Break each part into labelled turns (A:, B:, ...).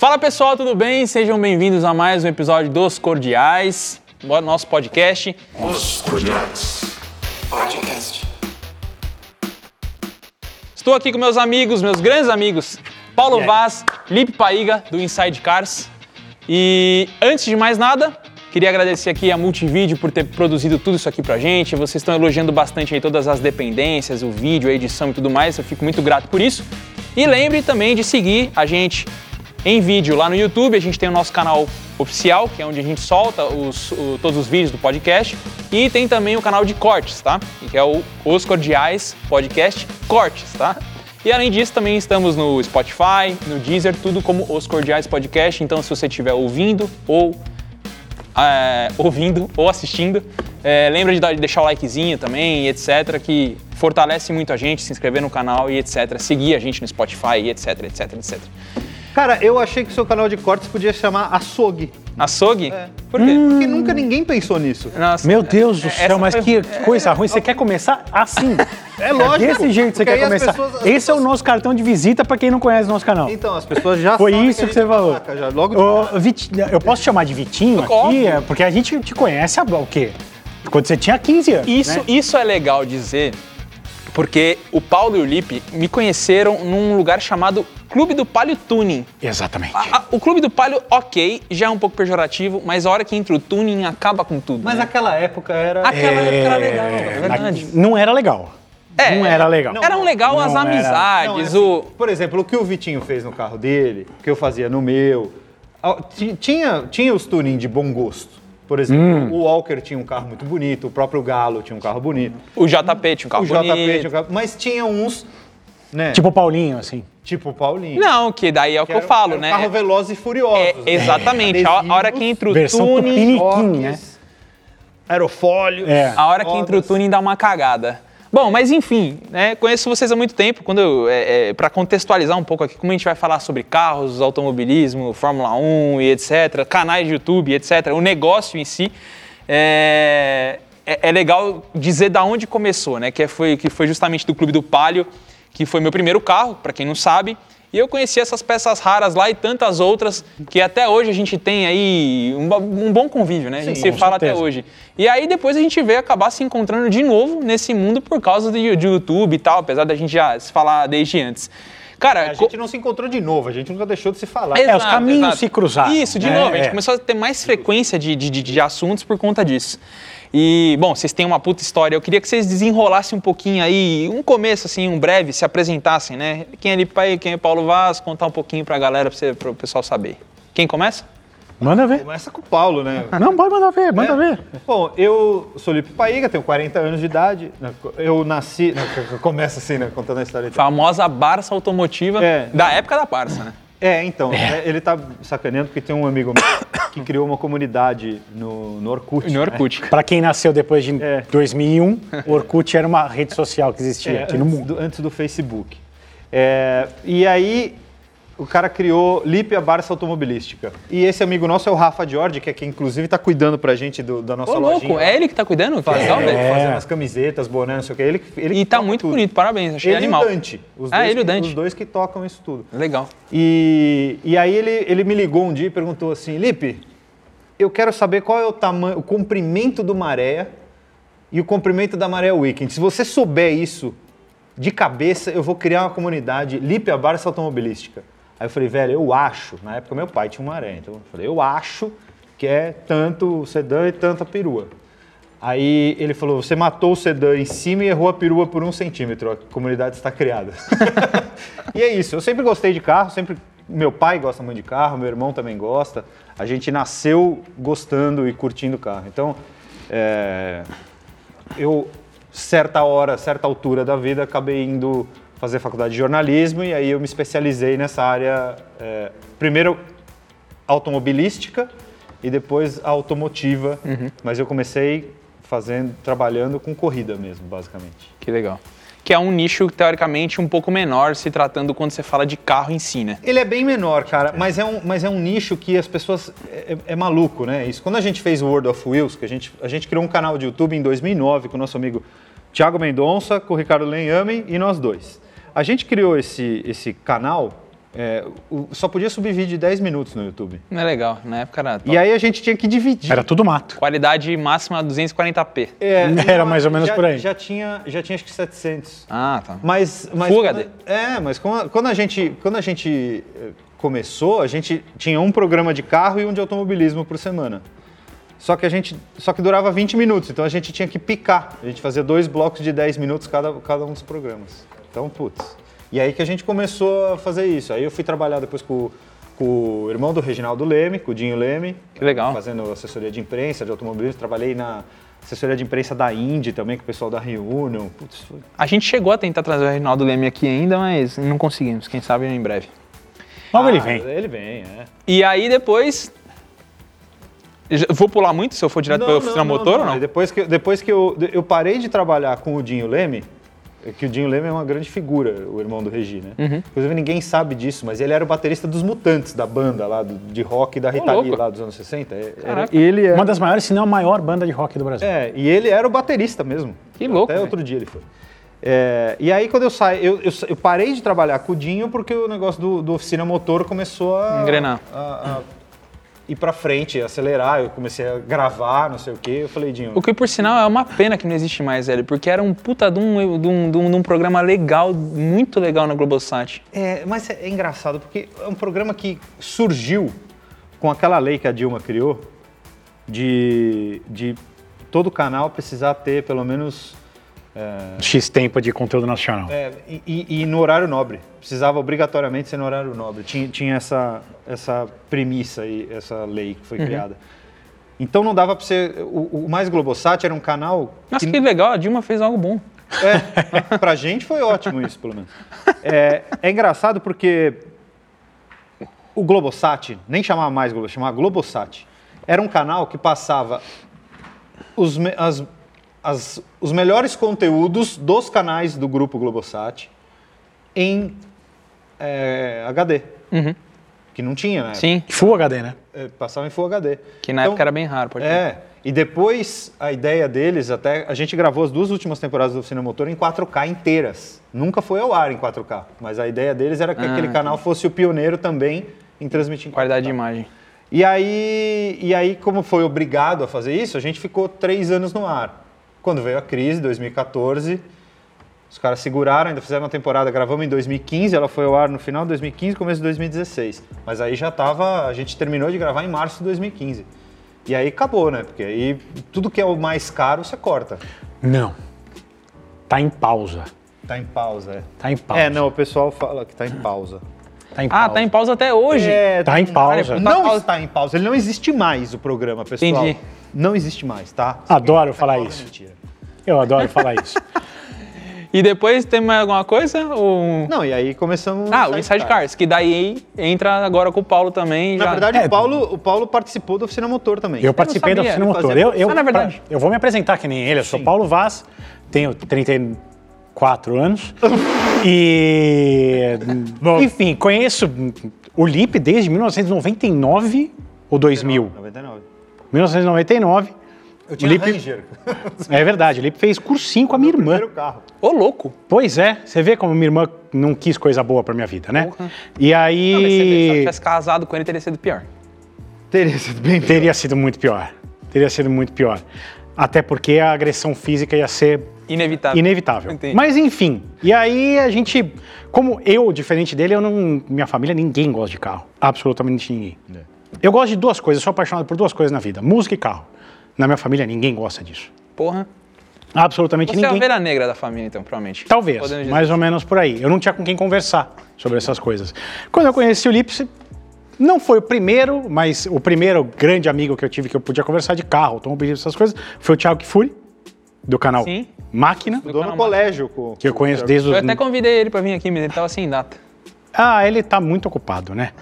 A: Fala pessoal, tudo bem? Sejam bem-vindos a mais um episódio dos Cordiais, o nosso podcast.
B: Os Cordiais. Podcast.
A: Estou aqui com meus amigos, meus grandes amigos, Paulo Vaz, Lipe Paiga, do Inside Cars. E antes de mais nada, queria agradecer aqui a Multivídeo por ter produzido tudo isso aqui pra gente. Vocês estão elogiando bastante aí todas as dependências, o vídeo, a edição e tudo mais. Eu fico muito grato por isso. E lembre também de seguir a gente em vídeo lá no YouTube. A gente tem o nosso canal oficial, que é onde a gente solta os- o- todos os vídeos do podcast. E tem também o canal de cortes, tá? Que é o Os Cordiais Podcast Cortes, tá? E além disso, também estamos no Spotify, no Deezer, tudo como Os Cordiais Podcast. Então, se você estiver ouvindo ou é, ouvindo ou assistindo. É, lembra de, dar- de deixar o likezinho também, e etc, que fortalece muito a gente, se inscrever no canal e etc, seguir a gente no Spotify e etc, etc, etc.
C: Cara, eu achei que o seu canal de cortes podia chamar açougue.
A: Açougue?
C: É.
A: Por quê?
C: Porque nunca ninguém pensou nisso.
A: Nossa,
D: Hum. Meu Deus do
A: essa
D: céu, mas
A: foi-
D: que que coisa ruim. Você quer começar assim?
C: É lógico,
D: Desse jeito você
C: porque
D: quer
C: aí as
D: começar.
C: pessoas- as
D: Esse é o
C: pessoas-
D: nosso cartão de visita pra quem não conhece o nosso canal.
C: Então, as pessoas já
D: Foi
C: sabem
D: isso
C: a
D: que você
C: gente
D: falou.
C: saca já, logo de cara.
D: Ô, Vitinho, eu posso chamar de Vitinho aqui?
A: Óbvio.
D: É, Porque a gente te conhece há o quê? Quando você tinha 15 anos.
A: Isso,
D: né?
A: isso é legal dizer, porque o Paulo e o Lipe me conheceram num lugar chamado Clube do Palio Tuning.
D: Exatamente.
C: Ah,
A: A- a- o Clube do Palio, ok, já é um pouco pejorativo, mas a hora que entra o tuning acaba com tudo.
C: Mas
A: né?
C: aquela época era... né?
A: aquela época era legal, é verdade.
D: Não era legal.
A: É,
D: não era legal.
C: não,
A: Eram legal
D: não
A: as
D: era.
C: Não, é
A: amizades,
C: assim,
A: o...
C: Por exemplo, o que o Vitinho fez no carro dele, o que eu fazia no meu. Ah, ti- Tinha, tinha os tuning de bom gosto. Por exemplo,
D: Hum.
C: o Walker tinha um carro muito bonito, o próprio Galo tinha um carro bonito,
A: O JP tinha um carro
C: o JP
A: bonito.
C: tinha um carro... Mas tinha uns, né?
D: Tipo o Paulinho, assim.
C: tipo o Paulinho.
A: Não, que daí é o que, eu
C: era-
A: falo,
C: era um
A: né?
C: Carro veloz e furioso.
A: É, exatamente. A, a hora que entra o
D: Versão
A: tuning,
D: tupiniquim, né?
C: Aerofólio.
D: É.
A: a hora que entra o tuning dá uma cagada. Bom, mas enfim, né, conheço vocês há muito tempo. Quando eu, é, para contextualizar um pouco aqui, como a gente vai falar sobre carros, automobilismo, Fórmula 1 e etc, canais de YouTube, etc, o negócio em si, é, é- é legal dizer da onde começou, né? Que é- foi que foi justamente do Clube do Palio, que foi meu primeiro carro, para quem não sabe. E eu conheci essas peças raras lá e tantas outras que até hoje a gente tem aí um, ba- um bom convívio, né? a gente se
D: com
A: fala até
D: certeza.
A: hoje hoje. E aí depois a gente veio acabar se encontrando de novo nesse mundo por causa do, Yu- de YouTube e tal, apesar da gente já se falar desde antes. Cara,
C: A
A: co-
C: gente não se encontrou de novo, a gente nunca deixou de se falar.
D: É, os caminhos se cruzaram.
A: Isso, de
D: É,
A: novo, a gente
D: é.
A: começou a ter mais frequência de, de, de- de assuntos por conta disso. E, bom, vocês têm uma puta história. Eu queria que vocês desenrolassem um pouquinho aí, um começo, assim, um breve, se apresentassem, né? Quem é Lipe Pai, quem é Paulo Vaz, contar um pouquinho pra galera, pra, você, pro pessoal saber. Quem começa?
D: Manda ver.
C: É, Começa com o Paulo, né?
D: Não, pode mandar ver,
C: É.
D: manda ver.
C: Bom, eu sou Lipe Paiga, tenho 40 anos de idade. né, Eu nasci. né, Começa assim, né? Contando a história. inteira.
A: Famosa Barça Automotiva,
C: É.
A: da época da Barça, né?
C: É, então, né, ele tá sacaneando porque tem um amigo meu que criou uma comunidade no, no Orkut.
A: No
C: né?
A: Orkut.
D: Pra quem nasceu depois de
C: É.
D: 2001, o Orkut era uma rede social que existia
C: É,
D: aqui no
C: antes
D: mundo.
C: do- antes do Facebook. É, e aí o cara criou Lipe a Barça Automobilística. E esse amigo nosso é o Rafa Jordi, que é quem inclusive tá cuidando pra gente do- da nossa
A: Ô,
C: lojinha.
A: louco, é ele que tá cuidando? Que legal, velho.
C: Fazendo as camisetas, boné, não sei o que. Ele, que- ele
A: E
C: que
A: tá
C: toca
A: muito
C: tudo.
A: bonito, parabéns, achei
C: Ele é
A: animal.
C: e o Dante. Os
A: Ah,
C: dois
A: ele e o
C: que-
A: Dante.
C: Os dois que tocam isso tudo.
A: Legal.
C: E, e aí ele, ele me ligou um dia e perguntou assim, Lipe, eu quero saber qual é o tamanho, o comprimento do Maré e o comprimento da Maré Weekend. Se você souber isso de cabeça, eu vou criar uma comunidade Lipe é a Barça Automobilística. Aí eu falei, velho, eu acho, na época meu pai tinha um Maré, então eu falei, eu acho que é tanto o sedã e tanta perua. Aí ele falou, você matou o sedã em cima e errou a perua por um centímetro, a comunidade está criada. E é isso, eu sempre gostei de carro, sempre. Meu pai gosta muito de carro, meu irmão também gosta. A gente nasceu gostando e curtindo carro. Então, é, eu, certa hora, certa altura da vida, acabei indo fazer faculdade de jornalismo e aí eu me especializei nessa área, é, primeiro automobilística e depois automotiva. Mas eu comecei fazendo, trabalhando com corrida mesmo, basicamente.
A: Que legal. Que é um nicho, teoricamente, um pouco menor se tratando quando você fala de carro em si, né?
C: Ele é bem menor, cara, mas é um, mas é um nicho que as pessoas. É, é- é maluco, né? Isso. Quando a gente fez o World of Wheels, que a gente, a gente criou um canal de YouTube em 2009 com o nosso amigo Thiago Mendonça, com o Ricardo Lenhame e nós dois. A gente criou esse, esse canal é, o- só podia subir vídeo de 10 minutos no YouTube.
A: Não é legal, na época era top.
C: E aí a gente tinha que dividir.
D: Tá. Era tudo mato.
A: Qualidade máxima 240p.
C: É,
D: Era mais ou menos
C: já-
D: por aí.
C: Já tinha, já tinha acho que 700.
A: Ah, tá.
C: Mas, mas
A: Full
C: quando-
A: HD.
C: É, mas quando a, quando a gente, quando a gente eh, começou, a gente tinha um programa de carro e um de automobilismo por semana. Só que a gente, só que durava 20 minutos, então a gente tinha que picar. A gente fazia dois blocos de 10 minutos cada, cada um dos programas. Então, putz. E aí que a gente começou a fazer isso. Aí eu fui trabalhar depois com, com o irmão do Reginaldo Leme, com o Dinho Leme.
A: Que legal.
C: Fazendo assessoria de imprensa, de automobilismo. Trabalhei na assessoria de imprensa da Indy também, com o pessoal da Reunion. Putz, foi
A: A gente chegou a tentar trazer o Reinaldo Leme aqui ainda, mas não conseguimos. Quem sabe em breve.
D: Logo ele
C: Ah,
D: vem.
C: Ele vem, é.
A: E aí depois. Já- Vou pular muito se eu for direto para pra oficina motor ou não?
C: Depois que, depois que eu, eu parei de trabalhar com o Dinho Leme, é que o Dinho Leme é uma grande figura, o irmão do Regi, né?
A: Uhum.
C: Inclusive ninguém sabe disso, mas ele era o baterista dos Mutantes, da banda lá, do- de rock da Rita Lee
A: louco.
C: lá dos anos 60. É- era-
A: Caraca.
C: ele era,
D: Uma das maiores, se não a maior banda de rock do Brasil.
C: é, e ele era o baterista mesmo.
A: Que louco,
C: Até
A: velho.
C: outro dia ele foi. É, e aí quando eu saí, eu, eu sa- eu parei de trabalhar com o Dinho porque o negócio do, do Oficina Motor começou a...
A: Engrenar.
C: a- a ir pra frente, acelerar, eu comecei a gravar, não sei o quê. Eu falei, Dinho...
A: O que, por sinal, é uma pena que não existe mais, velho, porque era um puta de um, de um, de um- de um programa legal, muito legal na Globosat.
C: É, mas é, é engraçado, porque é um programa que surgiu com aquela lei que a Dilma criou de, de todo canal precisar ter pelo menos.
D: X tempo de conteúdo nacional.
C: é, e- e, e no horário nobre. Precisava obrigatoriamente ser no horário nobre. Tinha, tinha essa, essa premissa aí, essa lei que foi criada. Então não dava pra você. O, o mais Globosat era um canal.
A: Nossa, que legal, a Dilma fez algo bom.
C: É, pra gente foi ótimo isso, pelo menos. É, é engraçado porque o Globosat, nem chamava mais Globo, chamava Globosat, era um canal que passava os, me- as- as- os melhores conteúdos dos canais do grupo Globosat em é, HD. Que não tinha, né?
A: Uhum. Sim,
D: Full HD, né?
C: É, Passava em Full HD.
A: que na
C: Então,
A: época era bem raro, pode crer.
C: é, e depois a ideia deles, até a gente gravou as duas últimas temporadas do Oficina Motor em 4K inteiras. Nunca foi ao ar em 4K, mas a ideia deles era que aquele canal fosse o pioneiro também em transmitir em 4K.
A: Ah, Qualidade de imagem.
C: E aí, e aí, como foi obrigado a fazer isso, a gente ficou três anos no ar. Quando veio a crise, 2014, os caras seguraram, ainda fizeram uma temporada, gravamos em 2015, ela foi ao ar no final de 2015, começo de 2016. Mas aí já tava, a gente terminou de gravar em março de 2015. E aí acabou, né? Porque aí tudo que é o mais caro você corta.
D: Não. Tá em pausa.
C: Tá em pausa, é.
D: Tá em pausa.
C: É, não, o pessoal fala que tá em pausa.
D: Tá em
A: Ah,
D: pausa.
A: tá em pausa até hoje.
C: É,
D: Tá em pausa.
A: Olha,
C: Não está em pausa, ele não existe mais o programa, pessoal.
A: Entendi.
C: Não existe mais, tá?
D: Adoro falar isso.
C: Mentira.
D: Eu adoro falar isso.
A: E depois tem mais alguma coisa? Ou... um-
C: Não, e aí começamos.
A: Ah, o Inside Cars, que daí entra agora com o Paulo também.
C: Na
A: já-
C: verdade,
D: É.
C: o, Paulo, o Paulo participou da oficina motor também.
D: Eu participei da
A: sabia,
D: oficina
A: ele
D: motor.
C: fazia-
D: Eu, eu,
A: Ah, na verdade.
D: eu vou me apresentar que nem ele. Eu sou Paulo Vaz, tenho 34 anos. e. Enfim, conheço o Lipe desde 1999 ou 2000.
C: 99.
D: 1999.
C: Eu tinha
D: Lipe-
C: Ranger.
D: É verdade, o Lipe fez cursinho com a minha irmã.
C: Primeiro carro.
A: Ô, louco.
D: Pois é, você vê como minha irmã não quis coisa boa pra minha vida, né? E
A: Não, mas se ele só
D: aí.
A: tivesse casado com ele, teria sido pior.
C: Teria sido bem.
D: Teria sido muito pior. Teria sido muito pior. Até porque a agressão física ia ser
A: Inevitável.
D: inevitável.
A: Entendi.
D: Mas enfim, e aí a gente, como eu, diferente dele, eu não, minha família ninguém gosta de carro, absolutamente ninguém. Eu gosto de duas coisas, sou apaixonado por duas coisas na vida, música e carro. Na minha família ninguém gosta disso.
A: Porra.
D: Absolutamente
A: Você é a
D: ninguém.
A: ovelha negra da família, então, provavelmente.
D: Talvez,
A: Podemos dizer.
D: mais ou menos por aí. Eu não tinha com quem conversar sobre essas coisas. Quando eu conheci o Lips, não foi o primeiro, mas o primeiro grande amigo que eu tive que eu podia conversar de carro, automobilismo, essas coisas, foi o Thiago Kifuri, do canal
A: Sim.
D: Máquina,
C: Estudou
A: canal
C: no colégio com.
D: que eu conheço desde
A: Eu
D: os...
A: até convidei ele pra vir aqui, mas ele tava sem data.
D: Ah, ele tá muito ocupado, né?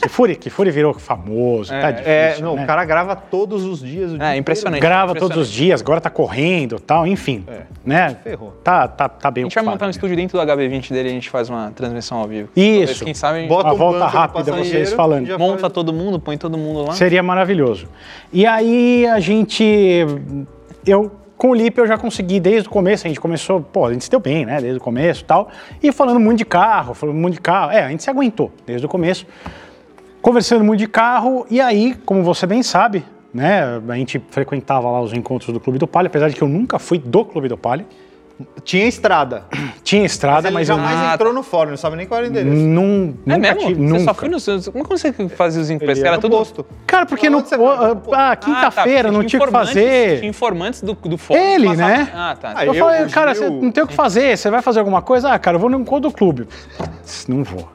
D: Kifuri, Kifuri virou famoso, tá difícil,
C: É, não,
D: né?
C: o cara grava todos os dias. O
A: É,
C: dia
A: impressionante.
D: Grava todos os
A: impressionante. É.
D: dias, agora tá correndo tal, enfim, né?
C: Ferrou.
D: Tá, tá, tá bem
A: A gente vai
D: ocupado.
A: montar um
D: né?
A: estúdio dentro do HB20 dele e a gente faz uma transmissão ao vivo.
D: Isso.
A: Talvez, Quem sabe a gente
C: Bota
D: Uma
C: um
D: volta
C: banco no
D: rápida, vocês
C: passageiro,
D: falando.
C: já
A: monta
C: faz-
A: todo mundo, É põe todo mundo lá.
D: Seria maravilhoso. E aí a gente. Eu Com o Lipe eu já consegui desde o começo, a gente começou, pô, a gente se deu bem, né, desde o começo e tal. E falando muito de carro, falando muito de carro. É, a gente se aguentou desde o começo. Conversando muito de carro, e aí, como você bem sabe, né, a gente frequentava lá os encontros do Clube do Palio, apesar de que eu nunca fui do Clube do Palio.
C: Tinha estrada.
D: Tinha estrada,
C: Mas ele
D: mas, eu
C: jamais
A: Ah,
C: entrou no fórum, não sabe nem qual era o
D: Hum.
C: endereço.
D: nun-
A: É
D: nunca
A: mesmo?
D: tive.
A: Você
D: Nunca.
A: só foi no seu. Como você fazia os encontros?
C: Ele
A: Era
C: no
A: é tudo.
C: posto.
D: Cara, porque
C: Não,
D: não,
C: onde você vai?
D: ah, ah, quinta-feira,
A: tá,
D: não
A: porque
D: tinha o que
A: informantes-
D: fazer.
A: tinha Informantes do, do fórum.
D: Ele,
A: Passava-
D: né?
A: Ah, tá.
C: Aí,
D: Eu,
C: Eu,
D: falei,
C: o
D: cara,
C: Gil-
D: você não tem o que fazer, você vai fazer alguma coisa? Ah, cara, eu vou no encontro do clube. Putz, Não vou,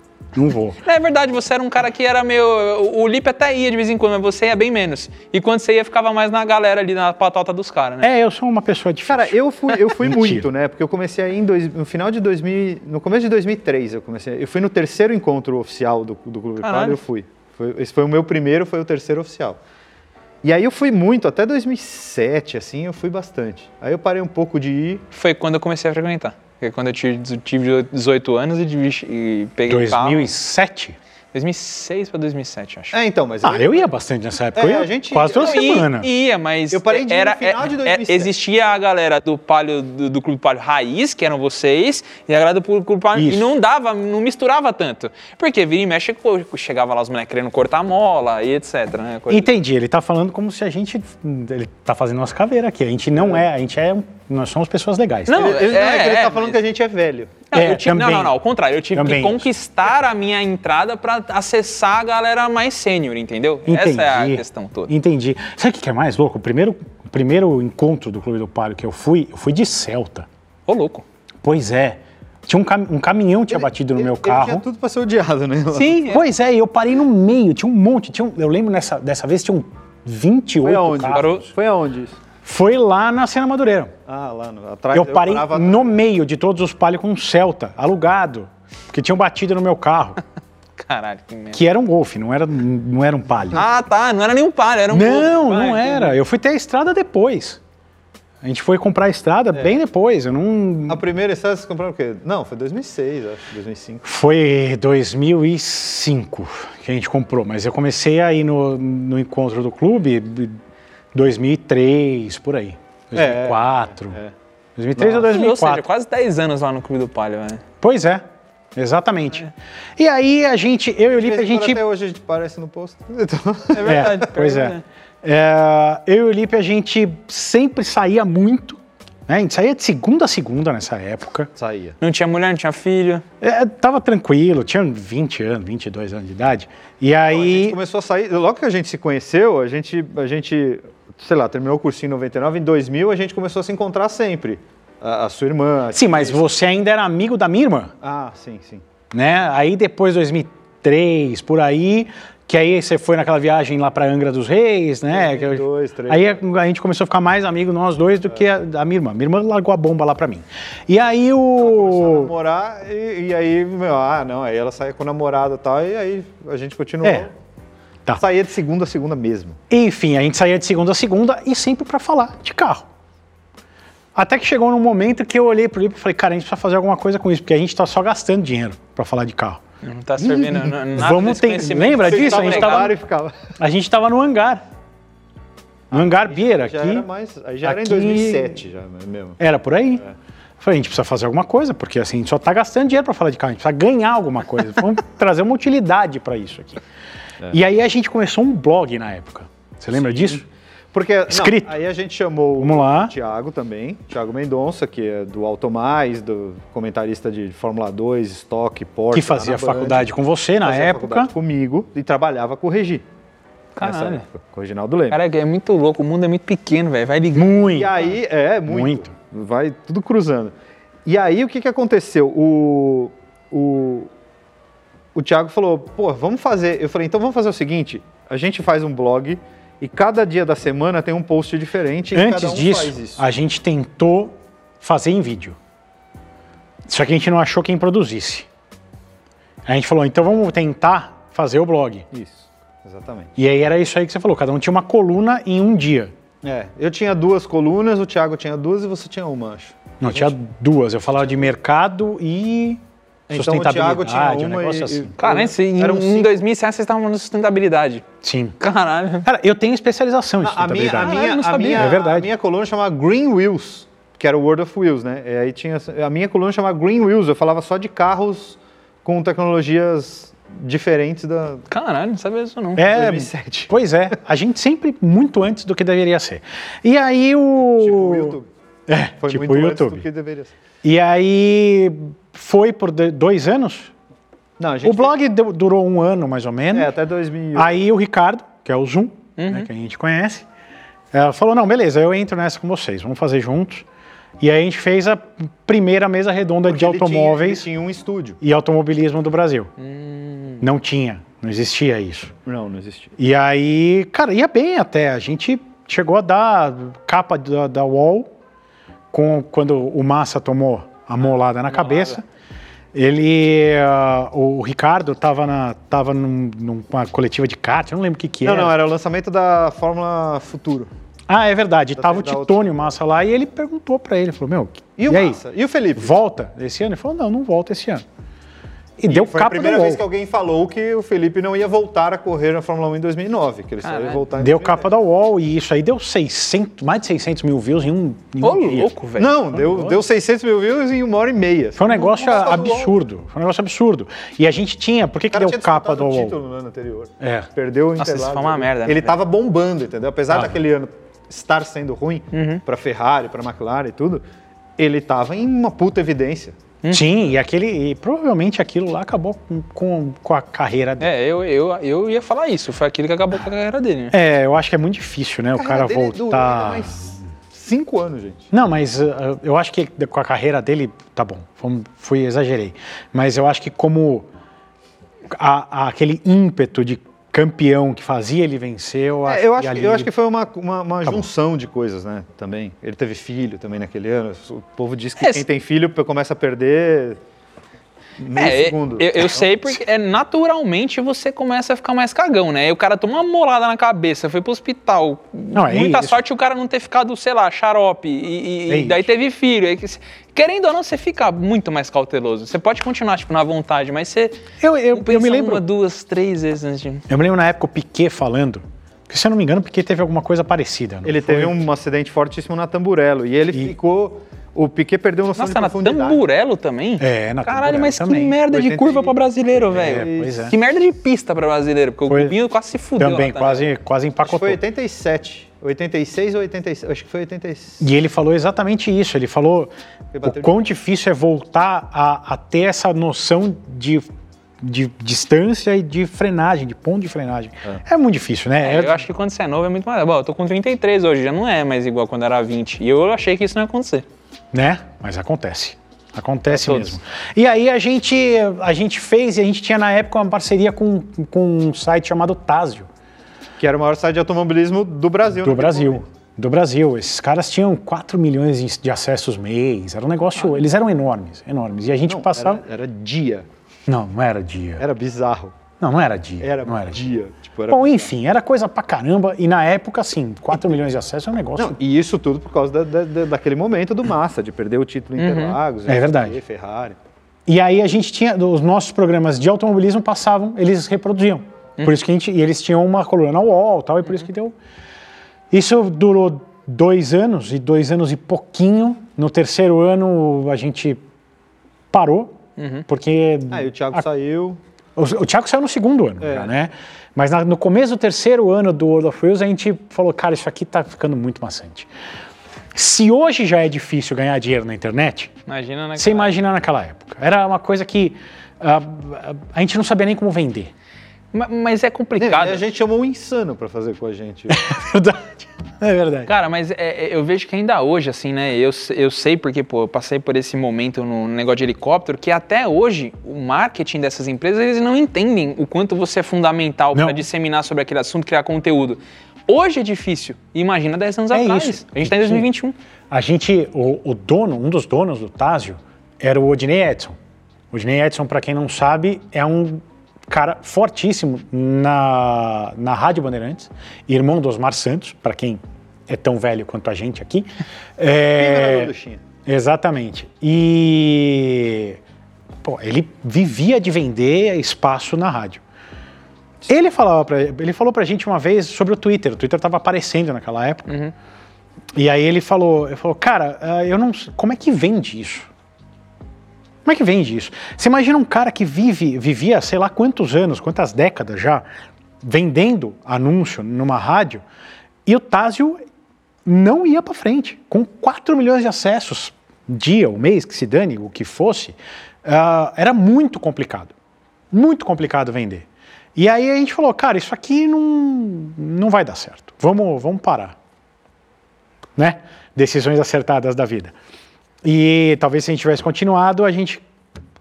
D: não vou.
A: É verdade, você era um cara que era meio. O o Lipe até ia de vez em quando, mas você ia bem menos. E quando você ia, ficava mais na galera ali, na patota dos caras, né?
D: É, eu sou uma pessoa difícil.
C: Cara, eu fui, eu fui
D: Mentira.
C: muito, né? Porque eu comecei aí em dois, no final de 2000, no começo de 2003 eu comecei. Eu fui no terceiro encontro oficial do, do Clube
A: Caralho.
C: Palio, eu fui. Foi- esse foi o meu primeiro, foi o terceiro oficial. E aí eu fui muito, até 2007, assim, eu fui bastante. Aí eu parei um pouco de ir.
A: Foi quando eu comecei a frequentar. Foi quando eu tive tive 18 anos e, dirigi- e peguei o carro.
D: 2007?
A: 2006 pra 2007, acho.
C: É, então, mas
D: Ah, eu ia bastante nessa época.
C: É,
D: eu ia
C: a gente-
D: quase toda
A: Não, i-
D: semana.
A: Ia, mas.
C: Eu parei de ir
A: era,
C: no final de
A: é-
C: 2007.
A: é- Existia a galera do palio do, do Clube Palio Raiz, que eram vocês, e a galera do Clube Palio. E
D: Isso.
A: não dava, não misturava tanto. Porque vira e mexe, pô, chegava lá os moleques querendo cortar a mola e etc, né? Coisa-
D: Entendi, ele tá falando como se a gente. Ele tá fazendo umas caveiras aqui. A gente não é, a gente é. um- Nós somos pessoas legais.
A: Não,
C: Ele, ele, não é,
A: é,
C: que ele
A: é,
C: tá falando
A: mas-
C: que a gente é velho.
A: Não,
D: É,
A: eu tive- não,
D: também.
A: não, não, ao contrário, eu tive que
D: Também isso.
A: conquistar a minha entrada pra acessar a galera mais sênior, entendeu?
D: Entendi.
A: Essa é a questão toda.
D: Entendi. Sabe o que que é mais louco? O primeiro, o primeiro encontro do Clube do Palio que eu fui, eu fui de Celta.
A: Ô, louco.
D: Pois é. Tinha um, cam- um caminhão tinha batido no
C: Ele-
D: meu
C: ele
D: carro.
C: tinha tudo pra ser odiado, né?
A: Sim, é.
D: Pois é, eu parei no meio, tinha um monte. Tinha um- eu lembro nessa, dessa vez um tinham 28
C: Foi aonde?
D: carros.
A: Parou?
C: Foi aonde isso?
D: Foi lá na Sena Madureira.
C: Ah, lá no, atrás.
D: eu parei
C: parava-
D: no meio de todos os palhos com um Celta, alugado, porque tinham batido no meu carro,
A: Caralho, que merda.
D: que era um Golf, não era, não era um palio.
A: Ah, tá, não era nenhum palio, era um.
D: não,
A: Vai,
D: não era. Eu fui ter a estrada depois. A gente foi comprar a estrada
A: É.
D: bem depois. Eu não.
C: A primeira estrada vocês compraram o quê? Não, foi 2006, acho, 2005.
D: Foi 2005 que a gente comprou, mas eu comecei aí no, no encontro do clube de 2003, por aí. 2004.
C: é, é.
D: 2003 ou
A: Ou seja,
D: 2004.
A: quase 10 anos lá no Clube do Palio, né?
D: Pois é, exatamente. E aí a gente, eu e o
C: De
D: Lipe,
C: vez
D: a
C: em quando
D: gente.
C: Até hoje a gente parece no posto. Então,
A: É
D: É, pois é. É, Eu e o Lipe, a gente sempre saía muito. né? A gente saía de segunda a segunda nessa época.
C: Saía.
A: Não tinha mulher, não tinha filho.
D: É, tava tranquilo, tinha 20 anos, 22 anos de idade. E
C: A gente
D: aí.
C: começou a sair, logo que a gente se conheceu, a gente, a gente, sei lá, terminou o cursinho em 99, em 2000 a gente começou a se encontrar sempre. A, a sua irmã. a-
D: Sim, mas você ainda era amigo da minha irmã,
C: Ah, sim, sim.
D: né? Aí depois, 2003, por aí, que aí você foi naquela viagem lá pra Angra dos Reis, né? Que eu-
C: 2002, 2003.
D: Aí a, a gente começou a ficar mais amigo, nós dois, do que
C: É.
D: a, a minha irmã. Minha irmã largou a bomba lá pra mim. E aí
C: Começou a
D: o.
C: namorar e, e aí, meu, ah, não, aí ela saía com o namorado e tal, e aí a gente continuou.
D: É. Tá.
C: Saía de segunda a segunda mesmo.
D: Enfim, a gente saía de segunda a segunda e sempre pra falar de carro. Até que chegou num momento que eu olhei pro Lipe e falei, cara, a gente precisa fazer alguma coisa com isso, porque a gente tá só gastando dinheiro pra falar de carro.
A: Não tá servindo na- nada
D: Vamos
A: desse
D: ter-
A: conhecimento.
D: lembra
A: Vocês
D: disso? A
A: estavam
D: gente
C: no
A: ligados?
D: tava-
C: bar e ficava.
D: A gente tava no hangar. No hangar Bier aqui.
C: Ah, Já era mais, aí já era em
D: aqui-
C: 2007 já né, mesmo.
D: Era por aí. Falei, a gente precisa fazer alguma coisa, porque assim, a gente só tá gastando dinheiro para falar de carro, a gente precisa ganhar alguma coisa. Vamos trazer uma utilidade para isso aqui.
C: É.
D: E aí a gente começou um blog na época. Você lembra disso?
C: Porque não,
D: Escrito.
C: aí a gente chamou
D: Vamos lá.
C: o Thiago também, Thiago Mendonça, que é do Auto Mais, do comentarista de Fórmula 2, estoque, Porsche.
D: que fazia
C: lá na Band,
D: faculdade com você na
C: fazia
D: época.
C: faculdade comigo e trabalhava com o Regi. Nessa
D: Caralho.
C: época, com o Reginaldo Leme.
A: Cara, é muito louco, o mundo é muito pequeno, velho. Vai ligando.
D: Muito.
C: E aí, é, muito. Vai tudo cruzando. E aí, o que, que aconteceu? O, o, o Thiago falou, pô, vamos fazer. Eu falei, então vamos fazer o seguinte: a gente faz um blog e cada dia da semana tem um post diferente. e
D: Antes
C: cada um faz
D: disso,
C: isso.
D: a gente tentou fazer em vídeo. Só que a gente não achou quem produzisse. A gente falou, então vamos tentar fazer o blog.
C: Isso, exatamente.
D: E aí era isso aí que você falou, cada um tinha uma coluna em um dia.
C: É, eu tinha duas colunas, o Thiago tinha duas e você tinha uma, acho.
D: Não, tinha duas. Eu falava de mercado e
C: Então o Thiago tinha
D: sustentabilidade, um
C: uma
D: negócio
C: e,
D: assim.
C: e-
A: Cara, em, em,
C: eram
A: em
C: cinco.
A: 2007 vocês estavam falando de sustentabilidade.
D: Sim.
A: Caralho.
D: Cara, eu tenho especialização em
C: Ah, A minha, a
D: sustentabilidade.
C: minha-
A: eu não
C: a
A: sabia.
C: minha-
D: É verdade.
C: a minha coluna chamava Green Wheels, que era o World of Wheels, né? E aí tinha a minha coluna chamava Green Wheels, eu falava só de carros com tecnologias diferentes da
A: Caralho, não sabia disso não.
D: É,
C: 2007.
D: pois é. A gente sempre muito antes do que deveria ser. E aí o.
C: tipo, YouTube.
D: É,
C: Foi
D: tipo
C: muito
D: o
C: antes do
D: YouTube.
C: que deveria ser.
D: E aí foi por do- dois anos.
C: Não, a gente
D: O blog deu- durou um ano mais ou menos.
C: É, até 2000.
D: Aí o Ricardo, que é o Zoom,
C: Uhum.
D: né, que a gente conhece, eh, falou: não, beleza, eu entro nessa com vocês, vamos fazer juntos. E aí a gente fez a primeira mesa redonda de
C: Ele tinha-
D: automóveis
C: ele Tinha, Hum. um estúdio.
D: e automobilismo do Brasil. Não tinha, não existia isso.
C: Não, não existia.
D: E aí, cara, ia bem até. A gente chegou a dar capa da, da Wall com, quando o Massa tomou a
C: Ah,
D: molada na cabeça. Ele, ah, o Ricardo, tava, na, tava num- numa coletiva de kart, eu não lembro o que que
C: Não,
D: era.
C: não, era o lançamento da Fórmula Futuro.
D: Ah, é verdade. Tava o
C: da outra-
D: Titônio Massa lá e ele perguntou pra ele, falou, meu,
C: E o
D: aí,
C: Massa? E o Felipe?
D: volta esse ano? Ele falou, não, não volta esse ano. E, deu
C: Foi a
D: capa do
C: primeira vez
D: UOL.
C: que alguém falou que o Felipe não ia voltar a correr na Fórmula 1 em 2009, que ele só ia
A: Caralho.
C: voltar tá em
D: Deu
C: 2010.
D: capa da UOL e isso aí deu 600, mais de 600 mil views em um, em
A: Ô,
D: um dia.
A: louco, velho.
C: Não, deu, deu 600 mil views em uma hora e meia.
D: Foi um negócio
C: Nossa, do UOL.
D: absurdo. Foi um negócio absurdo. E a gente tinha. Por que,
C: O
D: que
C: cara
D: deu
C: tinha
D: capa
C: disputado
D: do
C: o
D: UOL?
C: título no ano anterior.
D: É.
C: Perdeu o
A: Nossa, isso
C: Interlagos.
A: foi uma merda, né, Tá.
C: Ele
A: velho?
C: tava bombando, entendeu? Apesar
D: Tava.
C: daquele ano estar sendo ruim
A: Uhum.
C: pra Ferrari, pra McLaren e tudo, ele tava em uma puta evidência.
D: Sim, e aquele. E provavelmente aquilo lá acabou com, com, com a carreira dele.
A: É, eu, eu, eu ia falar isso. Foi aquilo que acabou com a carreira dele, né?
D: É. eu acho que é muito difícil, né? O cara
C: dele é né, durou ainda
D: voltar.
C: mais cinco anos, gente.
D: Não, mas uh, eu acho que com a carreira dele, tá bom, fom- fui, exagerei. Mas eu acho que como a- a- aquele ímpeto de campeão que fazia ele vencer, eu acho,
C: É, eu, acho
D: ali
C: que, eu acho que foi uma, uma, uma
D: Acabou.
C: junção de coisas, né? Também. Ele teve filho também naquele ano. O povo diz que
A: É,
C: quem
A: se-
C: tem filho começa a perder no
A: É,
C: segundo. Então,
A: eu,
D: um
A: eu sei porque é, naturalmente você começa a ficar mais cagão, né? E o cara tomou uma molada na cabeça, foi pro hospital.
D: Não, é
A: Muita
D: isso.
A: sorte o cara não ter ficado, sei lá, xarope. E, e-
D: É
A: e daí
D: isso.
A: teve filho. Aí que se- Querendo ou não, você fica muito mais cauteloso. Você pode continuar, tipo, na vontade, mas você.
D: Eu, eu-
A: não
D: eu
A: pensa
D: me lembro.
A: Uma, duas, três vezes antes de.
D: Eu me lembro na época o Piquet falando, que se eu não me engano, o Piquet teve alguma coisa parecida. não
C: Ele
D: foi?
C: teve um acidente fortíssimo na Tamburello e ele
D: E-
C: ficou. O Piquet perdeu noção
A: Nossa,
C: de
A: na
C: profundidade.
A: Tamburello também?
D: É, na
A: Caralho,
D: Tamburello
A: mas que
D: também.
A: merda de
C: 80
A: curva
C: e-
A: pra brasileiro,
D: É,
A: velho.
D: pois é.
A: Que merda de pista pra brasileiro, porque
D: Foi-
A: o Cubinho quase se fudeu.
D: Também,
A: lá
D: quase, quase
C: Acho que
D: empacotou.
C: foi 87. 86 ou 87? Acho que foi 86.
D: E ele falou exatamente isso. Ele falou
C: Ele
D: o
C: bateu
D: quão difícil é voltar a, a ter essa noção de, de distância e de frenagem, de ponto de frenagem. É, muito difícil, né?
A: É, eu acho que quando você é novo é muito mais. Bom, eu tô com 33 hoje, já não é mais igual quando era 20. E eu achei que isso não ia acontecer.
D: né? Mas acontece. Acontece
A: Pra todos.
D: mesmo. E aí a gente, a gente fez e a gente tinha na época uma parceria com, com um site chamado Tásio.
C: Que era o maior site de automobilismo do Brasil.
D: Do
C: naquele
D: Brasil.
C: momento.
D: Do Brasil. Esses caras tinham 4 milhões de- de acessos mês. Era um negócio. Eles eram enormes, enormes. E a gente
C: Não,
D: passava.
C: Era, era dia.
D: Não, não era dia.
C: Era bizarro.
D: Não, não era dia.
C: Era,
D: não era dia.
C: dia. Tipo, era
D: Bom, enfim, era coisa pra caramba. E na época, assim, 4 milhões de acessos é um negócio.
C: Não, e isso tudo por causa da- da- da- daquele momento do Massa, de perder o título em Interlagos. não sei o
D: verdade.
C: quê, Ferrari.
D: E aí a gente tinha. Os nossos programas de automobilismo passavam, eles reproduziam.
C: Hum.
D: Por isso que a gente. E eles tinham uma coluna na UOL e tal, e por isso
C: Uhum.
D: que deu. Isso durou dois anos, e dois anos e pouquinho.
C: Uhum.
D: No terceiro ano a gente parou, porque.
C: Aí Uhum. Ah, o Thiago
D: a-
C: saiu.
D: O, o Thiago saiu no segundo ano, já, né? Mas na- no começo do terceiro ano do World of Wheels, a gente falou, cara, isso aqui tá ficando muito maçante. Se hoje já é difícil ganhar dinheiro na internet,
A: Imagina, né?
D: você imagina naquela época. Era uma coisa que ah, ah, a gente não sabia nem como vender.
A: Ma- Mas é
C: Né,
A: complicado.
C: A gente chamou o Insano pra fazer com a gente.
D: Verdade. É verdade.
A: Cara, mas é- é- eu vejo que ainda hoje, assim, né? Eu, se- eu sei porque, pô, eu passei por esse momento no negócio de helicóptero, que até hoje o marketing dessas empresas, eles não entendem o quanto você é fundamental
D: Não.
A: para disseminar sobre aquele assunto, criar conteúdo. Hoje é difícil. Imagina 10 anos
D: É
A: atrás.
D: isso.
A: A gente tá em 2021.
D: A gente, o, o dono, um dos donos do Tásio, era o Odinei Edson. O Odinei Edson, para quem não sabe, é um cara fortíssimo na, na Rádio Bandeirantes, irmão do Osmar Santos, para quem é tão velho quanto a gente aqui. É,
C: Quem era o Duchinha?
D: exatamente. E Bom, ele vivia de vender espaço na rádio. Ele falava pra, ele falou pra gente uma vez sobre o Twitter. O Twitter tava aparecendo naquela época. E aí ele falou, ele falou, cara, ah, eu não, sei- como é que vende isso? Como é que vende isso? Você imagina um cara que vive, vivia sei lá quantos anos, quantas décadas já, vendendo anúncio numa rádio, e o Tásio não ia para frente. Com 4 milhões de acessos, dia, o mês, que se dane, o que fosse, ah, era muito complicado. Muito complicado vender. E aí a gente falou, cara, isso aqui não, não vai dar certo. Vamos, vamos parar né? Decisões acertadas da vida. E talvez se a gente tivesse continuado, a gente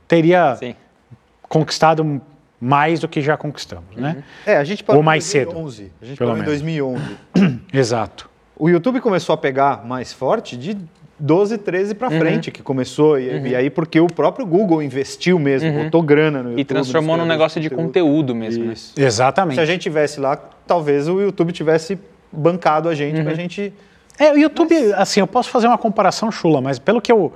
D: teria
A: Sim.
D: conquistado mais do que já conquistamos, né?
C: É, a gente parou
D: Ou mais
C: em
D: cedo,
C: 2011. A gente
D: pelo
C: parou em
D: menos.
C: 2011.
A: Uhum.
D: Exato.
C: O YouTube começou a pegar mais forte de 12, 13 pra frente, que começou. E, e aí, porque o próprio Google investiu mesmo, botou grana no YouTube.
A: E transformou
C: nos
A: num
C: criadores
A: negócio de conteúdo mesmo, né?
C: Isso.
D: Exatamente.
C: Se a gente tivesse lá, talvez o YouTube tivesse bancado a gente pra gente.
D: É, o YouTube, assim, eu posso fazer uma comparação chula, mas pelo que, eu,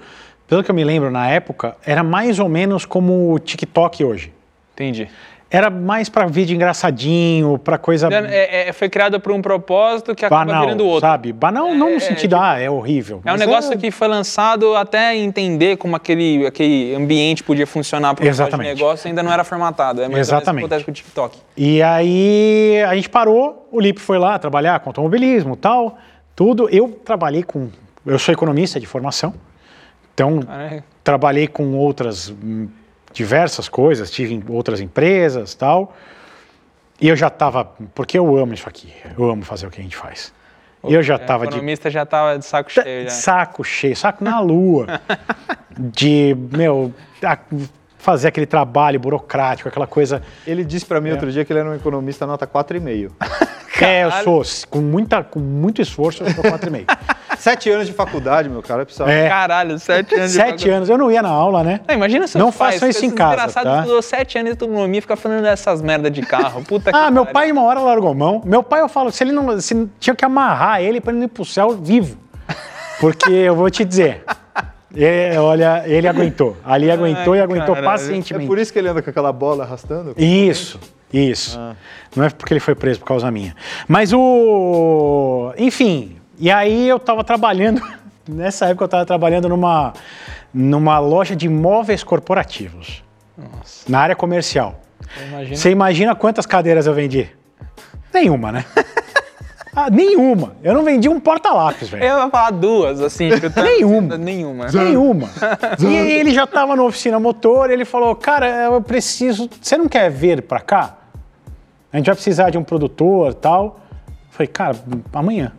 D: pelo que eu me lembro na época, era mais ou menos como o TikTok hoje.
A: Entendi.
D: Era mais para vídeo engraçadinho, para coisa
A: É- é- foi criado por um propósito que acaba
D: banal,
A: virando outro.
D: Ah, sabe? Banal não no sentido, ah, é horrível.
A: É um
D: mas
A: negócio
D: é-
A: que foi lançado até entender como aquele, aquele ambiente podia funcionar para um
D: Exatamente.
A: negócio ainda não era formatado. É mais ou menos o que
D: Exatamente.
A: acontece com o TikTok.
D: E aí a gente parou, o Lipe foi lá trabalhar com automobilismo tal, tudo. Eu trabalhei com. Eu sou economista de formação, então
A: Caralho.
D: trabalhei com outras hum, diversas coisas, tive em outras empresas tal. E eu já estava. Porque eu amo isso aqui, eu amo fazer o que a gente faz. E eu
A: O
D: já estava de
A: é
D: Tá,
A: economista já estava de saco cheio. né? Já.
D: saco cheio, saco na lua. de, meu, a- fazer aquele trabalho burocrático, aquela coisa.
C: Ele disse pra mim outro dia que ele era um economista nota 4,5.
D: É, eu sou. Com, muita, com muito esforço, eu sou 4,5.
C: Sete anos de faculdade, meu cara, eu precisava.
D: É,
A: Caralho, sete anos. de
D: sete
A: faculdade.
D: anos. Eu não ia na aula, né?
A: Ah, imagina seus
D: Não
A: pais,
D: façam isso
A: esses
D: em casa,
A: desgraçados
D: tá?
A: estudou sete anos de economia e fica falando dessas merda de carro. Puta que
D: Ah, meu
A: pariu.
D: pai uma hora largou mão. Meu pai, eu falo, se ele não. Se tinha que amarrar ele pra ele não ir pro céu vivo. Porque eu vou te dizer. é, olha, ele aguentou. Ali aguentou e aguentou
A: caralho.
C: É
D: pacientemente.
C: por isso que ele anda com aquela bola arrastando?
D: Isso, isso. Não é porque ele foi preso por causa minha. Mas o. Enfim, e aí eu tava trabalhando. Nessa época eu tava trabalhando numa, numa loja de móveis corporativos. Na área comercial.
A: Imagina.
D: Você imagina quantas cadeiras eu vendi? Nenhuma, né? Ah, nenhuma. Eu não vendi um porta-lápis, velho.
A: Eu ia falar duas, assim. chutando,
D: Nenhuma.
A: Nenhuma.
D: Nenhuma. e ele já estava na oficina motor, ele falou: Cara, eu preciso. Você não quer vir para cá? A gente vai precisar de um produtor tal. Eu falei, cara, amanhã.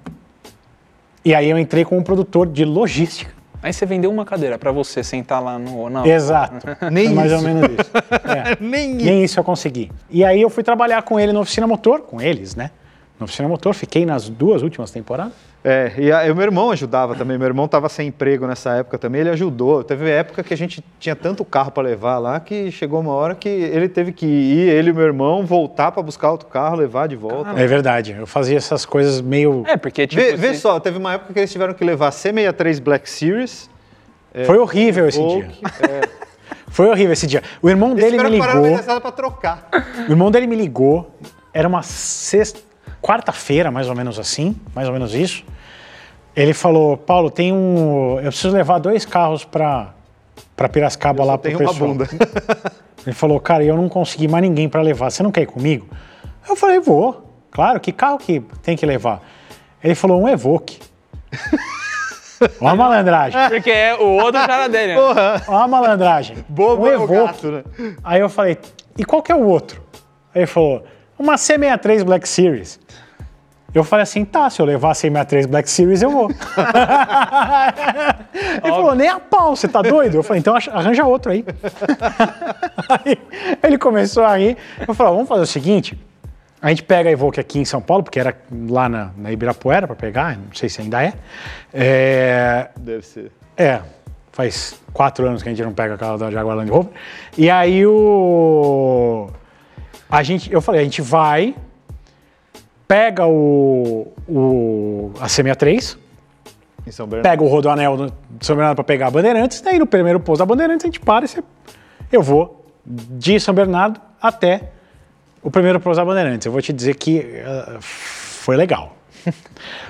D: E aí eu entrei com um produtor de logística.
A: Aí você vendeu uma cadeira pra você sentar lá no... Não.
D: Exato.
C: Nem
D: É mais
C: isso.
D: ou menos isso. É.
C: Nem
D: Nem isso eu consegui. E aí eu fui trabalhar com ele na oficina motor, com eles, né? Na oficina motor, fiquei nas duas últimas temporadas.
C: É, e a- e o meu irmão ajudava também. Meu irmão estava sem emprego nessa época também, ele ajudou. Teve época que a gente tinha tanto carro para levar lá que chegou uma hora que ele teve que ir, ele e meu irmão, voltar para buscar outro carro, levar de volta.
D: É assim- verdade. Eu fazia essas coisas meio.
A: É, porque, tipo...
C: vê, vê
A: você-
C: só, teve uma época que eles tiveram que levar a C63 Black Series. É,
D: Foi horrível esse
C: Ou
D: dia. Foi horrível esse dia. O irmão dele me
C: tiveram que parar na
D: ligou.
C: estrada para trocar.
D: O irmão dele me ligou, era uma sexta, quarta-feira, mais ou menos assim, mais ou menos isso. Ele falou, Paulo, tem um, eu preciso levar dois carros para para Piracicaba lá pro
C: Tem uma
D: pessoal.
C: bunda.
D: Ele falou, cara, eu não consegui mais ninguém para levar, você não quer ir comigo? Eu falei, vou. Claro, que carro que tem que levar? Ele falou, um Evoque. Olha a malandragem,
A: Porque é o outro cara dele, né?
D: olha a malandragem.
C: Bobo
D: um
C: é o
D: Evoque.
C: gato, né?
D: Aí eu falei, e qual que é o outro? Aí ele falou, uma C63 Black Series. Eu falei assim, tá, se eu levar a C63 Black Series, eu vou. ele falou, nem a pau, você tá doido? Eu falei, então ach- arranja outro aí. aí ele começou a rir. Eu falei, ó, vamos fazer o seguinte, a gente pega a Evoque aqui em São Paulo, porque era lá na, na Ibirapuera para pegar, não sei se ainda é. É,
C: Deve ser.
D: é, faz quatro anos que a gente não pega a carro da Jaguar Land Rover. E aí o. A gente, eu falei, a gente vai, pega o, o a C63,
C: Em São Bernardo.
D: pega o rodoanel do- de São Bernardo para pegar a Bandeirantes, daí no primeiro posto da Bandeirantes a gente para e você Eu vou de São Bernardo até o primeiro Prosa Bandeirantes. Eu vou te dizer que eh, foi legal.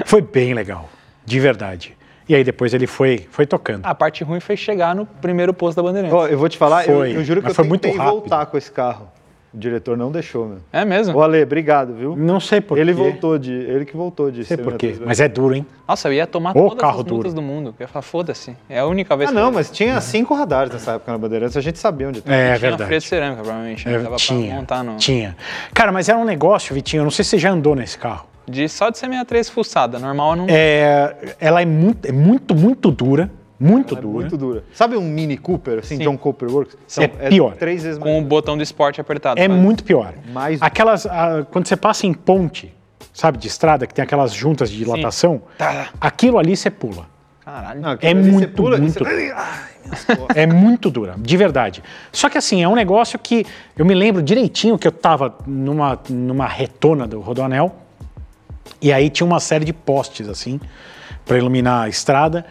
D: foi bem legal, de verdade. E aí depois ele foi, foi tocando.
A: A parte ruim foi chegar no primeiro posto da Bandeirantes.
C: Ó, eu vou te falar, eu,
D: Foi,
C: eu juro que
D: mas
C: eu
D: foi muito
C: tentei
D: rápido.
C: voltar com esse carro. O diretor não deixou, meu.
A: É mesmo?
C: Ô, Ale, obrigado, viu?
D: Não sei Hum, por
C: Ele
D: quê.
C: voltou de. Ele que voltou de.
D: Não sei por quê, mas é duro, hein?
A: Nossa, eu ia tomar
D: Ô,
A: todas
D: carro
A: as multas do
D: duro.
A: mundo. Eu ia falar, foda-se. É a única vez
C: Ah,
A: que
C: não,
A: eu
C: mas tinha cinco radares nessa época na Bandeirantes, a gente sabia onde tava.
D: É,
A: tinha freio
D: verdade.
A: de cerâmica, provavelmente.
D: É,
A: Não dava pra
D: tinha,
A: montar, não.
D: tinha. Cara, mas era um negócio, Vitinho, eu não sei se você já andou nesse carro.
A: De, só de ser 63 fuçada. Normal eu não.
D: É, ela é muito, é muito, muito dura. Muito dura.
C: é Muito dura. Sabe um Mini Cooper, assim, John Cooper Works?
D: né? É pior.
C: Três vezes mais.
A: Com o botão do esporte apertado.
D: É
A: sabe?
D: muito pior.
C: Mais-
D: Aquelas. ah, quando você passa em ponte, sabe, de estrada, que tem aquelas juntas de dilatação,
A: Tá.
D: aquilo ali você pula.
A: Caralho.
C: Não,
D: É
C: aquele ali você
D: muito,
C: pula e
D: muito
C: você-
D: dura. É muito dura, de verdade. Só que assim, é um negócio que eu me lembro direitinho que eu tava numa, numa retona do Rodoanel e aí tinha uma série de postes assim para iluminar a estrada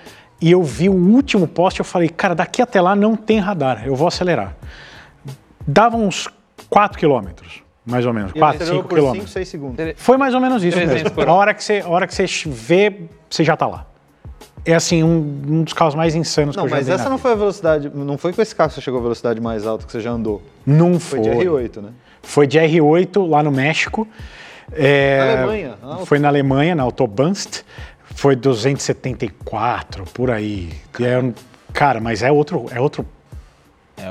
D: e eu vi o último poste eu falei, cara, daqui até lá não tem radar, eu vou acelerar. Dava uns 4 quilômetros, mais ou menos,
C: E
D: 4,
C: acelerou
D: 5
C: por cinco,
D: quilômetros.
C: seis segundos.
D: Foi mais ou menos isso
A: 300
D: mesmo.
A: por
D: A hora que você, a hora que você vê, você já tá lá. É assim, um, um dos carros mais insanos
C: Não,
D: que eu já
C: mas
D: vi
C: essa
D: na
C: não
D: vida.
C: foi a velocidade. Não foi com esse carro que você chegou à velocidade mais alta que você já andou.
D: Não
C: Foi
D: foi.
C: de R8, né?
D: Foi de R8 lá no México. É,
C: Na Alemanha, na
D: Foi na Alemanha, na Autobahnst. Foi 274, por aí. E é um- cara, mas é outro, é outro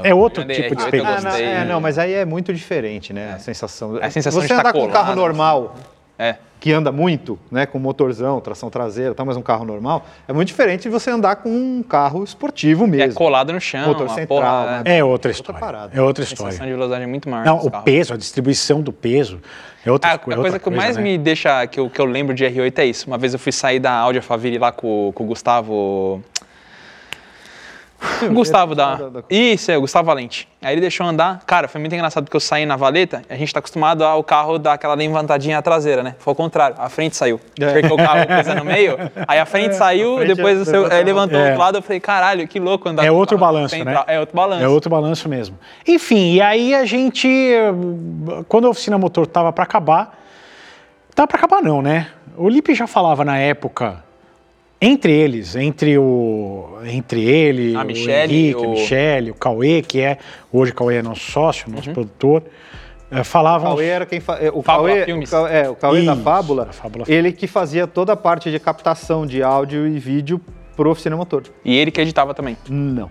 D: É outro
A: eu
D: tipo de
A: andei R8, eu
D: experiência.
C: não,
A: gostei.
C: é, não, mas aí é muito diferente, né? A sensação.
A: A sensação
C: Você
A: de
C: andar
A: tá
C: com um carro
A: colado,
C: normal,
A: É.
C: que anda muito, né? Com motorzão, tração traseira, tá, mas um carro normal, é muito diferente de você andar com um carro esportivo
A: É
C: mesmo.
A: colado no chão.
C: Motor
A: uma
C: central,
A: porra,
C: né?
A: é.
D: É outra história.
C: parada.
D: É outra
A: A sensação
D: história.
A: de velocidade é muito maior.
D: Não,
A: nesse
D: o
A: carro.
D: peso, a distribuição do peso é
A: A,
D: outra,
A: a
D: co- é
A: coisa
D: outra
A: que mais
D: né?
A: me deixa, que eu, que eu lembro de R8 é isso. Uma vez eu fui sair da Audi Faville lá com, com o Gustavo. O Gustavo da.
C: da- da-
A: Isso, é, o Gustavo Valente. Aí ele deixou andar. Cara, foi muito engraçado porque eu saí na valeta, a gente tá acostumado ao carro dar aquela levantadinha traseira, né? Foi o contrário, a frente saiu.
D: É.
A: Porque o carro pesa no meio, aí a frente saiu,
C: frente
A: depois o seu-
C: levantou.
A: aí levantou o
D: É.
A: outro lado, eu falei, caralho, que louco andar
D: É
A: com o
D: outro
A: carro
D: balanço,
A: central.
D: né?
A: É outro balanço.
D: É outro balanço mesmo. Enfim, e aí a gente. Quando a oficina motor tava para acabar. Tava para acabar, não, né? O Lipe já falava na época. Entre eles, entre o. Entre ele,
A: A Michele,
D: o Henrique,
A: o-
D: a Michele, o Cauê, que é. Hoje o Cauê é nosso sócio,
A: Uhum.
D: nosso produtor. eh, Falavam.
C: O Cauê era quem fa... é, o
A: Fábula
C: Cauê, o
A: Filmes.
C: Cauê, é, o Cauê da
D: Isso,
C: Fábula,
D: a Fábula Filmes.
C: ele que fazia toda a parte de captação de áudio e vídeo pro oficina motor.
A: E ele que editava também.
C: Não.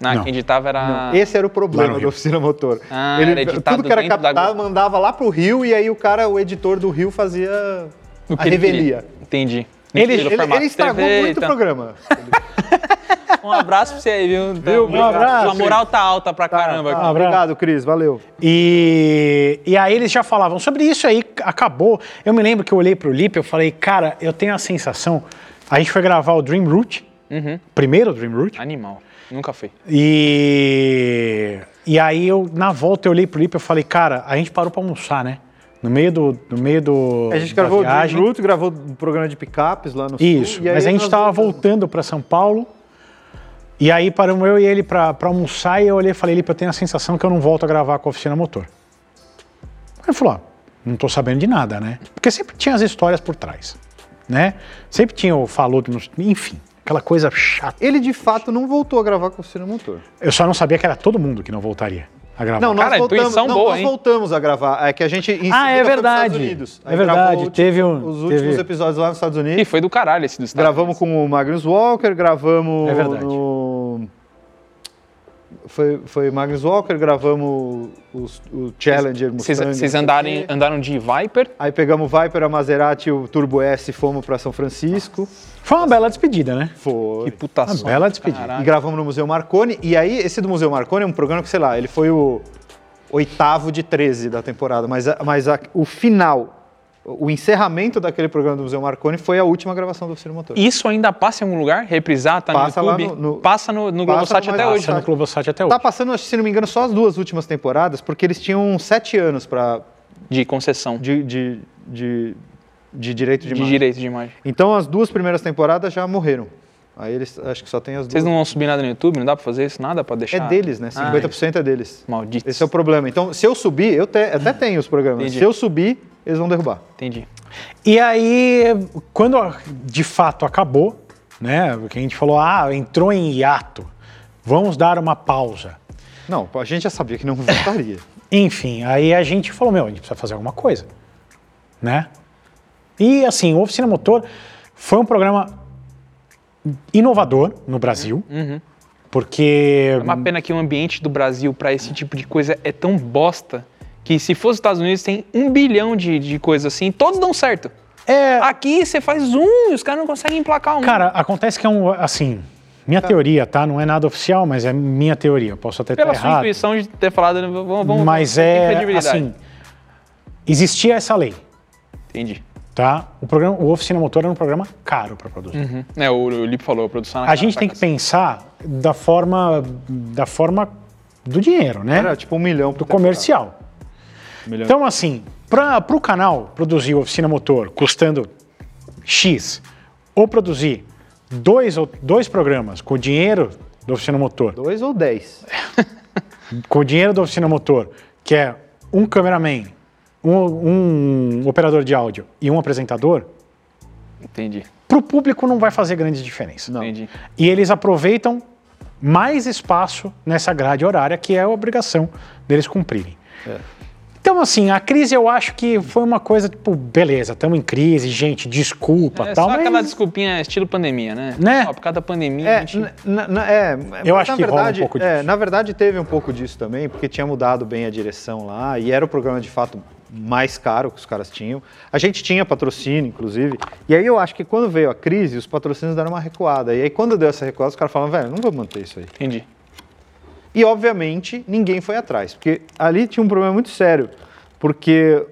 A: Não,
D: Não.
A: quem editava era.
C: Esse era o
D: Lá
C: problema
D: no
C: da
D: Rio.
C: oficina motor.
A: Ah,
C: ele,
A: era editado
C: tudo que era
A: dentro da
C: captado
A: Globo.
C: mandava lá pro Rio e aí o cara, o editor do Rio, fazia
A: No
C: a
A: que ele queria.
C: revelia.
A: Entendi.
D: Ele-
A: Pelo
C: Ele,
A: formato
C: ele estragou
A: TV e
C: muito o
A: tal.
C: programa.
A: tá. Um abraço pra você aí, viu?
C: Viu? Um abraço.
A: A moral tá alta pra
D: Ah,
A: caramba.
C: Tá,
A: aqui.
C: tá. obrigado, Cris. Valeu.
D: E, e aí eles já falavam sobre isso aí, acabou. Eu me lembro que eu olhei pro Lipe, eu falei, cara, eu tenho a sensação. A gente foi gravar o Dream Route,
C: Uhum.
D: primeiro Dream Route,
A: Animal. Nunca fui.
D: e, e aí eu, na volta, eu olhei pro Lipe, eu falei, cara, a gente parou pra almoçar, né? No meio do. No meio do
C: A gente
D: da
C: gravou o
D: viagem.
C: Dream Route, gravou um programa de picapes lá no
D: Isso,
C: Sul, e aí
D: mas a gente
C: nós
D: estava
C: voltamos.
D: voltando para São Paulo. E aí paramos eu e ele para almoçar e eu olhei e falei, Lipe, eu tenho a sensação que eu não volto a gravar com a oficina motor. Aí ele falou, ó, não tô sabendo de nada, né? Porque sempre tinha as histórias por trás, né? Sempre tinha o falou, de uns- enfim, aquela coisa chata.
C: Ele de fato não voltou a gravar com a oficina motor.
D: Eu só não sabia que era todo mundo que não voltaria a gravar.
C: Não, nós
A: Cara,
C: voltamos.
A: intuição
C: Não,
A: boa,
C: nós
A: hein?
C: voltamos a gravar. É que a gente em seguida foi
D: Ah, é
C: pros
D: verdade.
C: Estados Unidos.
D: É
C: Aí gravou
D: verdade,
C: o último-
D: teve um-
C: Os últimos
D: teve-
C: episódios lá nos Estados
A: E
C: Unidos.
A: foi do caralho esse do Estado.
C: Gravamos com o Magnus Walker, gravamos.
D: É verdade.
C: no- Foi, foi Magnus Walker, gravamos os- o né? Challenger
A: Vocês,
C: Mustang,
A: vocês
C: não sei o
A: andaram,
C: quê.
A: andaram de Viper?
C: Aí pegamos o Viper, a Maserati, o Turbo S e fomos pra São Francisco.
D: Foi uma bela despedida, né?
C: Foi. Ah,
A: Que puta
D: Uma
A: sorte,
D: bela despedida.
A: caralho.
C: E gravamos no Museu Marconi. E aí, esse do Museu Marconi é um programa que, sei lá, ele foi o oitavo de 13 da temporada. Mas, a- mas a- o final, o encerramento daquele programa do Museu Marconi foi a última gravação do Oficina Motor.
A: Isso ainda passa em algum lugar? Reprisar? Tá
C: Passa
A: no
C: lá
A: YouTube?
C: no- no-
A: Passa no, no
C: Passa
A: Globosat
C: no
A: até
C: mais
A: hoje.
D: Tá no Globosat até hoje.
C: Tá passando, se não me engano, só as duas últimas temporadas, porque eles tinham sete anos pra,
A: De concessão. De,
C: de, de, de, de direito de imagem.
A: direito de imagem.
C: Então, as duas primeiras temporadas já morreram. Aí eles acho que só tem as duas.
A: Vocês não vão subir nada no YouTube? Não dá pra fazer isso? Nada pra deixar?
C: É deles, né?
A: Ah,
C: 50% é deles.
A: Malditos.
C: Esse é o problema. Então, se eu subir, eu te-
D: Ah,
C: até tenho os programas.
A: Entendi.
C: Se eu subir, eles vão derrubar.
A: Entendi.
D: E aí, quando de fato acabou, né? Porque a gente falou, ah, entrou em hiato, vamos dar uma pausa.
C: Não, a gente já sabia que não voltaria.
D: Enfim, aí a gente falou, meu, a gente precisa fazer alguma coisa, né? E assim, o Oficina Motor foi um programa inovador no Brasil, porque...
A: Uhum. É uma pena que o ambiente do Brasil pra esse tipo de coisa é tão bosta que se fosse os Estados Unidos tem um bilhão de, de coisas assim, todos dão certo.
D: É,
A: Aqui você faz um e os caras não conseguem emplacar um.
D: cara, acontece que é um, assim, minha teoria, tá? Não é nada oficial, mas é minha teoria, posso até
A: Pela
D: estar
A: sua
D: tá errado.
A: intuição de ter falado, né, vamos, vamos
D: Mas
A: tem
D: é,
A: credibilidade.
D: assim, existia essa lei,
A: Entendi.
D: tá? O programa, o Oficina Motor era um programa caro para produzir.
A: É, o, o Lipe falou, a produção é tá
D: A gente tem que pensar da forma, da forma do dinheiro, né?
C: Era tipo um milhão pro
D: do comercial.
C: Milhão.
D: Então, assim, para o canal produzir Oficina Motor custando X ou produzir dois, ou- dois programas com o dinheiro do Oficina Motor,
C: Dois ou dez.
D: com o dinheiro da oficina motor, que é um cameraman, um, um operador de áudio e um apresentador,
A: Entendi.
D: para o público não vai fazer grande diferença.
C: Não.
A: Entendi.
D: E eles aproveitam mais espaço nessa grade horária, que é a obrigação deles cumprirem. Então, assim, a crise eu acho que foi uma coisa tipo, beleza, estamos em crise, gente, desculpa,
A: É
D: tal,
A: só
D: mas
A: aquela desculpinha estilo pandemia, né?
D: Né?
A: Ó, por causa da pandemia, a
C: É,
A: gente-
C: na- na- na- é,
D: Eu
C: mas
D: acho
C: na
D: que rola um
C: verdade,
D: pouco
C: é,
D: disso.
C: na verdade, teve um pouco disso também, porque tinha mudado bem a direção lá e era o programa de fato mais caro que os caras tinham. A gente tinha patrocínio, inclusive. E aí eu acho que quando veio a crise, os patrocínios deram uma recuada. E aí quando deu essa recuada, os caras falaram, velho, não vou manter isso aí.
A: Entendi.
C: E, obviamente, ninguém foi atrás, porque ali tinha um problema muito sério, porque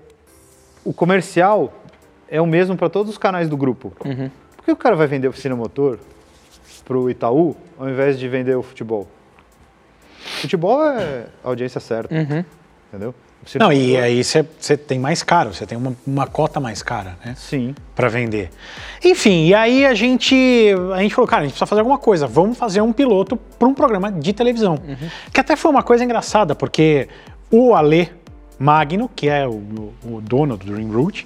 C: o comercial é o mesmo para todos os canais do grupo. Por que o cara vai vender oficina motor para o Itaú ao invés de vender o futebol? Futebol é audiência certa, entendeu? Oficina
D: Não, e é-
C: Motor,
D: aí você tem mais caro, você tem uma, uma cota mais cara, né?
C: Sim.
D: para vender. Enfim, e aí a gente, a gente falou, cara, a gente precisa fazer alguma coisa, vamos fazer um piloto para um programa de televisão. Que até foi uma coisa engraçada, porque o Ale Magno, que é o, o dono do Dream Route,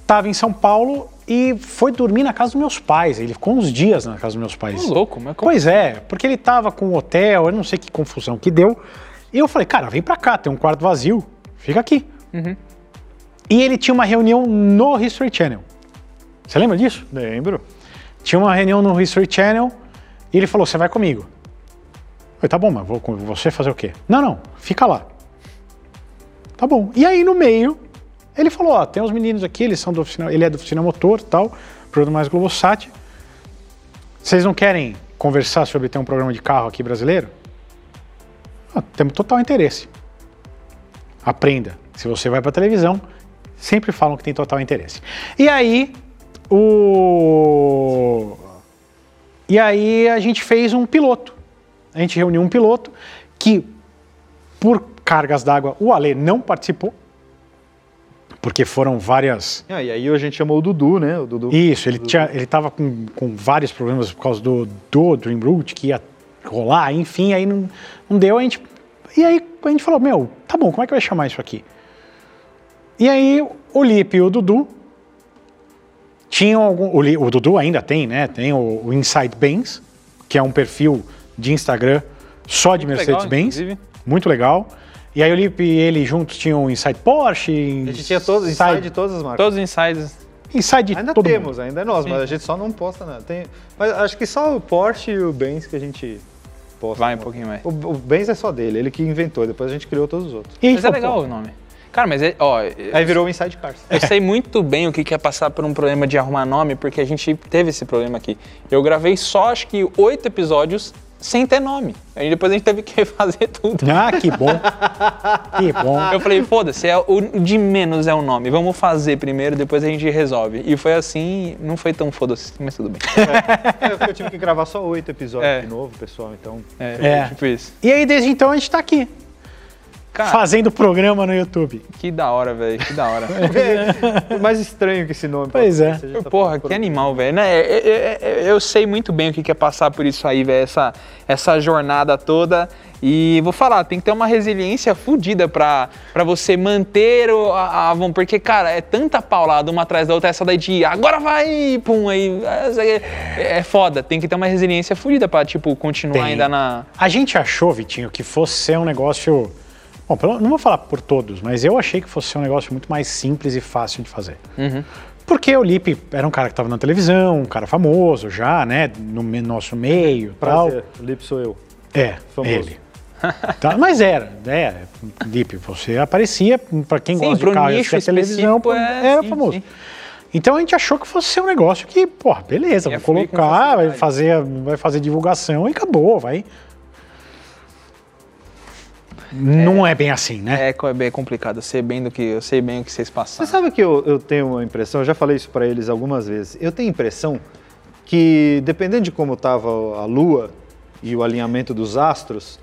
D: estava em São Paulo e foi dormir na casa dos meus pais. Ele ficou uns dias na casa dos meus pais.
A: Ô, Tá louco, mas como-
D: Pois é, porque ele tava com um hotel, eu não sei que confusão que deu. E eu falei, cara, vem pra cá, tem um quarto vazio, fica aqui. E ele tinha uma reunião no History Channel. Você lembra disso?
C: Lembro.
D: Tinha uma reunião no History Channel e ele falou, você vai comigo. Eu falei, tá bom, mas vou com você fazer o quê? Não, não, fica lá. Tá bom. E aí no meio, ele falou, ó, tem uns meninos aqui, eles são do oficina, ele é do oficina motor tal, programa mais Globosat. Vocês não querem conversar sobre ter um programa de carro aqui brasileiro? Ah, temos total interesse. Aprenda. Se você vai para televisão, sempre falam que tem total interesse. E aí, o. E aí a gente fez um piloto. A gente reuniu um piloto que, por cargas d'água, o Ale não participou, porque foram várias.
C: Ah, e aí a gente chamou o Dudu, né? O Dudu.
D: Isso, ele, tinha, ele tava com, com vários problemas por causa do, do Dream Route que ia rolar, enfim, aí não, não deu, a gente. E aí a gente falou, meu, tá bom, como é que vai chamar isso aqui? E aí o Lipe e o Dudu tinham algum. O, Li- o Dudu ainda tem, né? Tem o, o Inside Bens, que é um perfil de Instagram só de
A: Muito legal,
D: Mercedes-Benz.
A: inclusive.
D: Muito legal. E aí o Lipe e ele juntos tinham o Inside Porsche.
C: A gente tinha todos, inside de todas as marcas.
A: Todos os insights.
D: Inside de
C: Ainda
D: todo mundo.
C: temos, ainda é nós, mas a gente só não posta nada. Tem, mas acho que só o Porsche e o Benz que a gente posta.
A: Vai um pouquinho mais.
C: O, o Benz é só dele, ele que inventou, depois a gente criou todos os outros.
D: E a gente
A: Mas é
D: falou, pô,
A: legal o nome. Cara, mas é, ó,
C: Aí virou o Inside Cars.
A: Eu sei muito bem o que que é passar por um problema de arrumar nome, porque a gente teve esse problema aqui. Eu gravei só, acho que, oito episódios sem ter nome. Aí depois a gente teve que refazer tudo.
D: Ah, que bom. que bom.
A: Eu falei, foda-se, é o de menos é o nome. Vamos fazer primeiro, depois a gente resolve. E foi assim, não foi tão foda-se, mas tudo bem.
C: É, porque eu tive que gravar só oito episódios
A: É.
C: de novo, pessoal, então.
A: É,
D: É.
A: tipo isso.
D: E aí, desde então, a gente tá aqui.
A: Cara.
D: fazendo programa no YouTube.
A: Que da hora, velho. Que da hora.
C: É mais estranho que esse nome.
D: Pois é.
C: Você já tá
A: Porra, que animal, velho. Né? é- é- é- é- Eu sei muito bem o que que é passar por isso aí, velho. Essa, essa jornada toda. E vou falar, tem que ter uma resiliência fodida pra, pra você manter o, a, a vão- Porque, cara, é tanta paulada uma atrás da outra, essa daí de agora vai, pum, aí. essa aí É, é foda. Tem que ter uma resiliência fodida pra, tipo, continuar
D: Tem.
A: ainda na.
D: A gente achou, Vitinho, que fosse ser um negócio. Bom, pelo- não vou falar por todos, mas eu achei que fosse ser um negócio muito mais simples e fácil de fazer.
A: Uhum.
D: Porque o Lipe era um cara que estava na televisão, um cara famoso já, né? No me- nosso meio e tal.
C: Prazer, Lipe sou eu.
D: É,
C: Famoso.
D: ele. Tá, mas era, é, Lipe, você aparecia, pra quem
A: Sim,
D: gosta
A: pro
D: de carro e
A: nicho
D: assiste a televisão,
A: específico, é,
D: é,
A: sim,
D: famoso.
A: sim.
D: Então a gente achou que fosse ser um negócio que, porra, beleza,
A: Ia
D: vou
A: fluir com
D: colocar, vai
A: facilidade.
D: fazer, vai fazer divulgação e acabou, vai. Não é bem assim, né?
A: É, co- é bem complicado. Eu sei bem do que. Eu sei bem o que vocês
C: Você
A: passaram.
C: sabe que eu, eu tenho uma impressão, eu já falei isso pra eles algumas vezes. Eu tenho a impressão que, dependendo de como tava a lua e o alinhamento dos astros,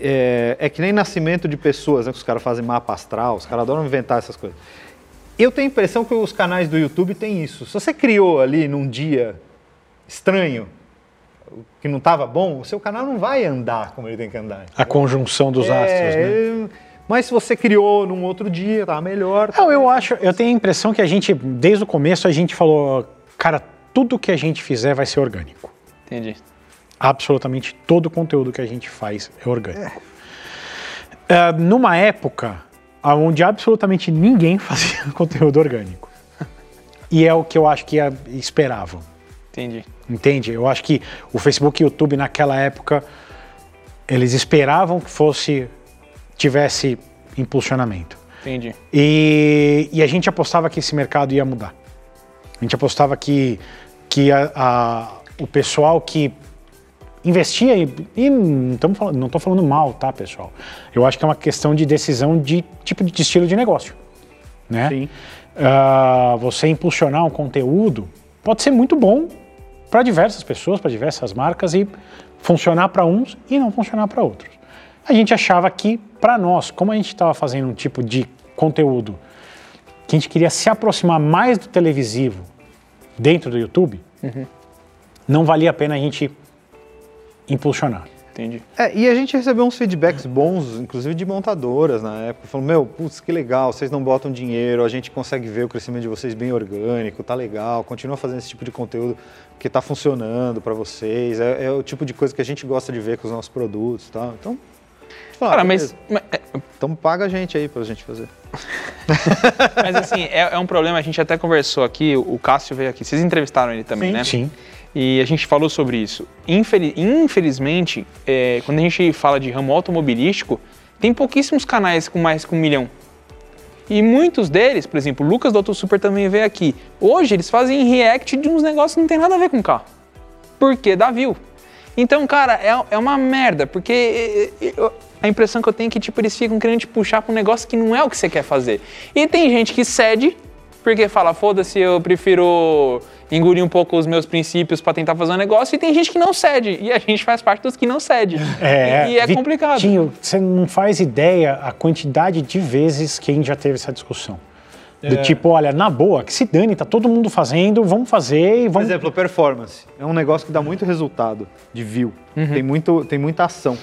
C: é, é que nem nascimento de pessoas, né? Que os caras fazem mapa astral, os caras adoram inventar essas coisas. Eu tenho a impressão que os canais do YouTube têm isso. Se você criou ali num dia estranho, que não estava bom, o seu canal não vai andar como ele tem que andar.
D: A conjunção dos astros, né?
C: É, Mas se você criou num outro dia, tá melhor.
A: é.
D: Não, eu acho, eu tenho a impressão que a gente, desde o começo, a gente falou, cara, tudo que a gente fizer vai ser orgânico.
A: Entendi.
D: absolutamente todo o conteúdo que a gente faz é orgânico. Ah, numa época onde absolutamente ninguém fazia conteúdo orgânico. E é o que eu acho que ah, esperavam.
A: Entendi.
D: Entende? Eu acho que o Facebook e o YouTube naquela época eles esperavam que fosse tivesse impulsionamento.
A: Entendi.
D: E, e a gente apostava que esse mercado ia mudar. A gente apostava que, que a- a- o pessoal que investia, e, e não estou falando, não tô falando mal, tá, pessoal? Eu acho que é uma questão de decisão de tipo de, de estilo de negócio. Né?
C: Sim.
D: Ah, você impulsionar um conteúdo pode ser muito bom para diversas pessoas, para diversas marcas e funcionar para uns e não funcionar para outros. A gente achava que, para nós, como a gente estava fazendo um tipo de conteúdo que a gente queria se aproximar mais do televisivo dentro do YouTube, não valia a pena a gente impulsionar.
A: Entendi.
C: É, e a gente recebeu uns feedbacks bons, inclusive de montadoras na época. Falou, meu, putz, que legal, vocês não botam dinheiro, a gente consegue ver o crescimento de vocês bem orgânico, tá legal, continua fazendo esse tipo de conteúdo que tá funcionando para vocês. É, é o tipo de coisa que a gente gosta de ver com os nossos produtos e tal. Então, fala,
A: Cara, mas,
C: beleza.
A: mas é,
C: Então paga a gente aí pra gente fazer.
A: Mas assim, é, é um problema, a gente até conversou aqui, o Cássio veio aqui, vocês entrevistaram ele também, né?
D: Sim.
A: E a gente falou sobre isso. Infeli- infelizmente, é, quando a gente fala de ramo automobilístico, tem pouquíssimos canais com mais que um milhão. E muitos deles, por exemplo, o Lucas do Auto Super também veio aqui. Hoje eles fazem react de uns negócios que não tem nada a ver com carro. Porque dá view. Então, cara, é, é uma merda, porque é, é, eu- a impressão que eu tenho é que tipo, eles ficam querendo te puxar pra um negócio que não é o que você quer fazer. E tem gente que cede, porque fala, foda-se, eu prefiro engolir um pouco os meus princípios pra tentar fazer um negócio, e tem gente que não cede, e a gente faz parte dos que não cede. e, e é complicado.
D: Vitinho, você não faz ideia a quantidade de vezes que a gente já teve essa discussão. Do tipo, olha, na boa, que se dane, tá todo mundo fazendo, vamos fazer e
C: Por
D: vamos.
C: exemplo, performance. É um negócio que dá muito resultado de view.
A: Uhum.
C: Tem, muito, tem muita ação.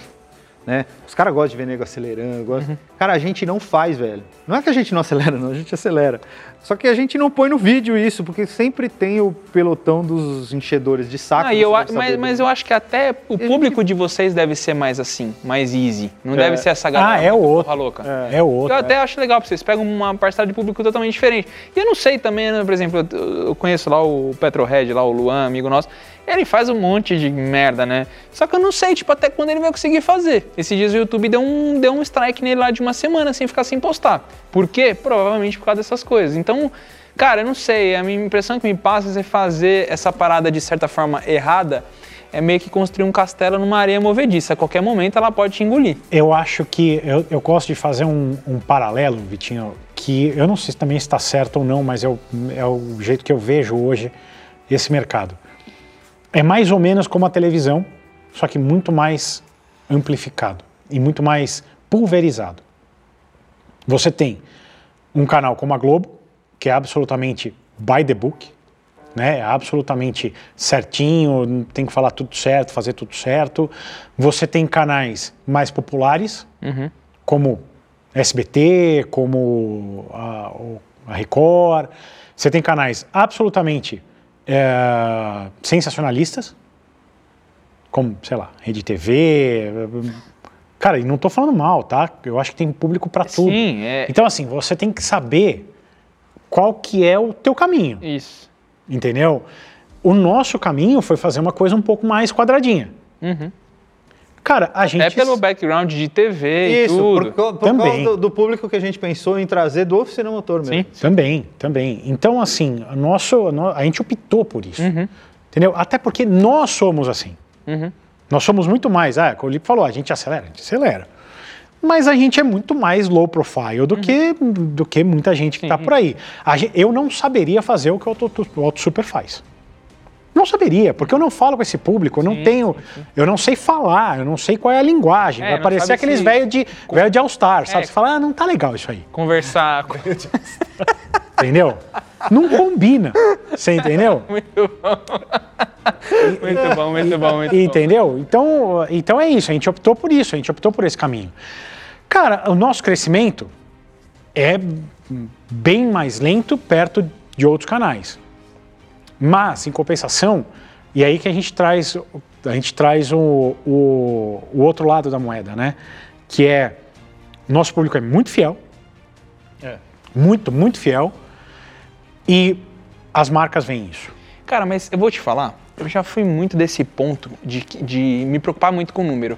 C: Né? Os caras gostam de ver nego acelerando.
A: Uhum.
C: gostam- Cara, a gente não faz, velho. Não é que a gente não acelera, não, a gente acelera. Só que a gente não põe no vídeo isso, porque sempre tem o pelotão dos enchedores de saco.
A: Ah, e eu
C: você
A: a-
C: deve
A: mas,
C: saber
A: mas
C: bem.
A: eu acho que até o público de vocês deve ser mais assim, mais easy. Não deve ser essa galera.
D: Ah, é o
A: porra
D: outro.
A: louca.
D: É o outro.
A: Eu até acho legal pra vocês. Pegam uma parcela de público totalmente diferente. E eu não sei também, né, por exemplo, eu, eu conheço lá o Petrohead, lá o Luan, amigo nosso. Ele faz um monte de merda, né? Só que eu não sei, tipo, até quando ele vai conseguir fazer. Esses dias o YouTube deu um, deu um strike nele lá de uma semana sem ficar sem postar. Por quê? Provavelmente por causa dessas coisas. Então, cara, eu não sei. A minha impressão que me passa é você fazer essa parada de certa forma errada. É meio que construir um castelo numa areia movediça. A qualquer momento ela pode te engolir.
D: Eu acho que eu, eu gosto de fazer um, um paralelo, Vitinho, que eu não sei se também está certo ou não, mas é o, é o jeito que eu vejo hoje esse mercado. É mais ou menos como a televisão, só que muito mais amplificado e muito mais pulverizado. Você tem um canal como a Globo, que é absolutamente by the book, né? É absolutamente certinho, tem que falar tudo certo, fazer tudo certo. Você tem canais mais populares,
A: Uhum.
D: como SBT, como a, o- a Record. Você tem canais absolutamente eh, sensacionalistas, como, sei lá, Rede TV. Cara, e não tô falando mal, tá? Eu acho que tem público para tudo.
A: Sim, é-
D: Então, assim, você tem que saber qual que é o teu caminho,
A: Isso.
D: entendeu? O nosso caminho foi fazer uma coisa um pouco mais quadradinha. Cara, a gente...
A: Uhum. É pelo background de TV
C: Isso,
A: e
C: por,
A: é, tudo.
C: cau- por
D: Também.
C: causa do, do público que a gente pensou em trazer do oficina motor mesmo.
A: Sim.
D: Também, também. Então, assim, a nosso, a no- a gente optou por isso.
A: Uhum.
D: Entendeu? Até porque nós somos assim. Nós somos muito mais. Ah, como o Lipe falou, a gente acelera, a gente acelera. Mas a gente é muito mais low profile
A: Uhum.
D: do, que, do que muita gente que está por aí. A gen- eu não saberia fazer o que o Auto, o Auto Super faz. Não saberia, porque eu não falo com esse público, eu não tenho. Eu não sei falar, eu não sei qual é a linguagem.
A: É,
D: Vai
A: não
D: parecer
A: sabe
D: aqueles
A: se-
D: velho de, velho de All-Star, sabe?
A: É.
D: Você fala, ah, não tá legal isso aí
A: Conversar com...
D: entendeu? Não combina, você entendeu?
A: Muito bom. muito bom, muito bom, muito bom.
D: Entendeu? Então, então é isso, a gente optou por isso, a gente optou por esse caminho. Cara, o nosso crescimento é bem mais lento perto de outros canais. Mas, em compensação, e aí que a gente traz, a gente traz o, o, o outro lado da moeda, né? Que é, nosso público é muito fiel, muito, muito fiel, e as marcas veem isso.
A: Cara, mas eu vou te falar, eu já fui muito desse ponto de, que- de me preocupar muito com o número.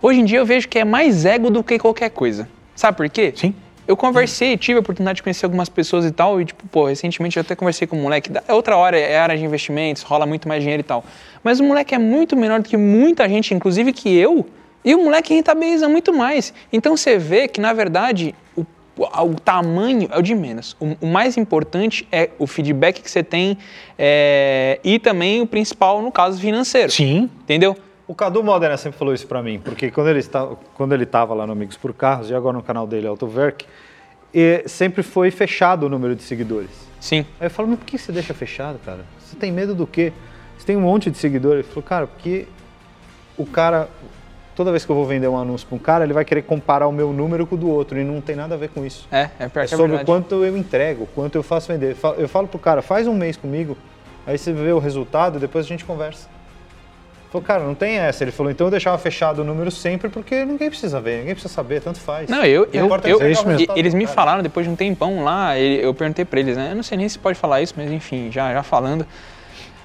A: Hoje em dia eu vejo que é mais ego do que qualquer coisa. Sabe por quê?
D: Sim.
A: Eu conversei, tive a oportunidade de conhecer algumas pessoas e tal, e tipo, pô, recentemente eu até conversei com um moleque, da- é outra hora, é área de investimentos, rola muito mais dinheiro e tal. Mas o moleque é muito menor do que muita gente, inclusive que eu, e o moleque rentabiliza muito mais. Então você vê que, na verdade, o, o- o tamanho é o de menos. O, o mais importante é o feedback que você tem é, e também o principal, no caso, financeiro.
D: Sim,
A: Entendeu?
C: O Cadu Modena sempre falou isso pra mim, porque quando ele, está, quando ele tava lá no Amigos por Carros e agora no canal dele, Autoverk, e sempre foi fechado o número de seguidores.
A: Sim.
C: Aí eu falo, mas por que você deixa fechado, cara? Você tem medo do quê? Você tem um monte de seguidor? Ele falou, cara, porque o cara, toda vez que eu vou vender um anúncio pra um cara, ele vai querer comparar o meu número com o do outro e não tem nada a ver com isso.
A: É, é pior
C: É
A: que é
C: sobre o
A: verdade.
C: quanto eu entrego, o quanto eu faço vender. Eu falo, eu falo pro cara, faz um mês comigo, aí você vê o resultado, depois a gente conversa. Ele Falou, cara, não tem essa. Ele falou, então eu deixava fechado o número sempre, porque ninguém precisa ver, ninguém precisa saber, tanto faz.
A: Não, eu,
C: Não
A: eu,
C: importa
A: eu-
C: entregar o
D: isso mesmo.
C: resultado
A: e- eles
C: do
A: me
C: cara.
A: falaram depois de um tempão lá, e- eu perguntei pra eles, né? Eu não sei nem se pode falar isso, mas enfim, já, já falando.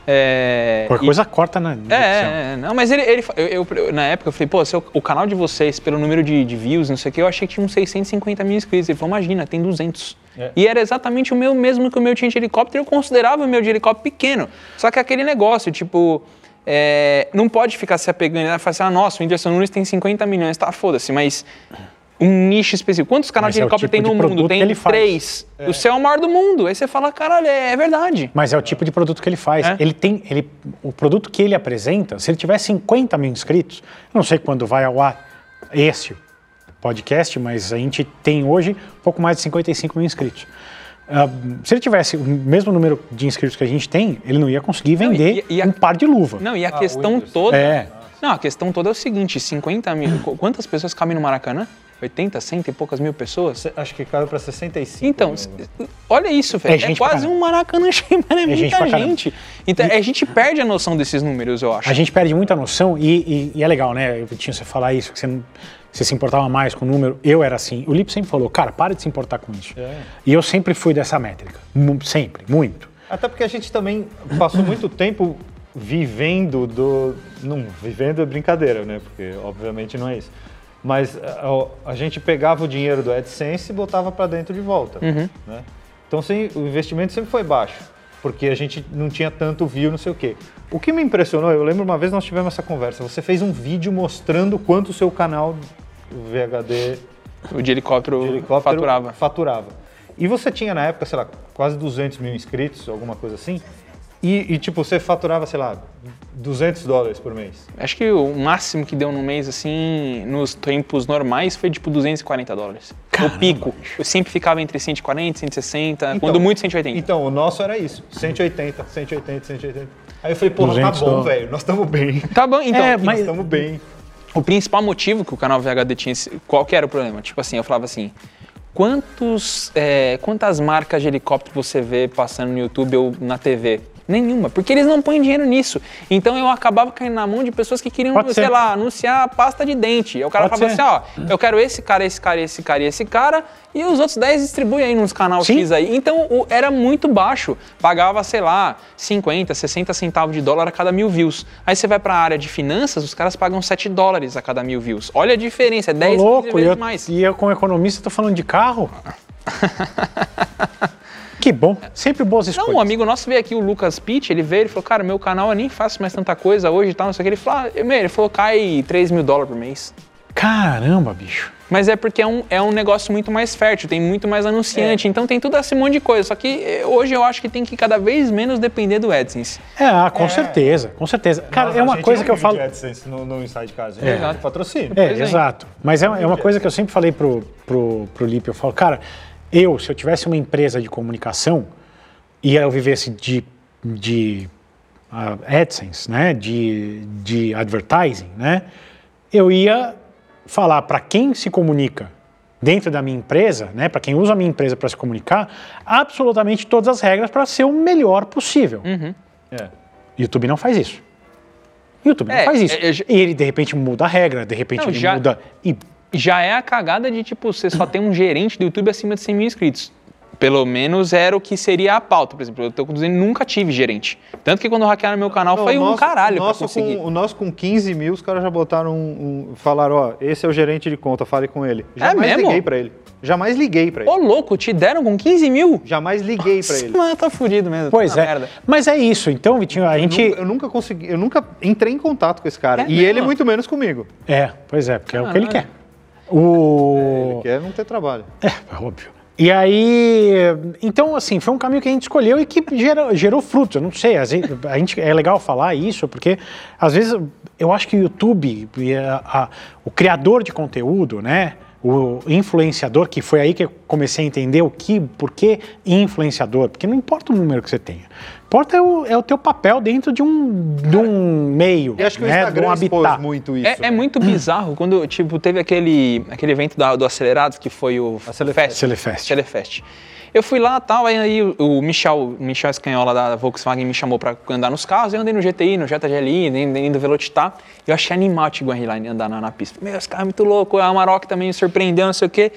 A: É,
D: qualquer
A: e-
D: coisa corta na na
A: é,
D: edição.
A: é, é, não, mas ele, ele fa- eu, eu- na época eu falei, pô, seu, o canal de vocês, pelo número de, de views, não sei o que, eu achei que tinha uns 650 mil inscritos. Ele falou, imagina, tem 200.
D: É.
A: E era exatamente o meu mesmo que o meu tinha de helicóptero, eu considerava o meu de helicóptero pequeno. Só que é aquele negócio, tipo, é, não pode ficar se apegando, né? Falar assim, ah, nossa, o Whindersson Nunes tem 50 milhões, tá, foda-se, mas um nicho específico. Quantos canais
D: Mas
A: de
D: é o
A: helicóptero tem
D: tipo de
A: no mundo?
D: produto
A: Tem
D: que ele faz.
A: três. O céu é o maior do mundo. Aí você fala, caralho, é, é verdade.
D: Mas é o tipo de produto que ele faz.
A: É.
D: Ele tem, ele, o produto que ele apresenta, se ele tiver 50 mil inscritos, eu não sei quando vai ao ar esse podcast, mas a gente tem hoje pouco mais de 55 mil inscritos. Ah, se ele tivesse o mesmo número de inscritos que a gente tem, ele não ia conseguir
A: Não, e-
D: vender
A: e- e a-
D: um par de luva.
A: Não, e a questão toda.
D: É.
A: Não, a questão toda é o seguinte: 50 mil. qu- Quantas pessoas cabem no Maracanã? 80, 100 e poucas mil pessoas?
C: Você- Acho que caiu pra 65.
A: Então,
C: né?
A: s- olha isso,
D: É
A: velho. É,
D: gente pra
A: quase
D: caramba.
A: um Maracanã cheio, mano. É, muita
D: gente pra
A: gente.
D: caramba.
A: Então, a gente perde a noção desses números, eu acho.
D: A gente perde muita noção e, e- e é legal, né, Vitinho, você falar isso, que você, não- você se importava mais com o número. Eu era assim. O Lipe sempre falou, cara, para de se importar com isso. E eu sempre fui dessa métrica. Mu- Sempre, muito.
C: Até porque a gente também passou muito tempo vivendo do. Não, vivendo é brincadeira, né? Porque obviamente não é isso. Mas a, a- a gente pegava o dinheiro do AdSense e botava para dentro de volta. Né? Então sem, o investimento sempre foi baixo, porque a gente não tinha tanto view, não sei o quê. O que me impressionou, eu lembro uma vez nós tivemos essa conversa. Você fez um vídeo mostrando quanto o seu canal VHD
A: O de helicóptero,
C: de helicóptero
A: faturava.
C: faturava. E você tinha na época, sei lá, quase 200 mil inscritos, alguma coisa assim. E, e, tipo, você faturava, sei lá, 200 dólares por mês.
A: Acho que o máximo que deu no mês, assim, nos tempos normais, foi tipo 240 dólares. o pico. Eu sempre ficava entre 140 160, quando muito 180.
C: Então, o nosso era isso. 180, 180, 180. Aí eu falei, porra, tá
D: 200
C: bom,
D: dólar.
C: velho. Nós estamos bem.
A: Tá bom, então.
D: É,
C: Nós
D: mas-
C: estamos bem.
A: O principal motivo que o canal VHD tinha, esse- qual que era o problema? Tipo assim, eu falava assim, quantos, é, quantas marcas de helicóptero você vê passando no YouTube ou na TV? Nenhuma, porque eles não põem dinheiro nisso. Então eu acabava caindo na mão de pessoas que queriam,
D: Pode
A: sei
D: ser.
A: lá, anunciar pasta de dente. Aí O cara
D: Pode
A: falava
D: ser.
A: assim, ó, eu quero esse cara, esse cara, esse cara e esse cara, e os outros 10 distribui aí nos canais
D: Sim.
A: X aí. Então o- era muito baixo. Pagava, sei lá, 50, 60 centavos de dólar a cada mil views. Aí você vai pra área de finanças, os caras pagam 7 dólares a cada mil views. Olha a diferença, é 10
D: Ô,
A: 15
D: louco, e
A: vezes
D: eu,
A: mais.
D: e eu como economista tô falando de carro. que bom, sempre boas
A: Não,
D: escolhas.
A: um amigo nosso veio aqui, o Lucas Pitt, ele veio, ele falou, cara, meu canal eu nem faço mais tanta coisa hoje e tal, não sei o que. Ele falou, "Ah, meu", ele falou, cai 3 mil dólares por mês.
D: Caramba, bicho.
A: Mas é porque é um, é um negócio muito mais fértil, tem muito mais
C: É.
A: anunciante, então tem tudo esse monte de coisa. Só que eh, hoje eu acho que tem que cada vez menos depender do AdSense.
D: É, ah, com certeza, com certeza. Cara,
C: Nós-
D: é
C: a
D: uma
C: gente
D: coisa
C: não
D: que eu
C: vive
D: falo.
C: de AdSense no, no Inside Casa. É.
A: Exato.
C: Patrocínio.
D: É,
A: Pois é.
D: exato. Mas é, é uma coisa que eu sempre falei pro, pro, pro Lipe, eu falo, cara, eu, se eu tivesse uma empresa de comunicação e eu vivesse de, de ah, AdSense, né, de, de advertising, né, eu ia falar para quem se comunica dentro da minha empresa, né, para quem usa a minha empresa para se comunicar, absolutamente todas as regras para ser o melhor possível.
A: Uhum.
D: YouTube não faz isso. YouTube não
A: É,
D: faz isso.
A: é, é, já-
D: E ele, de repente, muda a regra, de repente
A: Não,
D: ele
A: já-
D: muda. E
A: já é a cagada de, tipo, você só tem um gerente do YouTube acima de 100 mil inscritos. Pelo menos era o que seria a pauta. Por exemplo, eu tô dizendo nunca tive gerente. Tanto que quando hackearam meu canal
C: Não,
A: foi
C: o
A: um caralho
C: o
A: pra
C: nosso
A: conseguir.
C: Com, o nosso com 15 mil, os caras já botaram um, um- Falaram, ó, esse é o gerente de conta, fale com ele. Jamais
A: mesmo?
C: liguei pra ele. Jamais liguei pra ele.
A: Ô, louco, te deram com 15 mil?
C: Jamais liguei pra ele.
A: Mano, tá fudido mesmo.
D: Pois
A: tá
D: é.
A: uma merda.
D: Mas é isso. Então, Vitinho, a gente.
C: Eu nunca consegui, eu nunca entrei em contato com esse cara.
A: É
C: e
A: mesmo?
C: ele muito menos comigo.
D: É, pois é, porque é o que ele quer.
A: Caralho.
D: O.
C: Ele quer não ter trabalho.
D: É, é óbvio. E aí, então, assim, foi um caminho que a gente escolheu e que gerou, gerou frutos. Eu não sei, a gente, a gente- é legal falar isso, porque às vezes eu acho que o YouTube, e a- a- o criador de conteúdo, né? O influenciador, que foi aí que eu comecei a entender o que, por que influenciador, porque não importa o número que você tenha. Importa é o, é o teu papel dentro de um, de um meio,
C: E acho que o
D: né? de um
C: Instagram expôs
D: habitat.
C: muito isso.
A: É, é
C: né?
A: muito bizarro quando, tipo, teve aquele, aquele evento da- do Acelerados, que foi o Celefest.
D: Celefest.
A: Celefest. Eu fui lá tal, aí, aí o- o Michel, o Michel Escanhola da Volkswagen me chamou pra andar nos carros, eu andei no GTI, no Jetta GLI, nem, nem do Velocitar, eu achei animal o Tiguan Highline andar na, na pista. Meu, esse carro é muito louco, a Amarok também me surpreendeu, não sei o quê.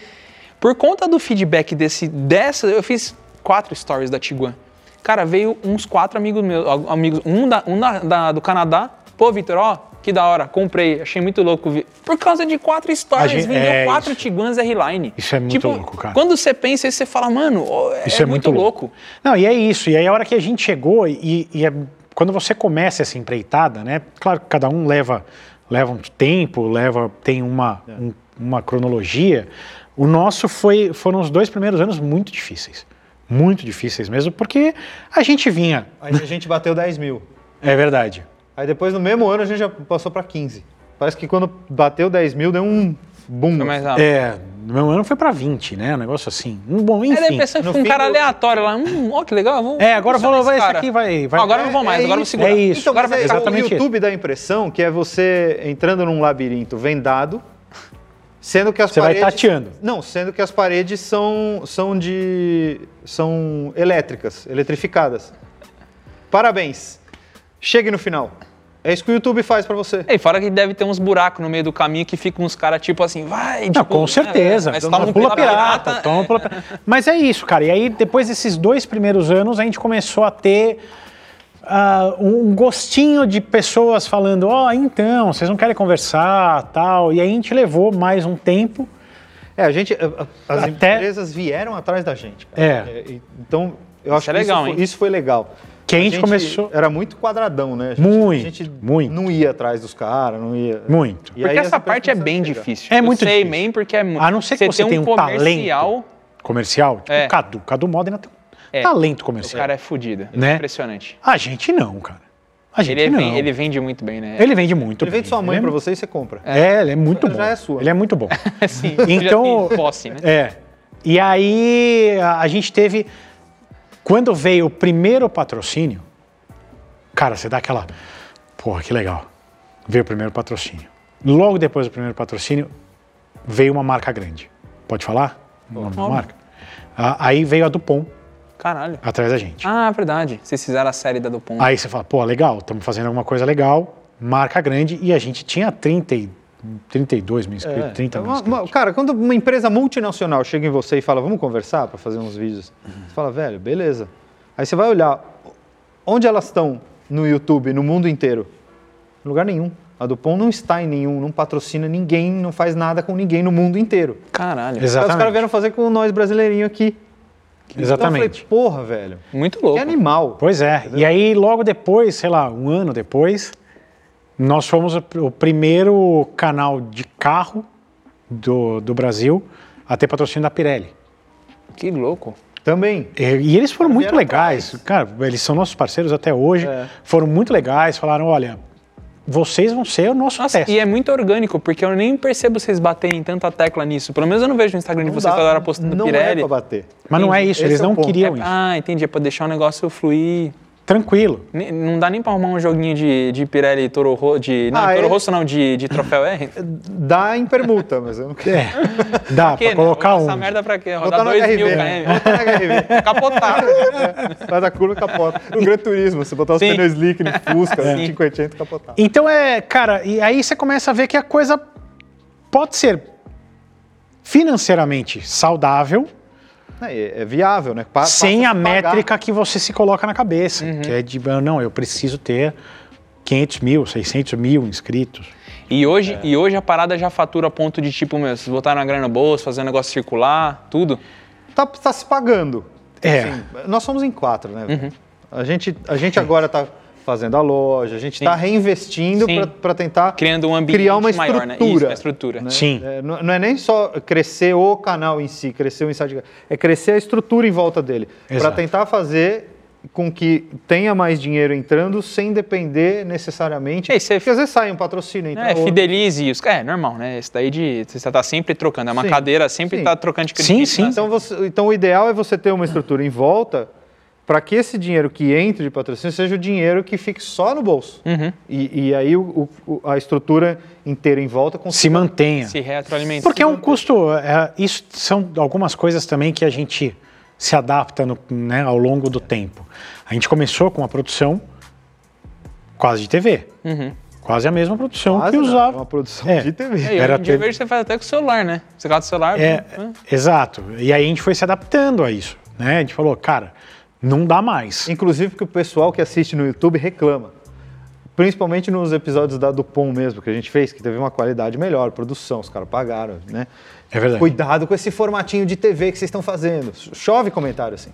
A: Por conta do feedback desse, dessa, eu fiz quatro stories da Tiguan. Cara, veio uns quatro amigos meus, al- amigos, um, da, um da- da- do Canadá, pô, Vitor, ó, que da hora, comprei, achei muito louco. vi- Por causa de quatro stories,
D: gente-
A: vendeu
D: é
A: quatro
D: isso.
A: Tiguans R-Line.
D: Isso é muito
A: Tipo,
D: louco, cara.
A: Quando você pensa isso, você fala, mano, ó, é,
D: Isso é, muito louco. Não, e é isso. E aí a hora que a gente chegou e, e é- quando você começa essa empreitada, né? Claro que cada um leva leva um tempo, leva tem uma um- uma cronologia. O nosso foi foram os dois primeiros anos muito difíceis, muito difíceis mesmo, porque a gente vinha,
C: Aí a gente bateu 10 mil.
D: é verdade.
C: Aí depois, no mesmo ano, a gente já passou pra 15. Parece que quando bateu 10 mil, deu um boom.
A: Mas,
C: assim.
A: ah,
D: É, meu ano foi para 20, né? Um negócio assim. Um bom,
A: Aí daí
D: enfim.
A: pensando,
C: no
A: fica um
C: fim
A: cara
C: eu-
A: aleatório lá, hum, ó, que legal, vamos.
D: É, agora
A: vamos
D: falou, vai,
A: adicionar
D: esse
A: cara.
D: aqui vai, vai.
A: Agora eu não vou mais,
C: É
A: agora eu vou
C: isso,
A: segurar.
D: é isso.
C: Então,
A: Agora
C: mas
A: vai
C: é,
A: ficar
C: o
D: exatamente
C: YouTube dá a impressão que é você entrando num labirinto vendado, sendo que as
D: Você vai
C: paredes...
D: tateando.
C: Não, sendo que as paredes são, são de... são elétricas, eletrificadas. Parabéns. Chegue no final. É isso que o YouTube faz pra você.
A: É, e fora que deve ter uns buracos no meio do caminho que ficam uns caras tipo assim, vai.
D: Não,
A: tipo,
D: com certeza.
A: Mas
D: toma
A: toma um
D: pula pirata. toma pula pirata. Mas é isso, cara. E aí, depois desses dois primeiros anos, a gente começou a ter ah, um um gostinho de pessoas falando: Ó, então, vocês não querem conversar tal. E aí a gente levou mais um tempo.
C: É, a gente... As
D: Até-
C: empresas vieram atrás da gente. cara.
D: É.
C: e- Então, eu acho
A: é
C: que isso
A: legal,
C: foi-
A: hein?
C: isso foi legal.
D: Que a gente começou-
C: Era muito quadradão, né? A gente,
D: Muito,
C: a gente
D: muito.
C: não ia atrás dos caras, não ia...
D: Muito.
C: E
A: Porque
C: aí as
A: essa
C: empresas
A: parte é
C: começaram a
A: bem
C: chegar.
A: difícil.
D: É muito
A: Eu sei
D: difícil.
A: bem, porque é muito.
D: A não ser que você,
A: tem
D: tenha um
A: comercial,
D: talento comercial, tipo
A: É.
D: o Cadu. Cadu Modena tem um
A: É.
D: talento
A: o
D: comercial.
A: cara é fudido.
D: Né?
A: Impressionante.
D: A gente não, cara. A gente
A: Ele,
D: não.
A: vem- ele vende muito bem, né?
D: Ele vende muito
C: Ele vende sua mãe pra você e você compra.
D: É, ele é muito
C: Já
D: bom.
C: é sua.
D: Ele é muito bom.
A: Sim, já
D: Então-
A: tem posse, né?
D: É. E aí a a gente teve. Quando veio o primeiro patrocínio, cara, você dá aquela. Porra, que legal. Veio o primeiro patrocínio. Logo depois do primeiro patrocínio, veio uma marca grande. Pode falar? O nome da
A: Óbvio.
D: marca? Ah, Aí veio a Dupont
A: Caralho.
D: atrás da gente.
A: Ah, é verdade. Vocês fizeram a série da Dupont.
D: Aí você fala, pô, legal, estamos fazendo alguma coisa legal, marca grande, e a gente tinha 30, e- 32 mil inscritos, 30 mil
C: É, Uma-
D: inscritos.
C: uma- cara, quando uma empresa multinacional chega em você e fala, vamos conversar para fazer uns vídeos, você fala, velho, beleza. Aí você vai olhar onde elas estão no YouTube, no mundo inteiro. Em lugar nenhum. A Dupont não está em nenhum, não patrocina ninguém, não faz nada com ninguém no mundo inteiro.
A: Caralho.
C: Aí os
D: Exatamente.
C: caras vieram fazer com nós brasileirinho aqui.
D: Exatamente.
C: Então eu falei, porra, velho,
A: Muito
C: que
A: louco.
C: animal.
D: Pois é. E aí, logo depois, sei lá, um ano depois, nós fomos o pr- o primeiro canal de carro do, do Brasil a ter patrocínio da Pirelli.
A: Que louco.
C: Também.
D: E, e eles foram muito
C: Vieram
D: legais. Cara, eles são nossos parceiros até hoje.
C: É.
D: Foram muito legais. Falaram, olha, vocês vão ser o nosso
A: Nossa,
D: teste.
A: e é muito orgânico, porque eu nem percebo vocês baterem tanta tecla nisso. Pelo menos eu não vejo no Instagram de
C: Não
A: vocês
C: dá-
A: toda hora postando
C: não
A: Pirelli.
C: é pra bater.
D: Mas não é isso.
C: Esse
D: Eles
C: é o
D: não
C: ponto.
D: queriam isso.
A: ah, entendi. É pra deixar o negócio fluir.
D: Tranquilo.
A: Nem- Não dá nem pra arrumar um joguinho de, de Pirelli Toro Rosso. De, não,
C: Ah,
A: Toro
C: é?
A: Rosso não, de, de Troféu R.
C: Dá em permuta, mas eu não quero.
D: É, dá
A: Que, né?
D: pra colocar
A: Essa
D: um.
A: merda pra quê?
C: Botar
A: Rodar
C: no
A: 2 mil
C: HRV.
A: km.
C: Botar no HRV.
A: Capotar.
C: Vai da curva e capota. No Gran Turismo, você botar os
A: Sim.
C: pneus slick no Fusca,
A: Sim.
C: no 580 e capotar.
D: Então é, cara, e aí você começa a ver que a coisa pode ser financeiramente saudável
C: É, é viável, né? Pa-
D: sem
C: passa
D: a
C: pagar. Uhum.
D: métrica que você se coloca na cabeça, que é de, ah, não, eu preciso ter 500 mil, 600 mil inscritos.
A: E hoje, e hoje a parada já fatura a ponto de tipo, meu, vocês botaram a grana no bolso, fazer um negócio circular, tudo.
C: Tá, tá se pagando. Assim,
D: É.
C: nós somos em quatro, né? velho?
A: Uhum.
C: A gente, a gente agora tá fazendo a loja, a gente tá reinvestindo
A: Sim.
C: para tentar
A: Criando um ambiente
C: criar uma
A: maior,
C: estrutura.
A: né? Isso, uma estrutura.
C: né?
D: Sim.
C: É, não, não é nem só crescer o canal em si, crescer o Inside Gra- é crescer a estrutura em volta dele. Para
D: Exato.
C: tentar fazer com que tenha mais dinheiro entrando sem depender necessariamente.
A: É, isso aí.
C: Porque às vezes sai um patrocínio, então.
A: É,
C: outro.
A: fidelize os. É, normal, né? Isso daí de. Você tá sempre trocando. É uma
C: Sim,
A: cadeira, sempre
C: sim.
A: tá trocando de
D: Sim, sim.
A: Então,
C: Então, você- então o ideal é você ter uma estrutura em volta para que esse dinheiro que entre de patrocínio seja o dinheiro que fique só no bolso.
D: Uhum.
C: E, e aí o- o- a estrutura inteira em volta
D: Se
C: consiga
D: mantenha.
A: se retroalimenta.
D: Porque é um custo. é, isso são algumas coisas também que a gente se adapta no- né, ao longo do tempo. A gente começou com uma produção quase de TV. Quase a mesma produção
C: Quase,
D: que
C: né?
D: usava.
C: uma produção
D: É.
C: de TV.
A: É, Uhum. e
D: era
A: hoje em dia eu
D: ter-
A: vejo você faz até com o celular, né? Você gasta o celular.
D: É,
A: hum, hum.
D: exato. E aí a gente foi se adaptando a isso, né? A gente falou, cara, não dá mais.
C: Inclusive porque o pessoal que assiste no YouTube reclama. Principalmente nos episódios da Dupont mesmo, que a gente fez, que teve uma qualidade melhor, produção, os caras pagaram, né?
D: É verdade.
C: Cuidado com esse formatinho de TV que vocês estão fazendo. Chove comentário assim.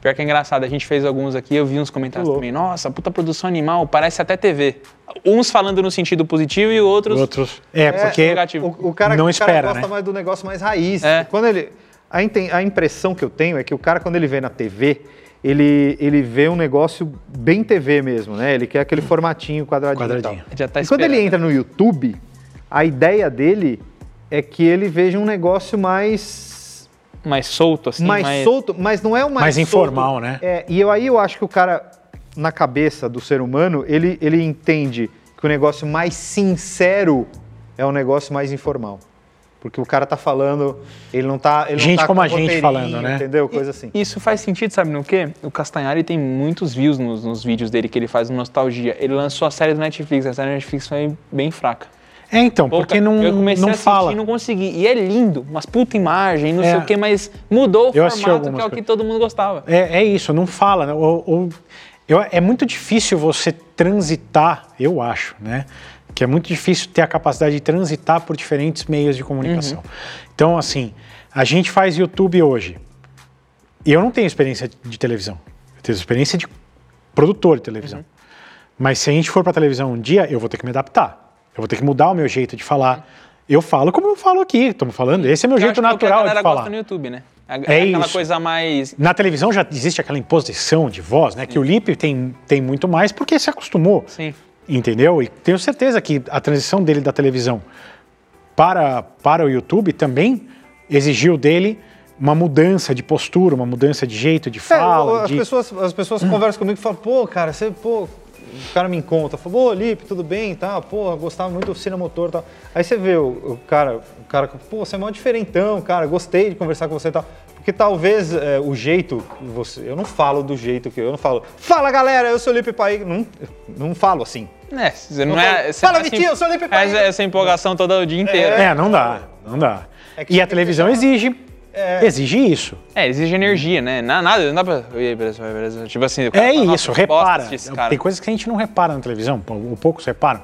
A: Pior que é engraçado, a gente fez alguns aqui, eu vi uns comentários também. Nossa, puta produção animal, parece até TV. Uns falando no sentido positivo e outros.
D: Outros. É, porque
A: negativo.
C: O, o cara,
D: não
C: o cara
D: espera,
C: gosta
D: né?
C: mais do negócio mais raiz.
A: É.
C: Quando ele, a, inten- a impressão que eu tenho é que o cara, quando ele vê na TV, ele, ele vê um negócio bem TV mesmo, né? Ele quer aquele formatinho quadradinho. e tal.
D: Quadradinho.
A: Já tá
C: e quando ele
A: esperando.
C: entra no YouTube, a ideia dele é que ele veja um negócio mais
A: Mais solto, assim.
C: mais, solto, mas não é o mais
D: Mais
C: solto.
D: informal, né?
C: É, e eu, aí eu acho que o cara, na cabeça do ser humano, ele, ele entende que o negócio mais sincero é o negócio mais informal. Porque o cara tá falando, ele não tá. Ele
D: Gente
C: não tá
D: como
C: com
D: a gente
C: roteirinho,
D: falando, né?
C: Entendeu? Coisa assim.
A: Isso faz sentido, sabe no quê? O Castanhari tem muitos views nos, nos vídeos dele que ele faz no Nostalgia. Ele lançou a série do Netflix, a série do Netflix foi bem fraca.
D: É, então,
A: Pô,
D: porque
A: cara,
D: não,
A: eu comecei a
D: não
A: assistir
D: fala.
A: e não consegui. E é lindo, umas puta imagem, não
D: É.
A: sei o quê, mas mudou o
D: Eu assisti
A: formato que é o
D: algumas
A: que
D: coisas.
A: todo mundo gostava.
D: É, é isso, não fala. né? Ou- ou- eu- é muito difícil você transitar, eu acho, né? Que é muito difícil ter a capacidade de transitar por diferentes meios de comunicação.
A: Uhum.
D: Então, assim, a gente faz YouTube hoje. E eu não tenho experiência de televisão. Eu tenho experiência de produtor de televisão.
A: Uhum.
D: Mas se a gente for para televisão um dia, eu vou ter que me adaptar. Eu vou ter que mudar o meu jeito de falar. Eu falo como eu falo aqui, estamos falando. Esse é meu
A: Uhum. Eu
D: jeito
A: acho que é o que a
D: natural de
A: galera
D: falar.
A: gosta no YouTube, né? É,
D: É
A: aquela
D: isso.
A: coisa mais.
D: Na televisão já existe aquela imposição de voz, né? Que o Lipe tem, tem muito mais porque se acostumou.
A: Sim.
D: Entendeu? E tenho certeza que a transição dele da televisão para, para o YouTube também exigiu dele uma mudança de postura, uma mudança de jeito, de
C: É,
D: fala.
C: as,
D: de- Hum.
C: pessoas, as pessoas conversam comigo e falam, pô, cara, você, pô, o cara me encontra, fala, pô, Lipe, tudo bem e tal, pô, eu gostava muito da oficina motor e tal. Aí você vê o, o cara, o cara, pô, você é mó diferentão, cara, gostei de conversar com você e tal. Porque talvez é, o jeito, que você, eu não falo do jeito que eu, eu não falo, fala galera, eu sou Lipe Pai, não, não falo assim.
A: É, você não
C: Não
A: é. você não
C: fala- Fala,
A: é assim-
C: Vitinho, eu sou Lipe
A: Essa,
C: Paiva.
A: essa empolgação toda o dia inteiro. É,
D: É, não dá, não dá.
C: É que
D: e
C: você
D: a
C: tem que
D: televisão exige, exige isso.
A: É, exige energia, né? Na- Nada, não dá pra. Ih, beleza, beleza. Tipo assim, o cara
D: É
A: fala, "Nossa,
D: isso,
A: que bosta
D: repara.
A: desse cara."
D: Tem coisas que a gente não repara na televisão, pou- ou poucos reparam.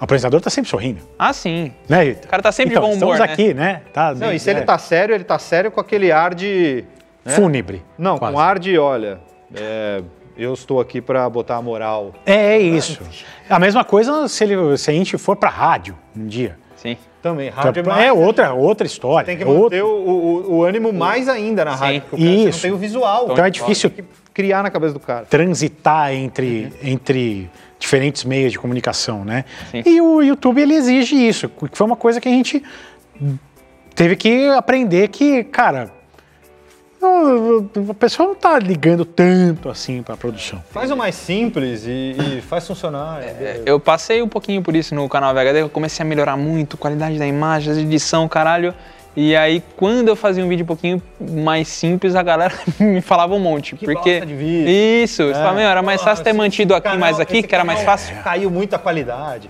D: O apresentador tá sempre sorrindo,
A: Ah, sim.
D: né? O
A: cara tá sempre de
D: então,
A: bom humor,
D: Estamos
A: né?
D: aqui, né? Tá,
C: Não, e se
D: é,
C: ele tá sério, ele tá sério com aquele ar de...
D: Fúnebre.
C: Né? Não,
D: quase.
C: com ar de, olha, é, eu estou aqui pra botar a moral
D: É, é isso. A mesma coisa se, ele, se a gente for pra rádio um dia.
A: Sim.
C: também. Rádio
D: Então, é outra, outra história.
C: Tem que
D: é outro-
C: manter o, o- o ânimo mais ainda na rádio. porque o cara, Você
D: Isso.
C: não tem o visual.
D: Então é difícil
C: Tem que criar na cabeça do Uhum. cara.
D: transitar entre, entre diferentes meios de comunicação, né?
A: Sim.
D: E o YouTube ele exige isso, que foi uma coisa que a gente teve que aprender que, cara, o- o- a pessoa não tá ligando tanto assim pra produção.
C: Faz o mais simples e, e faz funcionar.
A: É, Eu passei um pouquinho por isso no canal VHD, eu comecei a melhorar muito, qualidade da imagem, as edição, caralho. E aí, quando eu fazia um vídeo um pouquinho mais simples, a galera me falava um monte. porque
C: bosta de vídeo.
A: Isso, eu falava, "Meu, era mais
C: Porra,
A: fácil ter
C: esse
A: mantido aqui
C: canal-
A: mais aqui,
C: esse
A: que era mais
C: canal é.
A: fácil.
C: Caiu muito a qualidade.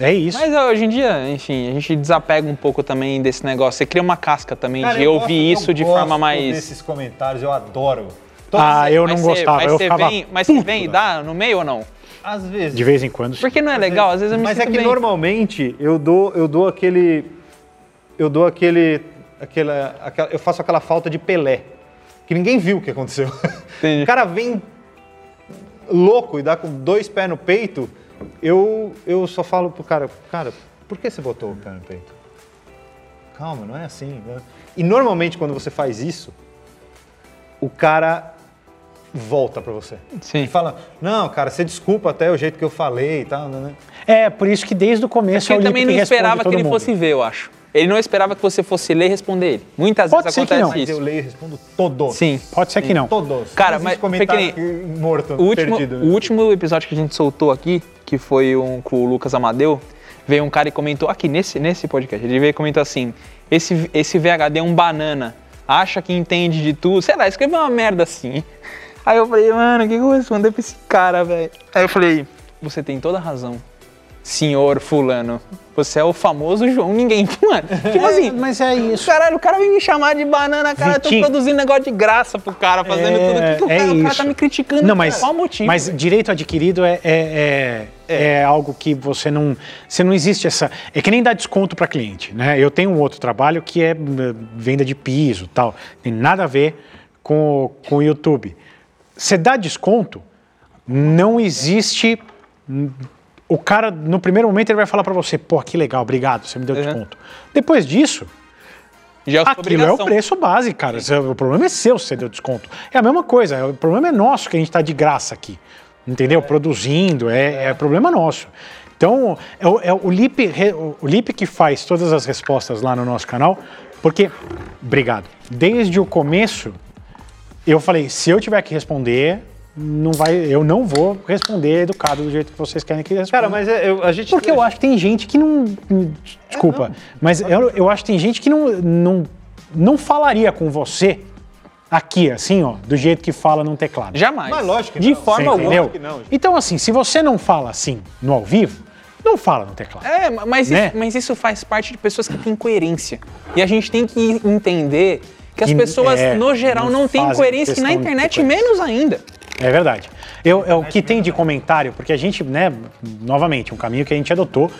D: É isso.
A: Mas ó, hoje em dia, enfim, a gente desapega um pouco também desse negócio. Você cria uma casca também
C: Cara,
A: de
C: eu
A: ouvir
C: gosto-
A: isso
C: eu
A: de
C: gosto
A: forma mais.
C: desses comentários, eu adoro.
D: ah, eu não
A: Mas você-
D: gostava,
A: mas
D: eu
A: você
D: ficava
A: vem, mas você
D: puto,
A: vem e
D: né?
A: dá no meio ou não?
C: Às vezes.
D: de vez em quando.
A: Porque não é legal, às vezes eu me
C: Mas
A: sinto
C: é que
A: bem.
C: normalmente eu dou, eu dou aquele. Eu dou aquele. Aquela, aquela- eu faço aquela falta de Pelé. Que ninguém viu o que aconteceu.
A: Entendi.
C: O cara vem louco e dá com dois pés no peito. Eu, eu só falo pro cara, cara, por que você botou o pé no peito? Calma, não é assim. né? E normalmente quando você faz isso, o cara volta pra você.
A: Sim.
C: E fala, não, cara, você desculpa até o jeito que eu falei e tal, né?
D: É, por isso que desde o começo
A: Porque
D: é o
A: ele também
D: Lipe
A: não
D: responde
A: esperava que
D: todo
A: ele
D: mundo.
A: fosse ver, eu acho. Ele não esperava que você fosse ler e responder ele. Muitas
D: Pode
A: vezes
D: ser que
A: acontece
D: não.
C: Mas eu
A: isso.
C: leio e respondo todos.
A: Sim.
D: Pode ser que não.
C: Todos.
A: Cara,
C: Não
A: mas
C: existe comentário
A: foi que
C: aqui morto,
A: O último,
C: perdido. né?
A: o último episódio que a gente soltou aqui, que foi um com o Lucas Amadeu, veio um cara e comentou, aqui nesse, nesse podcast, ele veio e comentou assim, esse, esse VHD é um banana, acha que entende de tudo, sei lá, escreveu uma merda assim. Aí eu falei, mano, o que, que eu vou responder pra esse cara, velho? Aí eu falei, você tem toda a razão, senhor fulano, você é o famoso João Ninguém, mano. Tipo assim,
D: mas é isso.
A: Caralho, o cara vem me chamar de banana, cara. Eu
D: Vitinho.
A: tô produzindo negócio de graça pro cara, tá fazendo
D: É,
A: tudo. O que que o,
D: é
A: cara, o cara
D: isso.
A: tá me criticando?
D: Não, mas,
A: Qual o motivo?
D: mas direito adquirido é, é, é, é algo que você não. Você não existe essa. É que nem dar desconto para cliente. Né? Eu tenho um outro trabalho que é hum, venda de piso tal. Tem nada a ver com, o- com o YouTube. Você dá desconto, não existe. hum, O cara, no primeiro momento, ele vai falar para você: pô, que legal, obrigado, você me
A: Uhum.
D: deu desconto. Depois disso,
A: Já é sua
D: Aquilo é o
A: obrigação.
D: preço base, cara. O problema é seu se você deu desconto. É a mesma coisa, o problema é nosso que a gente está de graça aqui. Entendeu? Produzindo, é, é problema nosso. Então, é, o- é o, Lipe, re- o Lipe que faz todas as respostas lá no nosso canal, porque, obrigado, desde o começo eu falei, se eu tiver que responder, não vai, eu não vou responder educado do jeito que vocês querem que responda.
C: Cara, mas é- eu- a gente...
D: Porque eu acho que tem gente que não. hum, Desculpa, mas eu, eu acho que tem gente que não, não, não falaria com você aqui, assim, ó, do jeito que fala num teclado.
A: Jamais.
C: Mas lógico que
A: De
C: não.
A: forma
D: Você
A: alguma.
D: entendeu?
C: que não, gente.
D: Então, assim, se você não fala assim no ao vivo, não fala no teclado.
A: É, ma- mas,
D: Né?
A: isso, mas isso faz parte de pessoas que têm coerência. E a gente tem que entender que as
D: Que,
A: pessoas,
D: é,
A: no geral,
D: não
A: não têm
D: fazem
A: coerência, que na
D: questão de
A: internet
D: ter coerência.
A: menos ainda.
D: É verdade. Eu, é o que tem de comentário, porque a gente, né, novamente, um caminho que a gente adotou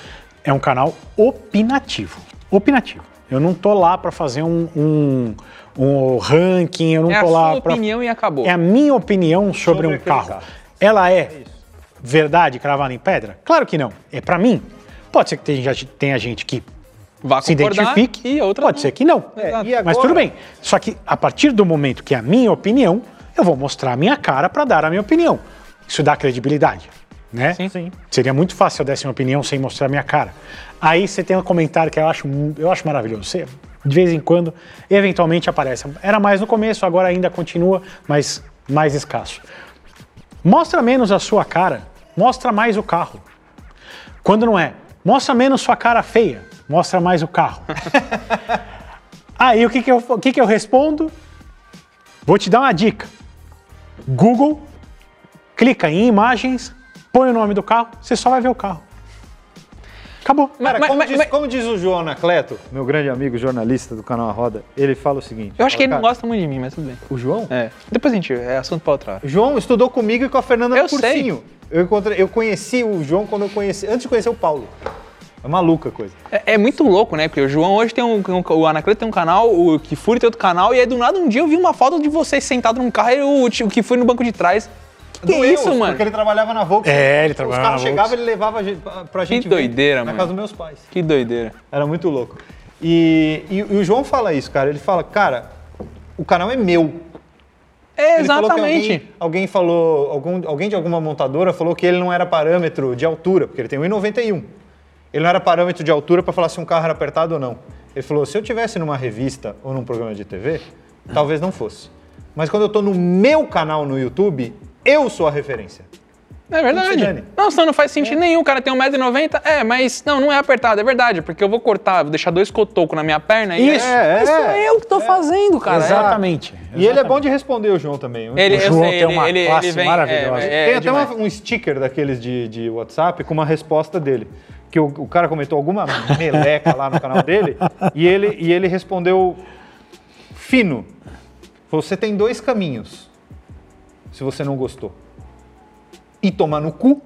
D: é um canal opinativo. Opinativo. Eu não tô lá para fazer um, um, um ranking, eu não
A: É a
D: tô
A: sua
D: lá para
A: opinião e acabou.
D: É a minha opinião sobre,
C: Sobre
D: um
C: aquele
D: carro.
C: carro.
D: Ela é, verdade cravada em pedra? Claro que não. É pra mim. Pode ser que tenha, tenha gente que
A: vá
D: se
A: concordar
D: identifique.
A: e outra
D: Pode
A: não.
D: ser que não.
A: É,
E: e
D: Mas
E: agora?
D: tudo bem. Só que a partir do momento que é a minha opinião, eu vou mostrar a minha cara para dar a minha opinião. Isso dá credibilidade, né?
A: Sim.
E: Sim.
D: Seria muito fácil eu desse minha opinião sem mostrar a minha cara. Aí você tem um comentário que eu acho, mu- eu acho maravilhoso. Você, de vez em quando, eventualmente aparece. Era mais no começo, agora ainda continua, mas mais escasso. Mostra menos a sua cara, mostra mais o carro. Quando não é, mostra menos sua cara feia, mostra mais o carro. Aí o que, que, eu, o que, que eu respondo? Vou te dar uma dica. Google, clica em imagens, põe o nome do carro, você só vai ver o carro. Acabou.
E: Cara,
A: Mas-
E: como,
A: mas-
E: diz,
A: mas-
E: como diz o João Anacleto, meu grande amigo jornalista do canal A Roda, ele fala o seguinte.
A: Eu acho que ele
E: fala,
A: não gosta muito de mim, mas tudo bem.
E: cara, O João?
A: É. Depois a gente. É assunto pra outra hora.
E: O João estudou comigo e com a Fernanda
A: Eu
E: no cursinho. Eu, encontrei, eu conheci o João quando eu conheci, antes de conhecer o Paulo. É maluca a coisa.
A: É, é muito louco, né? Porque o João hoje tem um. um- o Anacleto tem um canal, o Kifuri tem outro canal, e aí do nada um dia eu vi uma foto de vocês sentado num carro e o, o Kifuri no banco de trás. Que, que
E: Doeu,
A: isso, mano?
E: Porque ele trabalhava na Volkswagen.
D: É, ele trabalhava
E: Os
A: ah,
E: carros
D: na
E: chegavam, ele levava a gente- pra- pra gente ver
A: doideira,
E: na
A: mano.
E: casa dos meus pais.
A: Que doideira.
E: Era muito louco. E, e- e o João fala isso, cara. Ele fala, cara, o canal é meu.
A: É,
E: Ele falou que
A: exatamente.
E: Alguém, alguém falou, algum- alguém de alguma montadora falou que ele não era parâmetro de altura, porque ele tem 1,91. Ele não era parâmetro de altura para falar se um carro era apertado ou não. Ele falou: se eu tivesse numa revista ou num programa de TV, talvez não fosse. Mas quando eu tô no meu canal no YouTube, eu sou a referência.
A: É
E: Não se
A: verdade.
E: dane.
A: Não, senão não faz sentido nenhum. O cara tem 1,90m. É, mas não, não é apertado, é verdade. Porque eu vou cortar, vou deixar dois cotocos na minha perna e.
D: Isso,
A: Isso é eu que tô fazendo, cara.
D: Exatamente.
E: E ele é bom de responder, o João também. é
A: Ele, eu
D: João
A: sei,
D: tem
A: ele,
D: uma
A: ele, ele
D: classe
A: vem,
D: maravilhosa.
A: É, é,
E: Tem
A: é
E: até uma-
A: demais.
E: um sticker daqueles de, de WhatsApp com uma resposta dele. Que o, o cara comentou alguma meleca lá no canal dele e ele, e ele respondeu fino. Você tem dois caminhos se você não gostou. Ir tomar no cu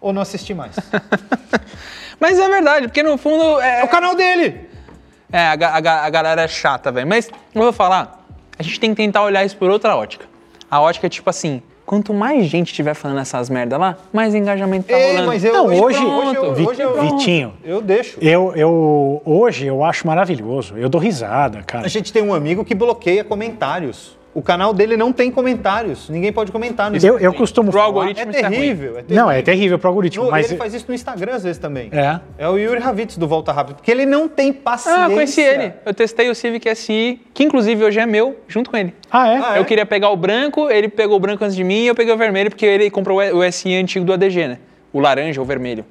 E: ou não assistir mais.
A: Mas é verdade, porque no fundo. É,
E: É o canal dele!
A: é, a, ga- a ga- a galera é chata, velho. Mas, eu vou falar, a gente tem que tentar olhar isso por outra ótica. A ótica é tipo assim: quanto mais gente tiver falando essas merdas lá, mais engajamento tá
E: Ei,
A: rolando.
E: mas eu,
D: Não,
E: hoje,
D: hoje-
E: hoje, eu-
D: Vi-
E: hoje eu-
D: Vitinho.
E: Eu deixo.
D: Eu, eu, hoje eu acho maravilhoso. Eu dou risada, cara.
E: A gente tem um amigo que bloqueia comentários. O canal dele não tem comentários. Ninguém pode comentar no
D: Eu, eu costumo
A: Pro
D: falar-
A: algoritmo.
E: É
A: Isso é ruim.
E: terrível, é terrível.
D: Não, é terrível pro algoritmo,
E: No-
D: mas
E: ele faz isso no Instagram às vezes também.
D: É.
E: É o Yuri Ravitz do Volta Rápido, porque ele não tem paciência.
A: Ah, conheci ele. Eu testei o Civic SI, que inclusive hoje é meu, junto com ele.
D: Ah, é?
E: Ah, é?
A: Eu queria pegar o branco, ele pegou o branco antes de mim e eu peguei o vermelho, porque ele comprou o SI antigo do ADG, né? O laranja, o vermelho.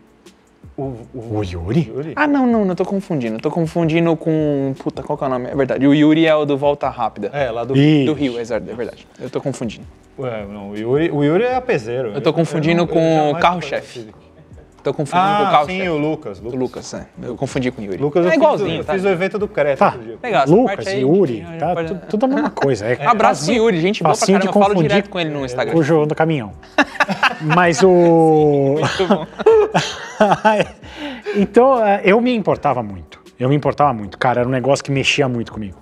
D: O Yuri?
A: Ah, não, não, não tô confundindo. Tô confundindo com. Puta, qual que é o nome? É verdade. O Yuri é o do Volta Rápida.
E: É, lá do.
D: E-
A: Do Rio, é verdade, é verdade. Eu tô confundindo.
E: Ué, não, o, Yuri, o Yuri é apezeiro. é um
A: Eu tô confundindo
E: não-
A: com
E: jamais
A: o carro-chefe.
E: fui-
A: Tô confundindo com o
E: Ah,
A: carro.
E: sim,
A: chefe.
E: o Lucas. Lucas,
A: O Lucas, é. Eu confundi com o Yuri.
E: Lucas eu
A: é
E: fiz-
A: igualzinho,
E: eu
A: tá?
E: fiz o evento do Creta.
D: Tá.
E: outro dia.
A: Legal, essa
D: Lucas,
A: parte aí,
D: Yuri,
A: já
D: tá
A: pode-
D: tu- tudo a mesma coisa. É,
A: Abraço,
D: facinho-
A: Yuri, gente boa pra
D: facinho
A: caramba, eu falo
D: confundir é,
A: direto com ele no Instagram.
D: O João do caminhão. Mas o. então, é, eu me importava muito. Eu me importava muito, cara. Era um negócio que mexia muito comigo.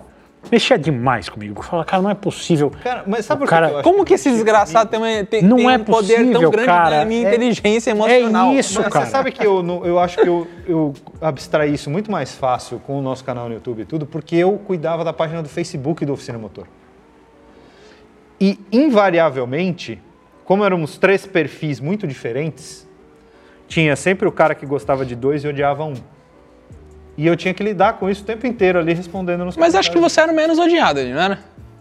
D: Mexia demais comigo. Eu falava, cara, não é possível.
E: Cara, mas sabe por
D: O
E: que
D: cara-
E: que eu acho
A: Como que esse desgraçado tem, tem,
D: Não
A: tem
D: é
A: um poder tão
D: possível,
A: grande
D: cara.
A: na minha
D: É-
A: inteligência emocional?
D: é isso,
E: Mas
D: cara.
E: Você sabe que eu, não- eu acho que eu, eu abstraí isso muito mais fácil com o nosso canal no YouTube e tudo, porque eu cuidava da página do Facebook do Oficina Motor. E, invariavelmente, como éramos três perfis muito diferentes, tinha sempre o cara que gostava de dois e odiava um. E eu tinha que lidar com isso o tempo inteiro ali respondendo nos
A: Mas acho que
E: comentários.
A: você era o menos odiado, não era?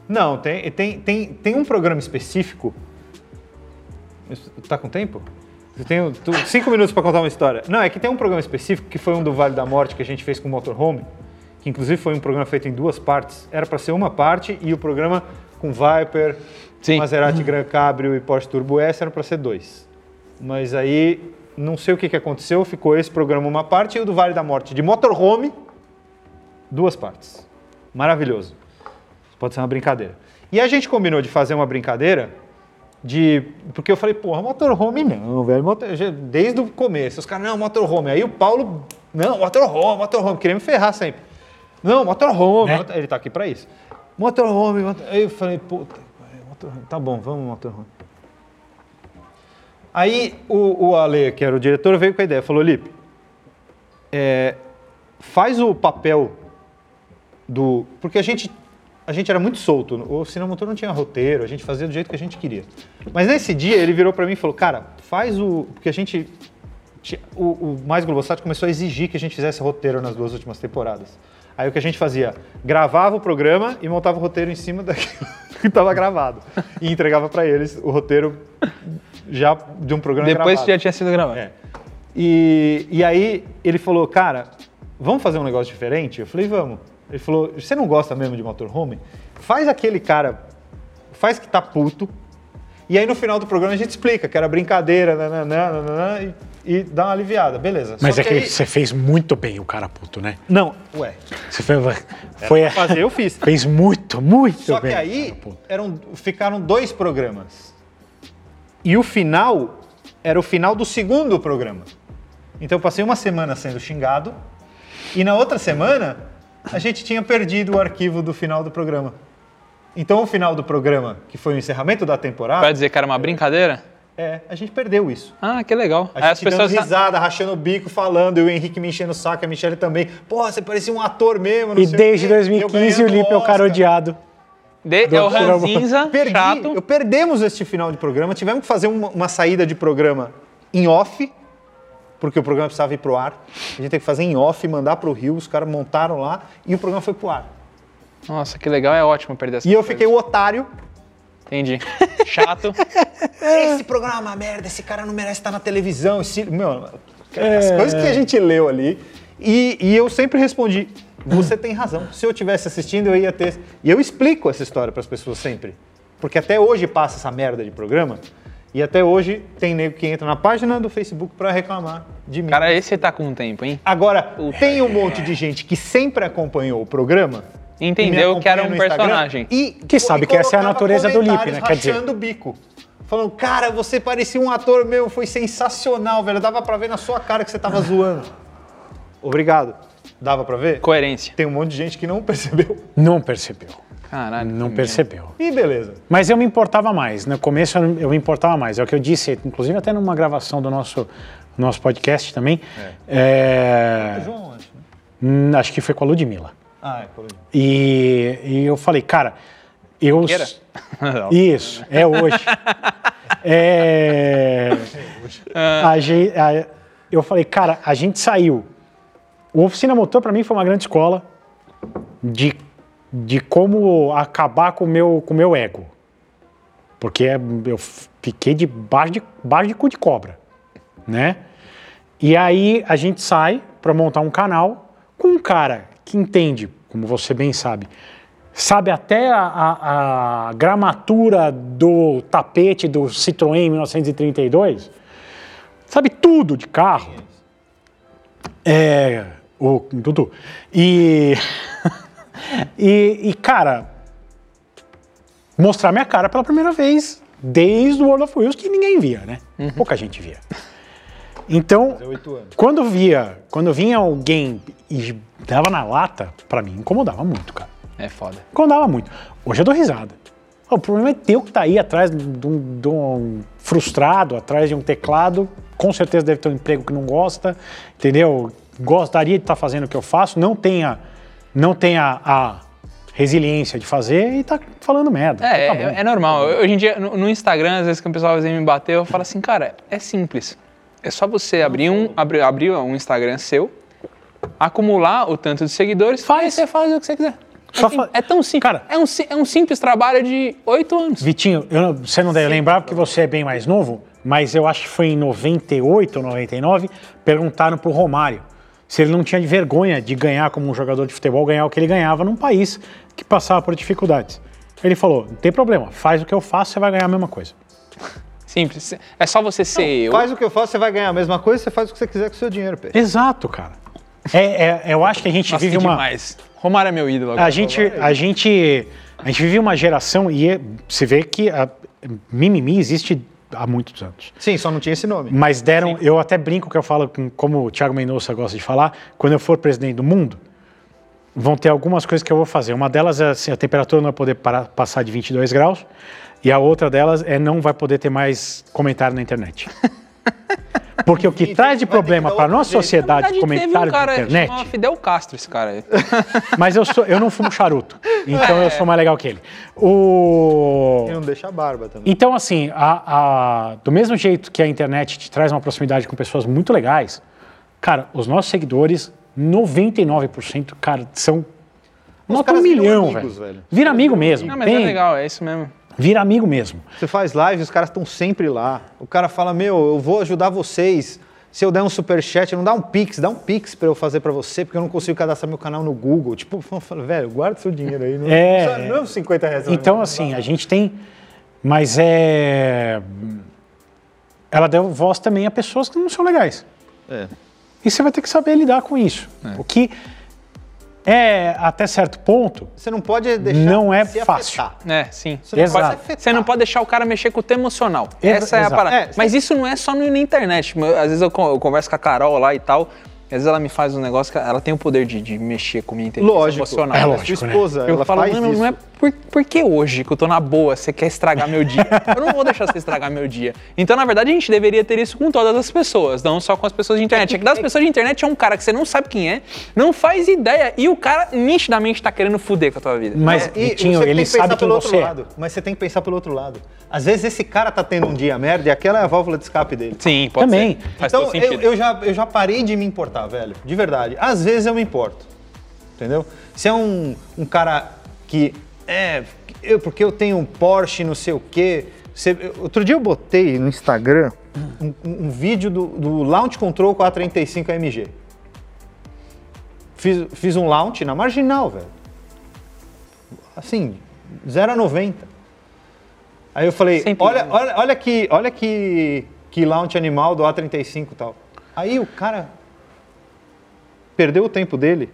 E: Não, tem, tem, tem, tem um programa específico. Isso- Tá com tempo? Eu tenho tu- cinco minutos para contar uma história. Não, é que tem um programa específico que foi um do Vale da Morte que a gente fez com o Motorhome, que inclusive foi um programa feito em duas partes. Era para ser uma parte e o programa com Viper,
A: Sim.
E: Maserati Gran Cabrio e Porsche Turbo S era para ser dois. Mas aí não sei o que, que aconteceu, ficou esse programa uma parte e o do Vale da Morte de Motorhome duas partes. Maravilhoso. Pode ser uma brincadeira. E a gente combinou de fazer uma brincadeira de. Porque eu falei, porra, motorhome não, velho. motor- já- Desde o começo. Os caras, não, motorhome. Aí o Paulo, não, motorhome, motorhome. Queria me ferrar sempre. Não, motorhome.
D: Né?
E: motor- Ele tá aqui pra isso. Motorhome. motor- Aí eu falei, puta, motorhome. Tá bom, vamos, motorhome. Aí o, o Ale, que era o diretor, veio com a ideia. Falou, Lipe, é, faz o papel do. Porque a gente, a gente era muito solto. O Cinemotor não tinha roteiro, a gente fazia do jeito que a gente queria. Mas nesse dia ele virou pra mim e falou: Cara, faz o. Porque a gente. ti- O, o Mais Globosat começou a exigir que a gente fizesse roteiro nas duas últimas temporadas. Aí o que a gente fazia? Gravava o programa e montava o roteiro em cima daquilo que estava gravado. E entregava pra eles o roteiro já de um programa
A: Depois
E: gravado.
A: que já tinha sido gravado.
E: É. E, e aí ele falou, cara, vamos fazer um negócio diferente? Eu falei, vamos. Ele falou, você não gosta mesmo de motorhome? Faz aquele cara, faz que tá puto. E aí no final do programa a gente explica que era brincadeira, nananã, nananã, e, e dá uma aliviada, beleza.
D: Mas
E: Só
D: é que
E: aí-
D: você fez muito bem o cara puto, né?
E: Não, ué,
D: Você foi. foi
E: É, fazer eu fiz.
D: Fez muito, muito
E: Só
D: bem.
E: que aí eram, ficaram dois programas. E o final era o final do segundo programa. Então eu passei uma semana sendo xingado. E na outra semana, a gente tinha perdido o arquivo do final do programa. Então o final do programa, que foi o encerramento da temporada,
A: Vai dizer que era uma brincadeira?
E: é, a gente perdeu isso.
A: Ah, que legal.
E: A
A: Aí as
E: gente dando
A: pessoas.
E: risada, rachando o bico, falando, e o Henrique me enchendo o saco, a Michelle também. Porra, você parecia um ator mesmo. não
D: E
E: sei
D: desde
E: o quê. Eu
D: 2015 o
E: ganhando
D: Lipe é o cara
E: Oscar.
D: odiado.
A: De- É o
D: Dr. Amor.
A: Ranzinza,
E: Perdi,
A: chato.
E: eu perdemos este final de programa, tivemos que fazer uma, uma saída de programa em off, porque o programa precisava ir pro ar. A gente tem que fazer em off, mandar pro Rio, os caras montaram lá e o programa foi pro ar.
A: Nossa, que legal, é ótimo perder essa
E: E eu fiquei o otário.
A: Entendi. Chato.
E: Esse programa é uma merda, esse cara não merece estar na televisão. esse- Meu, as coisas que a gente leu ali. E, e eu sempre respondi: você tem razão. Se eu tivesse assistindo, eu ia ter. E eu explico essa história para as pessoas sempre. Porque até hoje passa essa merda de programa. E até hoje tem nego que entra na página do Facebook para reclamar de mim.
A: Cara, esse tá com tempo, hein?
E: Agora, tem um monte de gente que sempre acompanhou o programa. e me
A: Entendeu que era
E: acompanha
A: um
E: no Instagram,
A: personagem.
E: E
D: Que sabe que essa é a
E: colocava
D: natureza do Lipe,
E: comentários
D: né? Quer dizer-
E: rachando o bico. Falando, cara, você parecia um ator meu, foi sensacional, velho. Dava pra ver na sua cara que você tava zoando. Obrigado. Dava pra ver?
A: Coerência.
E: Tem um monte de gente que não percebeu.
D: Não percebeu.
A: Caralho.
D: Ah,
A: é
D: Não
A: que
D: percebeu.
E: E beleza.
D: Mas eu me importava mais. No começo eu não- eu me importava mais. É o que eu disse, inclusive até numa gravação do nosso, nosso podcast também. É,
E: João, acho, né?
D: hum, acho que foi com a Ludmilla.
E: Ah, é, por aí.
D: E, e eu falei, cara, eu.
A: Era?
D: Isso, é hoje. É, a gen- a- eu falei, cara, a gente saiu. O Oficina Motor, pra mim, foi uma grande escola de, de como acabar com o meu, com o meu ego. Porque é- eu fiquei debaixo de, baixo de cu de cobra, né? E aí a gente sai pra montar um canal com um cara que entende, como você bem sabe, sabe até a, a- a gramatura do tapete do Citroën 1932, sabe tudo de carro. É, o Dudu. E, e, e, cara, mostrar minha cara pela primeira vez desde o World of Wheels que ninguém via, né? Pouca gente via. Então,
E: oito anos.
D: quando eu via, quando eu vinha alguém e dava na lata, pra mim incomodava muito, cara.
A: É foda.
D: Incomodava muito. Hoje eu dou risada. O problema é teu que tá aí atrás de um, de um frustrado, atrás de um teclado. Com certeza deve ter um emprego que não gosta, entendeu? Gostaria de estar fazendo o que eu faço, não tem a, não tem a, a resiliência de fazer e tá falando merda.
A: É,
D: Tá bom.
A: é, é normal. Eu- Hoje em dia, no, no Instagram, às vezes que o pessoal às vezes, me bateu, eu falo assim, cara, é simples. É só você abrir um, abrir, abrir um Instagram seu, acumular o tanto de seguidores, faz, você faz o que você quiser.
D: Só
A: é, sim-
D: fa-
A: é tão simples.
D: Cara-
A: é, um, si- é um simples trabalho de oito anos.
D: Vitinho, eu não- você não deve lembrar porque você é bem mais novo, mas eu acho que foi em 98 ou 99, perguntaram pro Romário se ele não tinha vergonha de ganhar como um jogador de futebol, ganhar o que ele ganhava num país que passava por dificuldades. Ele falou, não tem problema, faz o que eu faço, você vai ganhar a mesma coisa.
A: Simples. É só você ser eu.
E: Faz o que eu faço, você vai ganhar a mesma coisa, você faz o que você quiser com o seu dinheiro, Pedro.
D: Exato, cara. É, é- eu acho que a gente
A: Nossa,
D: vive
A: que
D: uma...
A: demais. Romário é meu ídolo agora.
D: A gente, a gente, a gente vive uma geração e é- se vê que a mimimi existe há muitos anos.
E: Sim, só não tinha esse nome.
D: Mas deram, eu até brinco que eu falo, com- como o Thiago Mendonça gosta de falar, quando eu for presidente do mundo, vão ter algumas coisas que eu vou fazer. Uma delas é assim, a temperatura não vai poder parar- passar de 22 graus, e a outra delas é não vai poder ter mais comentário na internet. Porque o que
E: Então,
D: traz de
E: vai ter que
D: problema
E: dar
D: para
E: outro
D: nossa
E: jeito. um
A: Na
D: sociedade
A: verdade,
D: de
A: teve
D: comentário
A: um cara
D: da internet,
A: chamava Fidel Castro, esse cara aí.
D: mas eu, sou, eu não fumo charuto. Então
E: É.
D: eu sou mais legal que ele. O...
E: E não deixa a barba também.
D: Então, assim, a- a- do mesmo jeito que a internet te traz uma proximidade com pessoas muito legais, cara, os nossos seguidores, 99%, cara, são. Nota um
E: caras viram
D: milhão,
E: amigos,
D: velho.
E: velho.
D: Vira amigo mesmo.
A: Não, mas
D: tem,
A: é legal, é isso mesmo.
D: Vira amigo mesmo.
E: Você faz live, os caras estão sempre lá. O cara fala, meu, eu vou ajudar vocês. Se eu der um superchat, não dá um pix, dá um pix pra eu fazer pra você, porque eu não consigo cadastrar meu canal no Google. Tipo, eu falo, velho, guarda seu dinheiro aí. Não
D: É.
E: só- não é uns 50 reais. não.
D: Então, assim, a gente tem. Mas é. Ela deu voz também a pessoas que não são legais.
E: É.
D: E você vai ter que saber lidar com isso. O que é, até certo ponto,
E: Você não pode deixar
D: Não é
E: se
D: fácil.
E: afetar.
A: É, sim.
E: Você não
D: Exato.
E: pode se afetar.
A: Você não pode deixar o cara mexer com o teu emocional.
D: Exa-
A: Essa é a
D: exato.
A: parada.
E: É,
A: Mas isso não é só no- na internet. Eu- Às vezes eu, con- eu converso com a Carol lá e tal. e Às vezes ela me faz um negócio que ela tem o poder de, de mexer com a minha inteligência
E: Lógico.
A: emocional.
D: É
E: a
D: lógico,
E: sua
D: né?
E: esposa,
A: Eu
E: ela
A: falo,
E: faz
A: mano,
E: isso.
A: não é por, por que hoje que eu tô na boa, você quer estragar meu dia? Eu não vou deixar você estragar meu dia. Então, na verdade, a gente deveria ter isso com todas as pessoas, não só com as pessoas de internet. É que das pessoas de internet é um cara que você não sabe quem é, não faz ideia, e o cara nitidamente tá querendo fuder com a tua vida.
D: mas,
E: É, E
D: Vitinho,
E: você tem
D: ele
E: que pensar
D: sabe quem
E: pelo outro
D: você é.
E: lado. Mas você tem que pensar pelo outro lado. Às vezes esse cara tá tendo um dia merda e aquela é a válvula de escape dele.
A: Sim, pode
D: Também.
A: ser. Faz
E: então,
A: todo
E: eu,
A: sentido.
E: eu já, eu já parei de me importar, velho. De verdade. Às vezes eu me importo. Entendeu? Se é um, um cara que. É, eu, porque eu tenho um Porsche, não sei o quê. Você- eu- outro dia eu botei no Instagram um, um- um vídeo do, do Launch Control 435 AMG. Fiz, fiz um launch na marginal, velho. Assim, 0 a 90. Aí eu falei,
A: Sempre
E: olha,
A: ganha.
E: olha, olha que, olha que, que launch animal do A35 e tal. Aí o cara perdeu o tempo dele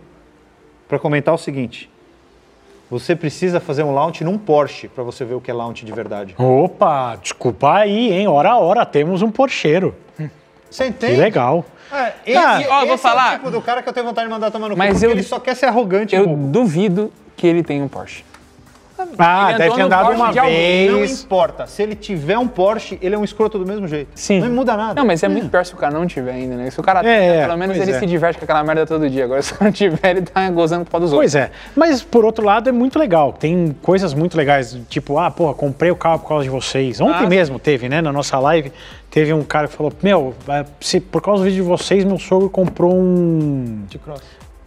E: para comentar o seguinte: você precisa fazer um launch num Porsche para você ver o que é launch de verdade.
D: Opa, desculpa aí, hein? Hora a hora, temos um porcheiro.
E: Você
D: Que
E: entende?
D: legal.
E: É, esse,
A: Cara, ó, eu vou
E: esse é
A: falar-
E: o tipo do cara que eu tenho vontade de mandar tomar no cu,
A: Mas
E: porque
A: eu-
E: ele só quer ser arrogante.
A: Eu
E: bobo.
A: duvido que ele tenha um Porsche.
D: Ah,
A: Ele
D: deve
A: andou
D: ter
A: no
D: andado
A: Porsche
D: uma
A: de alguém,
E: Não
D: vez.
E: importa. Se ele tiver um Porsche, ele é um escroto do mesmo jeito.
A: Sim.
E: Não muda nada.
A: Não, mas é muito pior se o cara não tiver ainda, né? Se o cara
D: É,
A: tem, pelo menos
D: pois
A: ele
D: é.
A: se diverte com aquela merda todo dia. Agora, se não tiver, ele tá gozando por causa dos outros.
D: Pois é, mas por outro lado é muito legal. Tem coisas muito legais, tipo, ah, porra, comprei o carro por causa de vocês. Ontem
A: Ah,
D: mesmo teve, né, na nossa live, teve um cara que falou: Meu, é, se por causa do vídeo de vocês, meu sogro comprou um.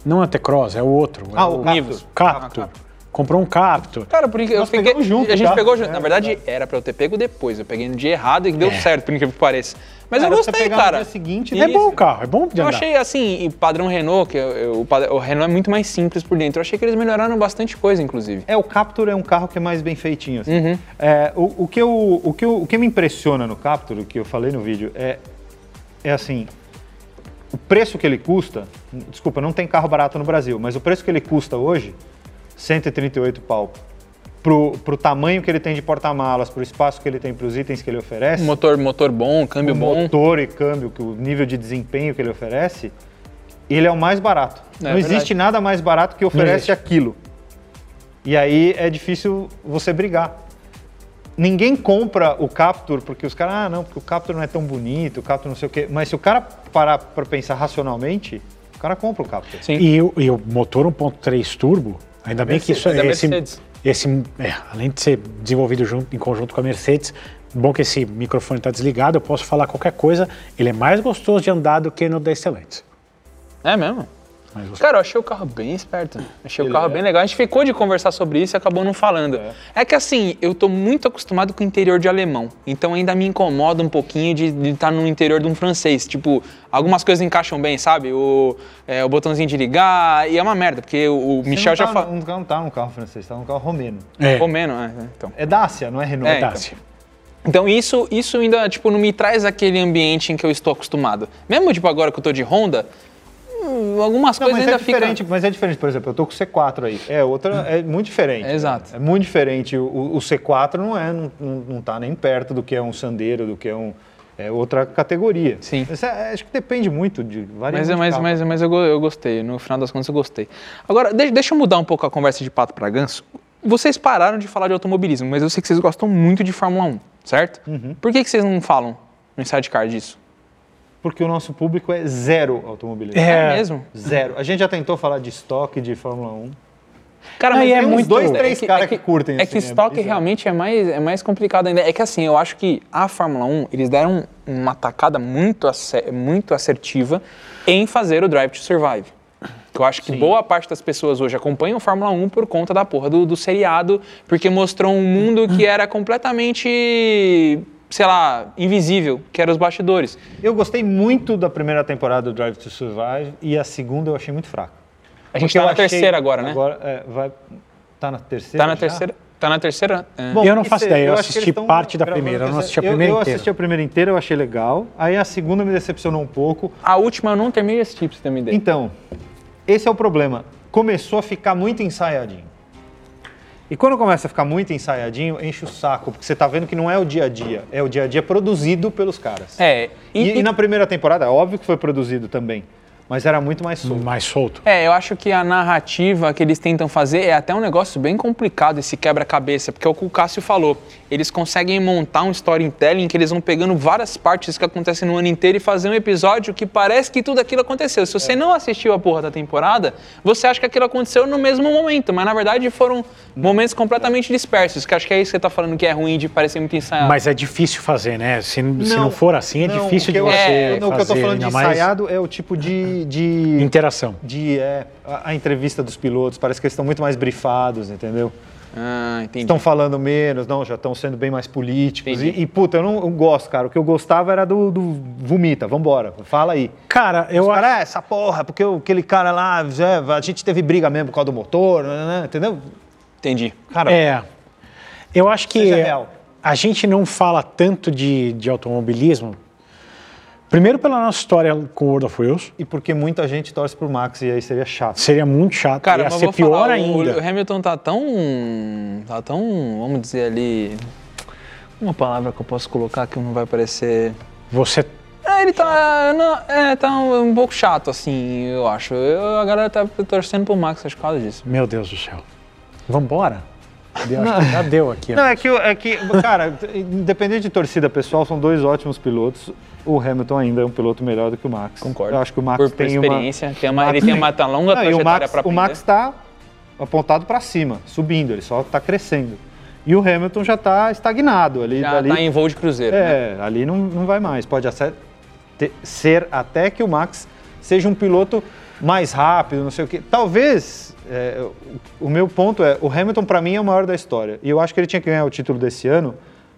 D: Não é T-Cross, é o outro.
E: Ah,
D: é
E: o
A: Nivus.
D: Capto. comprou um Capto.
A: Cara, por incrível
E: é. Nós
A: eu
E: pegamos
A: fiquei,
E: junto,
A: A gente
E: tá?
A: pegou junto.
E: É,
A: Na verdade, era pra eu ter pego depois. Eu peguei no dia errado e que deu certo, por incrível que pareça. Mas
E: Era
A: eu
E: pra você
A: gostei,
E: pegar no
A: cara.
E: dia seguinte,
D: É
E: né?
A: Isso.
D: bom o carro, é bom de
A: Eu
D: andar.
A: achei assim, e padrão Renault, que eu- eu- o, padrão- o Renault é muito mais simples por dentro. Eu achei que eles melhoraram bastante coisa, inclusive.
E: É, o Captur é um carro que é mais bem feitinho. assim.
A: Uhum.
E: É, o, o que eu- o que eu- o que me impressiona no Captur, o que eu falei no vídeo, é, é assim: o preço que ele custa. Desculpa, não tem carro barato no Brasil, mas o preço que ele custa hoje, 138 pau. Pro, pro tamanho que ele tem de porta-malas, pro espaço que ele tem, pros itens que ele oferece,
A: Motor, motor bom, câmbio
E: o
A: bom.
E: motor e câmbio, que o nível de desempenho que ele oferece, ele é o mais barato.
A: É,
E: não
A: é
E: existe
A: verdade.
E: nada mais barato que oferece
D: existe.
E: aquilo. E aí é difícil você brigar. Ninguém compra o Captur porque os caras, ah, não, porque o Captur não é tão bonito, o Captur não sei o quê. Mas se o cara parar pra pensar racionalmente, o cara compra o Captur.
A: Sim.
D: E, o- e o motor 1.3 turbo, ainda bem que isso
A: Mercedes,
D: é
A: da
D: esse,
A: Mercedes.
D: esse é, além de ser desenvolvido junto, em conjunto com a Mercedes, bom que esse microfone está desligado, eu posso falar qualquer coisa. Ele é mais gostoso de andar do que no da Excelentes.
A: É mesmo?
D: Mas você-
A: Cara, eu achei o carro bem esperto. Achei
E: é?
A: o carro bem legal. A gente ficou de conversar sobre isso e acabou não falando. É. que assim, eu tô muito acostumado com o interior de alemão. Então ainda me incomoda um pouquinho de estar no interior de um francês. Tipo, algumas coisas encaixam bem, sabe? O, é, o botãozinho de ligar. E é uma merda, porque o, o Michel
E: Você
A: já
E: não tá,
A: falou.
E: Não, não tá num carro francês, tá num carro romeno.
D: É,
A: Romeno, é, é, então.
E: É Dacia, não é Renault.
A: É,
D: tá,
A: então.
D: sim.
A: Então isso, isso ainda tipo não me traz aquele ambiente em que eu estou acostumado. Mesmo tipo agora que eu tô de Honda, hum, algumas
E: Não,
A: coisas
E: mas
A: ainda
E: é diferente,
A: ficam.
E: mas é diferente, por exemplo, eu tô com o C4 aí. É, outra é muito diferente.
A: É, exato.
E: É muito diferente. O, o C4 não é, não, não, não tá nem perto do que é um sandeiro, do que é um. É outra categoria.
A: Sim.
E: Isso é- acho que depende muito de várias
A: Mas, é- mas, mas, mas eu, go- eu gostei, no final das contas eu gostei. Agora, de- deixa eu mudar um pouco a conversa de pato para ganso. Vocês pararam de falar de automobilismo, mas eu sei que vocês um, gostam muito de Fórmula 1, certo? Por que, que vocês não falam no Sidecar disso?
E: porque o nosso público é zero automobilista.
A: É mesmo?
E: Zero. A gente já tentou falar de estoque de Fórmula 1.
A: Cara,
D: Aí é
A: tem uns
D: muito-
E: dois, três
A: que-
E: cara que curtem,
A: É que
E: assim, é
A: estoque
E: bizarro.
A: realmente é mais, é mais complicado ainda. É que assim, eu acho que a Fórmula 1, eles deram uma tacada muito, ace- muito assertiva em fazer o Drive to Survive. Que Eu acho que boa parte das pessoas hoje acompanham a Fórmula 1 por conta da porra do, do seriado, porque mostrou um mundo que era completamente, sei lá, invisível, que era os bastidores.
E: Eu gostei muito da primeira temporada do Drive to Survive e a segunda eu achei muito fraca.
A: A gente
E: Porque
A: tá
E: eu
A: na
E: achei-
A: terceira agora, né?
E: Agora, é, vai... Tá na terceira
A: Tá na
E: já?
A: terceira. Tá na terceira. é.
E: Bom,
D: Eu não
E: que
D: faço
E: se-
D: ideia, eu
E: acho que
D: assisti
E: eles tão
D: parte da
E: gravando-
D: primeira, eu não assisti a
E: eu-
D: primeira
E: Eu
D: inteira.
E: assisti a primeira inteira, eu achei legal. Aí a segunda me decepcionou um pouco.
A: A última eu não terminei esse tipo, você tem uma ideia.
E: Então, esse é o problema. Começou a ficar muito ensaiadinho. E quando começa a ficar muito ensaiadinho, enche o saco, porque você tá vendo que não é o dia a dia, é o dia a dia produzido pelos caras.
A: É,
E: E, e na primeira temporada, óbvio que foi produzido também, mas era muito mais solto.
D: Mais solto.
A: É, eu acho que a narrativa que eles tentam fazer é até um negócio bem complicado, esse quebra-cabeça, porque é o que o Cássio falou. Eles conseguem montar um storytelling que eles vão pegando várias partes que acontecem no ano inteiro e fazer um episódio que parece que tudo aquilo aconteceu. Se você não assistiu a porra da temporada, você acha que aquilo aconteceu no mesmo momento, mas na verdade foram momentos completamente dispersos, que acho que é isso que você tá falando que é ruim de parecer muito ensaiado.
D: Mas é difícil fazer, né? Se, se não for assim, é
E: não,
D: difícil de
E: o que eu-
D: você
A: é,
D: fazer,
E: não, O que eu tô falando de
D: ainda mais
E: ensaiado é o tipo de- de
D: interação.
E: de é, a, a entrevista dos pilotos, parece que eles estão muito mais brifados, entendeu?
A: Ah, entendi.
E: Estão falando menos, não, já estão sendo bem mais políticos.
A: Entendi.
E: E, e, puta, eu não eu gosto, cara. O que eu gostava era do, do vomita, vambora, fala aí.
D: Cara, eu
E: Os
D: acho.
E: cara, "É, essa porra, porque o- aquele cara lá, é, a gente teve briga mesmo por causa do motor, né, né, entendeu?
A: Entendi.
E: Cara,
D: É. Eu acho que
E: Seja real.
D: a gente não fala tanto de, de automobilismo. Primeiro pela nossa história com o World of Wheels.
E: e porque muita gente torce pro Max e aí seria chato.
D: Seria muito chato.
A: Cara,
D: ia
A: mas
D: ser
A: vou
D: pior
A: falar, o-
D: ainda.
A: O, Hamilton tá tão. tá tão. vamos dizer ali. Uma palavra que eu posso colocar que não vai parecer.
D: Você.
A: É, ele tá. não, é, tá um, um pouco chato, assim, eu acho. Eu, a galera tá torcendo pro Max acho, é por causa disso.
D: Meu Deus do céu. Vambora? Eu acho que já deu aqui. ó.
E: Não, é que, o- é que cara, independente de torcida pessoal, são dois ótimos pilotos. O Hamilton ainda é um piloto melhor do que o Max.
A: Concordo.
E: Eu acho que o Max
A: por, por
E: tem uma,
A: experiência, tem uma, ele tem uma tá longa
E: Não, e o
A: trajetória
E: Max,
A: pra
E: o
A: aprender.
E: Max tá apontado para cima, subindo, ele só tá crescendo. E o Hamilton já tá estagnado ali.
A: já
E: dali,
A: tá em voo de cruzeiro. né?
E: é, ali não, não vai mais. Pode até te- ser até que o Max seja um piloto mais rápido, não sei o quê. Talvez, é, o o meu ponto é, o Hamilton para mim é o maior da história. E eu acho que ele tinha que ganhar o título desse ano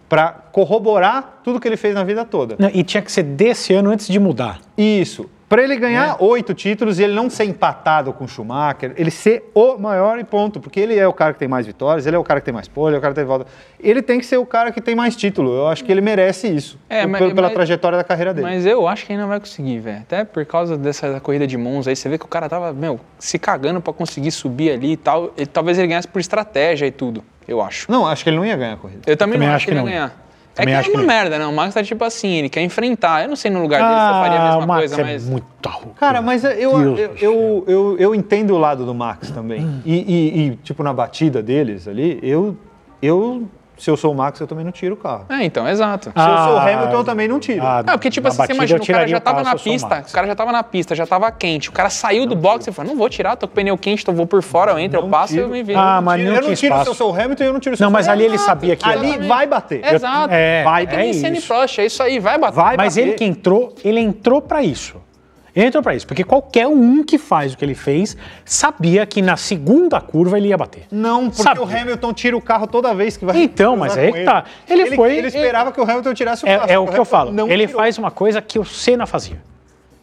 E: para corroborar tudo que ele fez na vida toda.
D: Não, e tinha que ser desse ano antes de mudar.
E: Isso. Para ele
A: Né?
E: ganhar oito títulos e ele não ser empatado com o Schumacher, ele ser o maior e ponto, porque ele é o cara que tem mais vitórias, ele é o cara que tem mais pole, ele é o cara que tem volta. Ele tem que ser o cara que tem mais título. Eu acho que ele merece isso.
A: É,
E: pe-
A: mas-
E: pela,
A: mas-
E: trajetória da carreira dele.
A: Mas eu acho que ele não vai conseguir, velho. Até por causa dessa corrida de Monza aí, você vê que o cara tava, meu, se cagando pra conseguir subir ali e tal. E talvez ele ganhasse por estratégia e tudo, eu acho.
E: Não, acho que ele não ia ganhar a corrida.
A: Eu também,
D: Também
A: não
D: acho
A: acho que ele
D: que
A: ia
D: não.
A: ganhar.
D: Também
A: é que
D: acho
A: é
D: que
A: uma
D: não.
A: merda, né? O Max tá tipo assim, ele quer enfrentar. Eu não sei no lugar dele se eu faria a
D: Ah,
A: mesma
D: o Max
A: coisa,
D: é
A: mas.
D: muito arrogante.
E: Cara, mas eh, eu, eu,
D: Deus
E: eu,
D: do céu.
E: eu, eu entendo o lado do Max também. E, e- e, tipo, na batida deles ali, eu, eu, se eu sou o Max, eu também não tiro o carro.
A: É, então, exato.
E: Se eu sou o Hamilton, eu também não tiro.
A: Ah, porque tipo
D: Ah, na
A: assim, você
D: batida eu
A: imagina, o cara
D: tiraria
A: já tava
D: carro
A: na
D: se eu sou o
A: pista,
D: Max.
A: o cara já tava na pista, já tava quente, o cara saiu do box e falou, não vou tirar, tô com o pneu quente, eu vou por fora, eu entro, eu
E: Não
A: passo e
E: tiro.
A: eu me vejo.
D: Ah, mas
E: eu
D: não
E: não tiro
D: tinha
E: se eu
D: espaço.
E: sou o Hamilton e eu não tiro se eu
D: Não,
E: sou
D: mas
E: o
D: ali ele
E: Hamilton.
D: sabia que...
E: Ali vai bater.
A: Exato.
D: É,
A: vai,
D: Vai,
A: é
D: é
A: Senna e
D: isso.
A: Prost, é isso aí, vai bater.
E: Vai
D: Mas
E: bater.
D: ele que entrou, ele entrou pra isso. Ele entrou pra isso, porque qualquer um que faz o que ele fez sabia que na segunda curva ele ia bater.
E: Não, porque
D: Sabia.
E: o Hamilton tira o carro toda vez que vai.
D: Então, mas
E: cruzar
D: aí
E: com
D: que tá. Ele foi-
E: Ele esperava que o Hamilton tirasse o carro.
D: É, é o
E: só
D: que eu
E: Hamilton
D: falo.
E: não
D: Ele
E: tirou.
D: faz uma coisa que o Senna fazia.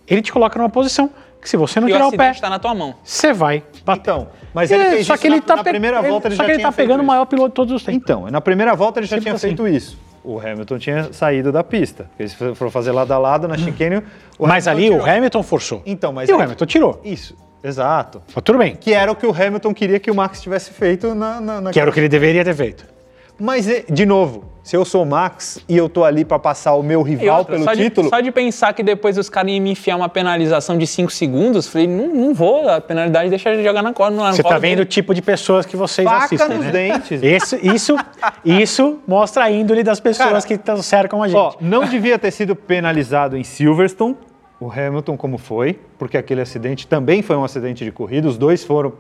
D: Ele te coloca numa posição que se você não
A: E o
D: tirar o pé,
A: acidente tá na tua mão.
D: você vai bater.
E: Então, mas ele fez
D: só
E: isso
D: que ele
E: na-
D: tá
E: na
D: pe-
E: primeira
D: ele-
E: volta ele
D: Só
E: já
D: que ele
E: tinha
D: tá
E: feito
D: pegando o
E: isso.
D: maior piloto de todos os tempos.
E: Então, na primeira volta ele já
D: Simples
E: tinha
D: assim.
E: feito isso. O Hamilton tinha saído da pista. Porque se for fazer lado a lado na chicane. o
D: mas
E: Hamilton
D: ali
E: tirou.
D: o Hamilton forçou.
E: Então, mas
D: e o
E: aí-
D: Hamilton tirou.
E: Isso, exato.
D: Mas tudo bem.
E: Que era o que o Hamilton queria que o Max tivesse feito na. na, na-
D: Que era o que ele deveria ter feito.
E: Mas, eh, de novo, se eu sou o Max e eu tô ali pra passar o meu
A: E
E: rival
A: outra,
E: pelo
A: só,
E: título.
A: de, só de pensar que depois os caras iam me enfiar uma penalização de 5 segundos, falei, não, não vou, a penalidade deixa ele jogar na cola.
D: Você tá vendo o tipo de pessoas que vocês
E: Faca
D: assistem,
E: nos
D: né?
E: dentes.
D: Isso, isso, isso mostra a índole das pessoas
E: Cara,
D: que tão- cercam a gente.
E: Ó, não devia ter sido penalizado em Silverstone, o Hamilton como foi, porque aquele acidente também foi um acidente de corrida, os dois foram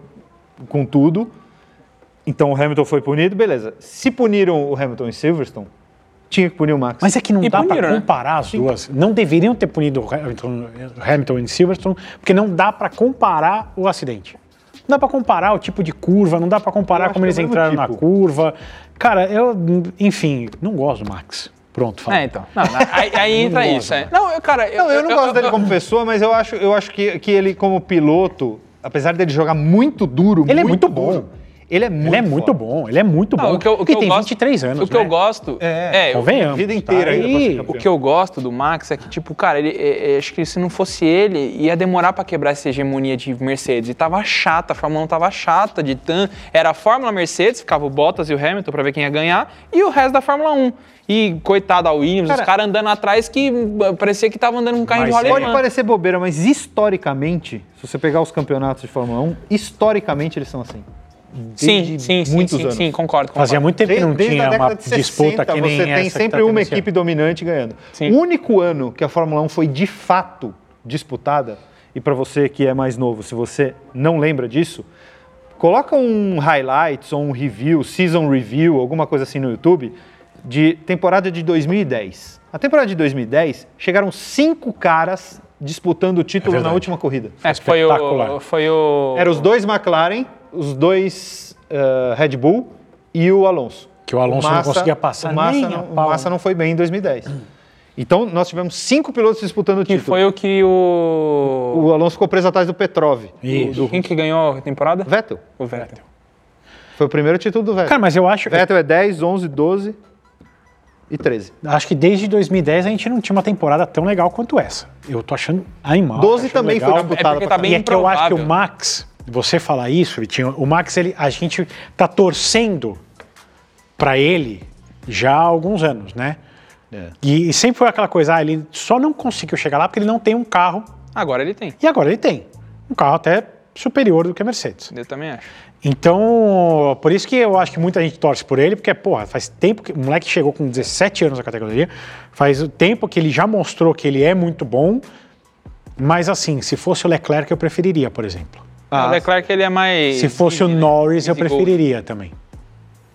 E: com tudo. Então o Hamilton foi punido, beleza. Se puniram o Hamilton em Silverstone, tinha que punir o Max.
D: Mas é que não
A: E
D: dá
A: puniram,
D: para
A: né?
D: comparar as duas. Não deveriam ter punido o Hamilton, Hamilton em Silverstone, porque não dá para comparar o acidente. Não dá para comparar o tipo de curva, não dá para
E: Eu
D: comparar
E: acho
D: como
E: que é
D: eles
E: o mesmo
D: entraram na
E: tipo.
D: curva. Cara, eu, enfim, não gosto do Max. Pronto, fala.
A: É, então. Não, não, aí, aí entra
D: gosto,
A: isso. É. Não, eu, cara.
E: Não, eu não gosto dele como pessoa, mas eu acho, eu acho que, que ele, como piloto, apesar dele jogar muito duro,
D: Ele é muito bom.
E: duro, ele é muito,
D: Ele é muito
E: foda.
D: bom, ele é muito
A: Não,
D: bom.
A: o que eu, o que
D: e
A: eu
D: tem
A: gosto,
D: 23 anos,
A: O que
D: né?
A: eu gosto.
E: É,
A: eu-
D: Convenhamos,
E: vida inteira
D: tá
E: ainda pra ser
D: aí.
E: campeão.
A: O que eu gosto do Max é que, tipo, cara, ele, é- é- acho que se não fosse ele, ia demorar pra quebrar essa hegemonia de Mercedes. E tava chata, a Fórmula 1 tava chata de tan. Era a Fórmula Mercedes, ficava o Bottas e o Hamilton pra ver quem ia ganhar, e o resto da Fórmula 1. E coitado a Williams,
E: Cara-
A: os caras andando atrás que hum, parecia que tava andando com um carrinho
D: Mas
A: de
E: Pode
A: rolemã.
E: parecer bobeira, mas historicamente, se você pegar os campeonatos de Fórmula 1, historicamente eles são assim.
A: Sim,
E: desde
A: sim, sim,
E: muitos
A: sim,
E: anos.
A: sim, concordo, concordo.
D: Fazia muito tempo que
E: Desde,
D: não
E: desde a
D: tinha
E: década
D: uma
E: de 60,
D: disputa que nem
E: você
D: essa
E: tem
D: que tá
E: sempre um
D: tendo
E: uma
D: esse ano.
E: equipe dominante ganhando.
A: Sim.
E: O único ano que a Fórmula 1 foi de fato disputada, e para você que é mais novo, se você não lembra disso, coloca um highlights ou um review, season review, alguma coisa assim no YouTube, de temporada de 2010. A temporada de 2010 chegaram cinco caras disputando o título na
D: verdade.
E: última corrida.
A: É, foi o.
D: espetacular.
A: Foi o.
E: Eram os dois McLaren, os dois eh, Red Bull e o Alonso.
D: Que o Alonso não conseguia passar
E: o Massa
D: nem
E: não,
D: a
E: o
D: pau. né? Hum.
E: Massa não foi bem em 2010. Então, nós tivemos cinco pilotos disputando o
A: que
E: título.
A: foi o que o.
E: O Alonso ficou preso atrás do Petrov.
D: Isso.
A: Quem que ganhou a temporada?
E: Vettel.
A: O Vettel.
E: Foi o primeiro título do Vettel.
D: Cara, mas eu acho,
E: Vettel é 10, 11, 12 e 13.
D: acho que desde 2010 a gente não tinha uma temporada tão legal quanto essa. Eu tô achando animal.
E: 12
D: tô achando
E: também foi
D: legal.
E: disputado.
A: porque
E: pra
A: tá bem-
D: E é que eu acho que
A: improvável.
D: o Max, você falar isso, Vitinho, o Max, ele, a gente tá torcendo pra ele já há alguns anos, né?
E: É.
D: E, e sempre foi aquela coisa, ah, ele só não conseguiu chegar lá porque ele não tem um carro,
A: Agora ele tem.
D: e agora ele tem. Um carro até superior do que a Mercedes.
A: Eu também acho.
D: Então, por isso que eu acho que muita gente torce por ele, porque, porra, faz tempo que o moleque chegou com 17 anos na categoria, faz o tempo que ele já mostrou que ele é muito bom, mas assim, se fosse o Leclerc, eu preferiria, por exemplo.
A: o Leclerc ele é mais.
D: Ah, Se fosse o Norris, eu
A: Easy gold.
D: preferiria também.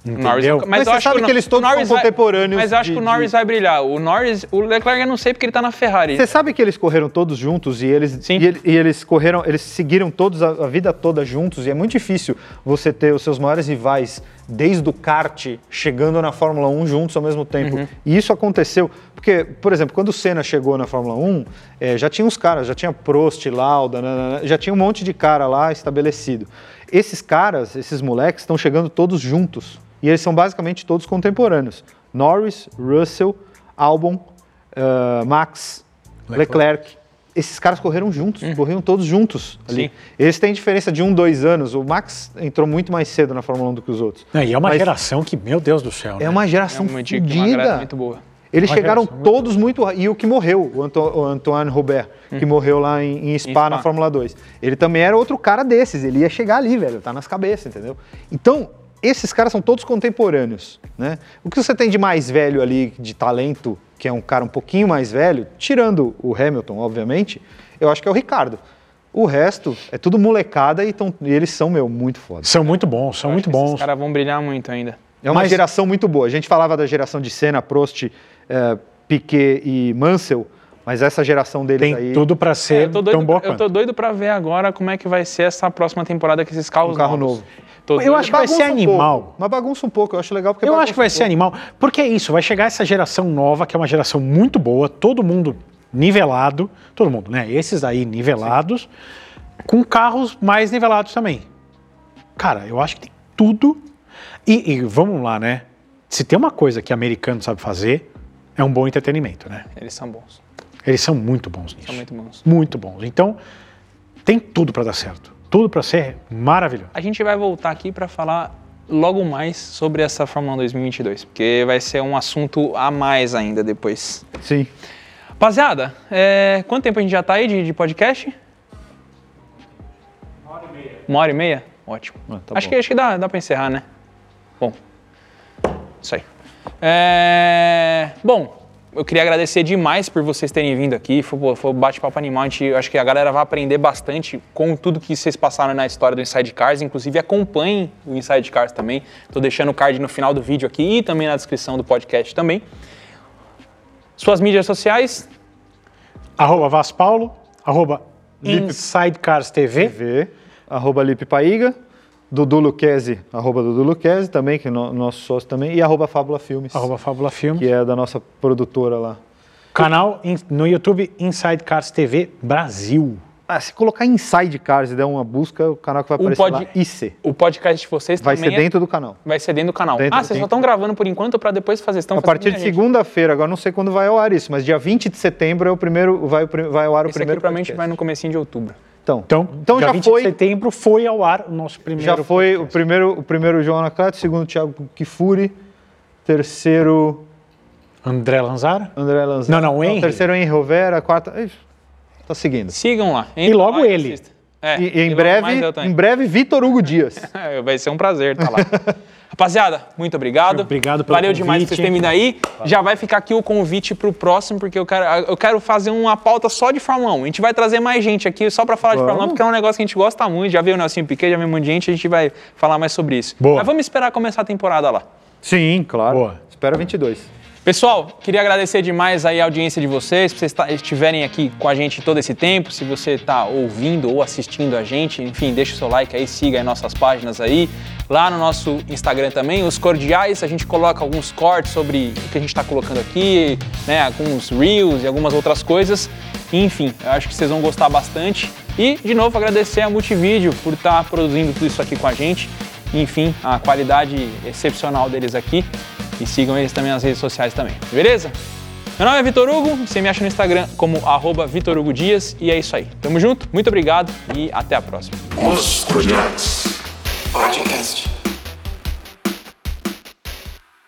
A: O Norris,
D: entendeu?
E: Mas você sabe
A: o
E: que eles todos
A: o Norris
E: são
A: vai-
E: contemporâneos
A: mas eu acho
E: de-
A: que o Norris
E: de-
A: vai brilhar. O Norris, o Leclerc eu não sei porque ele tá na Ferrari.
E: Você sabe que eles correram todos juntos e eles,
A: Sim.
E: e, ele- e eles correram, eles seguiram todos a, a vida toda juntos e é muito difícil você ter os seus maiores rivais desde o kart chegando na Fórmula 1 juntos ao mesmo tempo. E isso aconteceu porque, por exemplo, quando o Senna chegou na Fórmula 1, eh, já tinha uns caras, já tinha Prost, Lauda, nananã, já tinha um monte de cara lá estabelecido. Esses caras, esses moleques estão chegando todos juntos e eles são basicamente todos contemporâneos. Norris, Russell, Albon, eh, Max, Leclerc. Esses caras correram juntos, corriam todos juntos ali.
A: Uhum. Sim.
E: Eles têm diferença de um, dois anos. O Max entrou muito mais cedo na Fórmula 1 do que os outros.
D: Não, e é uma
E: Mas
D: geração que, meu Deus do céu.
E: É
D: né?
E: uma geração
A: é uma, dica que uma galera
E: fodida.
A: muito boa.
E: Eles
D: Uma
E: chegaram
D: geração muito
E: todos muito ra- E o que morreu, o, Anto, o Antoine Robert, que morreu lá em, em Spa,
A: Spa.
E: na Fórmula 2. Ele também era outro cara desses. Ele ia chegar ali, velho. Tá nas cabeças, entendeu? Então, esses caras são todos contemporâneos, né? O que você tem de mais velho ali, de talento, que é um cara um pouquinho mais velho, tirando o Hamilton, obviamente, eu acho que é o Ricardo. O resto é tudo molecada e, tão- e eles são, meu, muito foda.
D: São muito bons, são muito
A: Os
D: bons.
A: caras vão brilhar muito ainda.
E: É uma
D: Mas-
E: geração muito boa. A gente falava da geração de Senna, Prost, eh, Piquet e Mansell, mas essa geração deles
D: Tem
E: aí,
D: tudo pra ser
A: É, eu, tô
D: tão
A: doido,
D: boa
A: eu
D: quanto.
A: tô doido pra ver agora como é que vai ser essa próxima temporada com esses carros
E: Um carro
A: novos.
E: novo.
A: Tô
D: Eu
A: doido.
D: acho que vai ser
E: bagunça um
D: animal.
E: pouco, mas bagunça um pouco, eu acho legal porque
D: Eu
E: bagunça
D: acho que vai
E: um
D: ser
E: pouco.
D: animal, porque é isso, vai chegar essa geração nova, que é uma geração muito boa, todo mundo nivelado, todo mundo, né? Esses aí nivelados, com carros mais nivelados também. Cara, eu acho que tem tudo. E, e vamos lá, né? Se tem uma coisa que americano sabe fazer, é um bom entretenimento, né?
A: Eles são bons.
D: Eles são muito bons nisso.
A: São muito bons.
D: Muito bons. Então, tem tudo pra dar certo. Tudo pra ser maravilhoso.
A: A gente vai voltar aqui pra falar logo mais sobre essa Fórmula 1 2022, porque vai ser um assunto a mais ainda depois.
E: Sim.
A: Rapaziada, é, quanto tempo a gente já tá aí de, de podcast? Uma hora e meia. Uma hora e meia? Ótimo.
E: Ah, tá
A: acho,
E: bom.
A: que, acho que dá, dá pra encerrar, né? Bom. Isso aí. É, bom, eu queria agradecer demais por vocês terem vindo aqui. Foi, pô, foi um bate-papo animal. A gente, eu acho que a galera vai aprender bastante com tudo que vocês passaram na história do Inside Cars. Inclusive, acompanhem o Inside Cars também. Estou deixando o card no final do vídeo aqui e também na descrição do podcast também. Suas mídias sociais,
D: Arroba Vaz Paulo, arroba Insidecars TV.
E: TV, arroba Lipe Paiga, Dudu Luquezzi, arroba Dudu Luquezzi também, que é no- nosso sócio também, e arroba Fábula Filmes,
D: Arroba Fábula Filme.
E: que é da nossa produtora lá.
D: Canal in- no YouTube Inside Cars TV Brasil.
E: Ah, se colocar Inside Cars e der uma busca, o canal que vai
D: Um
E: aparecer
A: pod-
E: lá, IC.
A: o podcast de vocês
E: Vai
A: também
E: ser
A: é-
E: dentro do canal.
A: vai ser dentro do canal.
E: Dentro
A: ah,
E: do
A: vocês só
E: tempo.
A: estão gravando por enquanto para depois fazer. Estão
E: A partir de segunda-feira, agora não sei quando vai ao ar isso, mas dia 20 de setembro é o primeiro, vai, o prim- vai ao ar o
A: Esse aqui
E: primeiro
A: provavelmente
E: podcast.
A: vai no comecinho de outubro.
E: Então,
D: Então,
E: então
D: dia
E: já
D: 20
E: foi,
D: de setembro foi ao ar o nosso primeiro.
E: já foi o primeiro, o primeiro João Anacleto, o segundo Thiago Kifuri, terceiro
D: André Lanzara.
E: André Lanzaro.
D: Não, não, o Henry.
E: É terceiro Henry Rovera, quarta, Ih, tá seguindo.
A: Sigam lá.
D: E logo
A: lá
D: ele.
A: assistam. É,
E: E, e em
A: logo mais
E: breve,
A: eu também.
E: em breve Vitor Hugo Dias.
A: É, Vai ser um prazer estar lá. Rapaziada, muito obrigado.
D: Obrigado pelo
A: Valeu demais por vocês
D: convite.
A: terem vindo aí. Já vai ficar aqui o convite pro próximo, porque eu quero, eu quero fazer uma pauta só de Fórmula 1. A gente vai trazer mais gente aqui só pra falar de Fórmula 1, porque é um negócio que a gente gosta muito. Já veio o Nelson Piquet, já veio um monte de gente, a gente vai falar mais sobre isso.
D: Boa.
A: Mas vamos esperar começar a temporada lá.
E: Sim, claro.
D: Boa.
E: Espera 22.
A: Pessoal, queria agradecer demais aí a audiência de vocês, por vocês ta- estiverem aqui com a gente todo esse tempo. Se você está ouvindo ou assistindo a gente, enfim, deixa o seu like aí, siga aí nossas páginas aí. Lá no nosso Instagram também, os cordiais, a gente coloca alguns cortes sobre o que a gente está colocando aqui, né, alguns reels e algumas outras coisas. Enfim, eu acho que vocês vão gostar bastante. E, de novo, agradecer a Multivídeo por estar produzindo tudo isso aqui com a gente. Enfim, a qualidade excepcional deles aqui. E sigam eles também nas redes sociais também, beleza? Meu nome é Vitor Hugo, você me acha no Instagram como arroba Vitor Hugo Dias e é isso aí. Tamo junto, muito obrigado e até a próxima.
B: Os Projetos Podcast.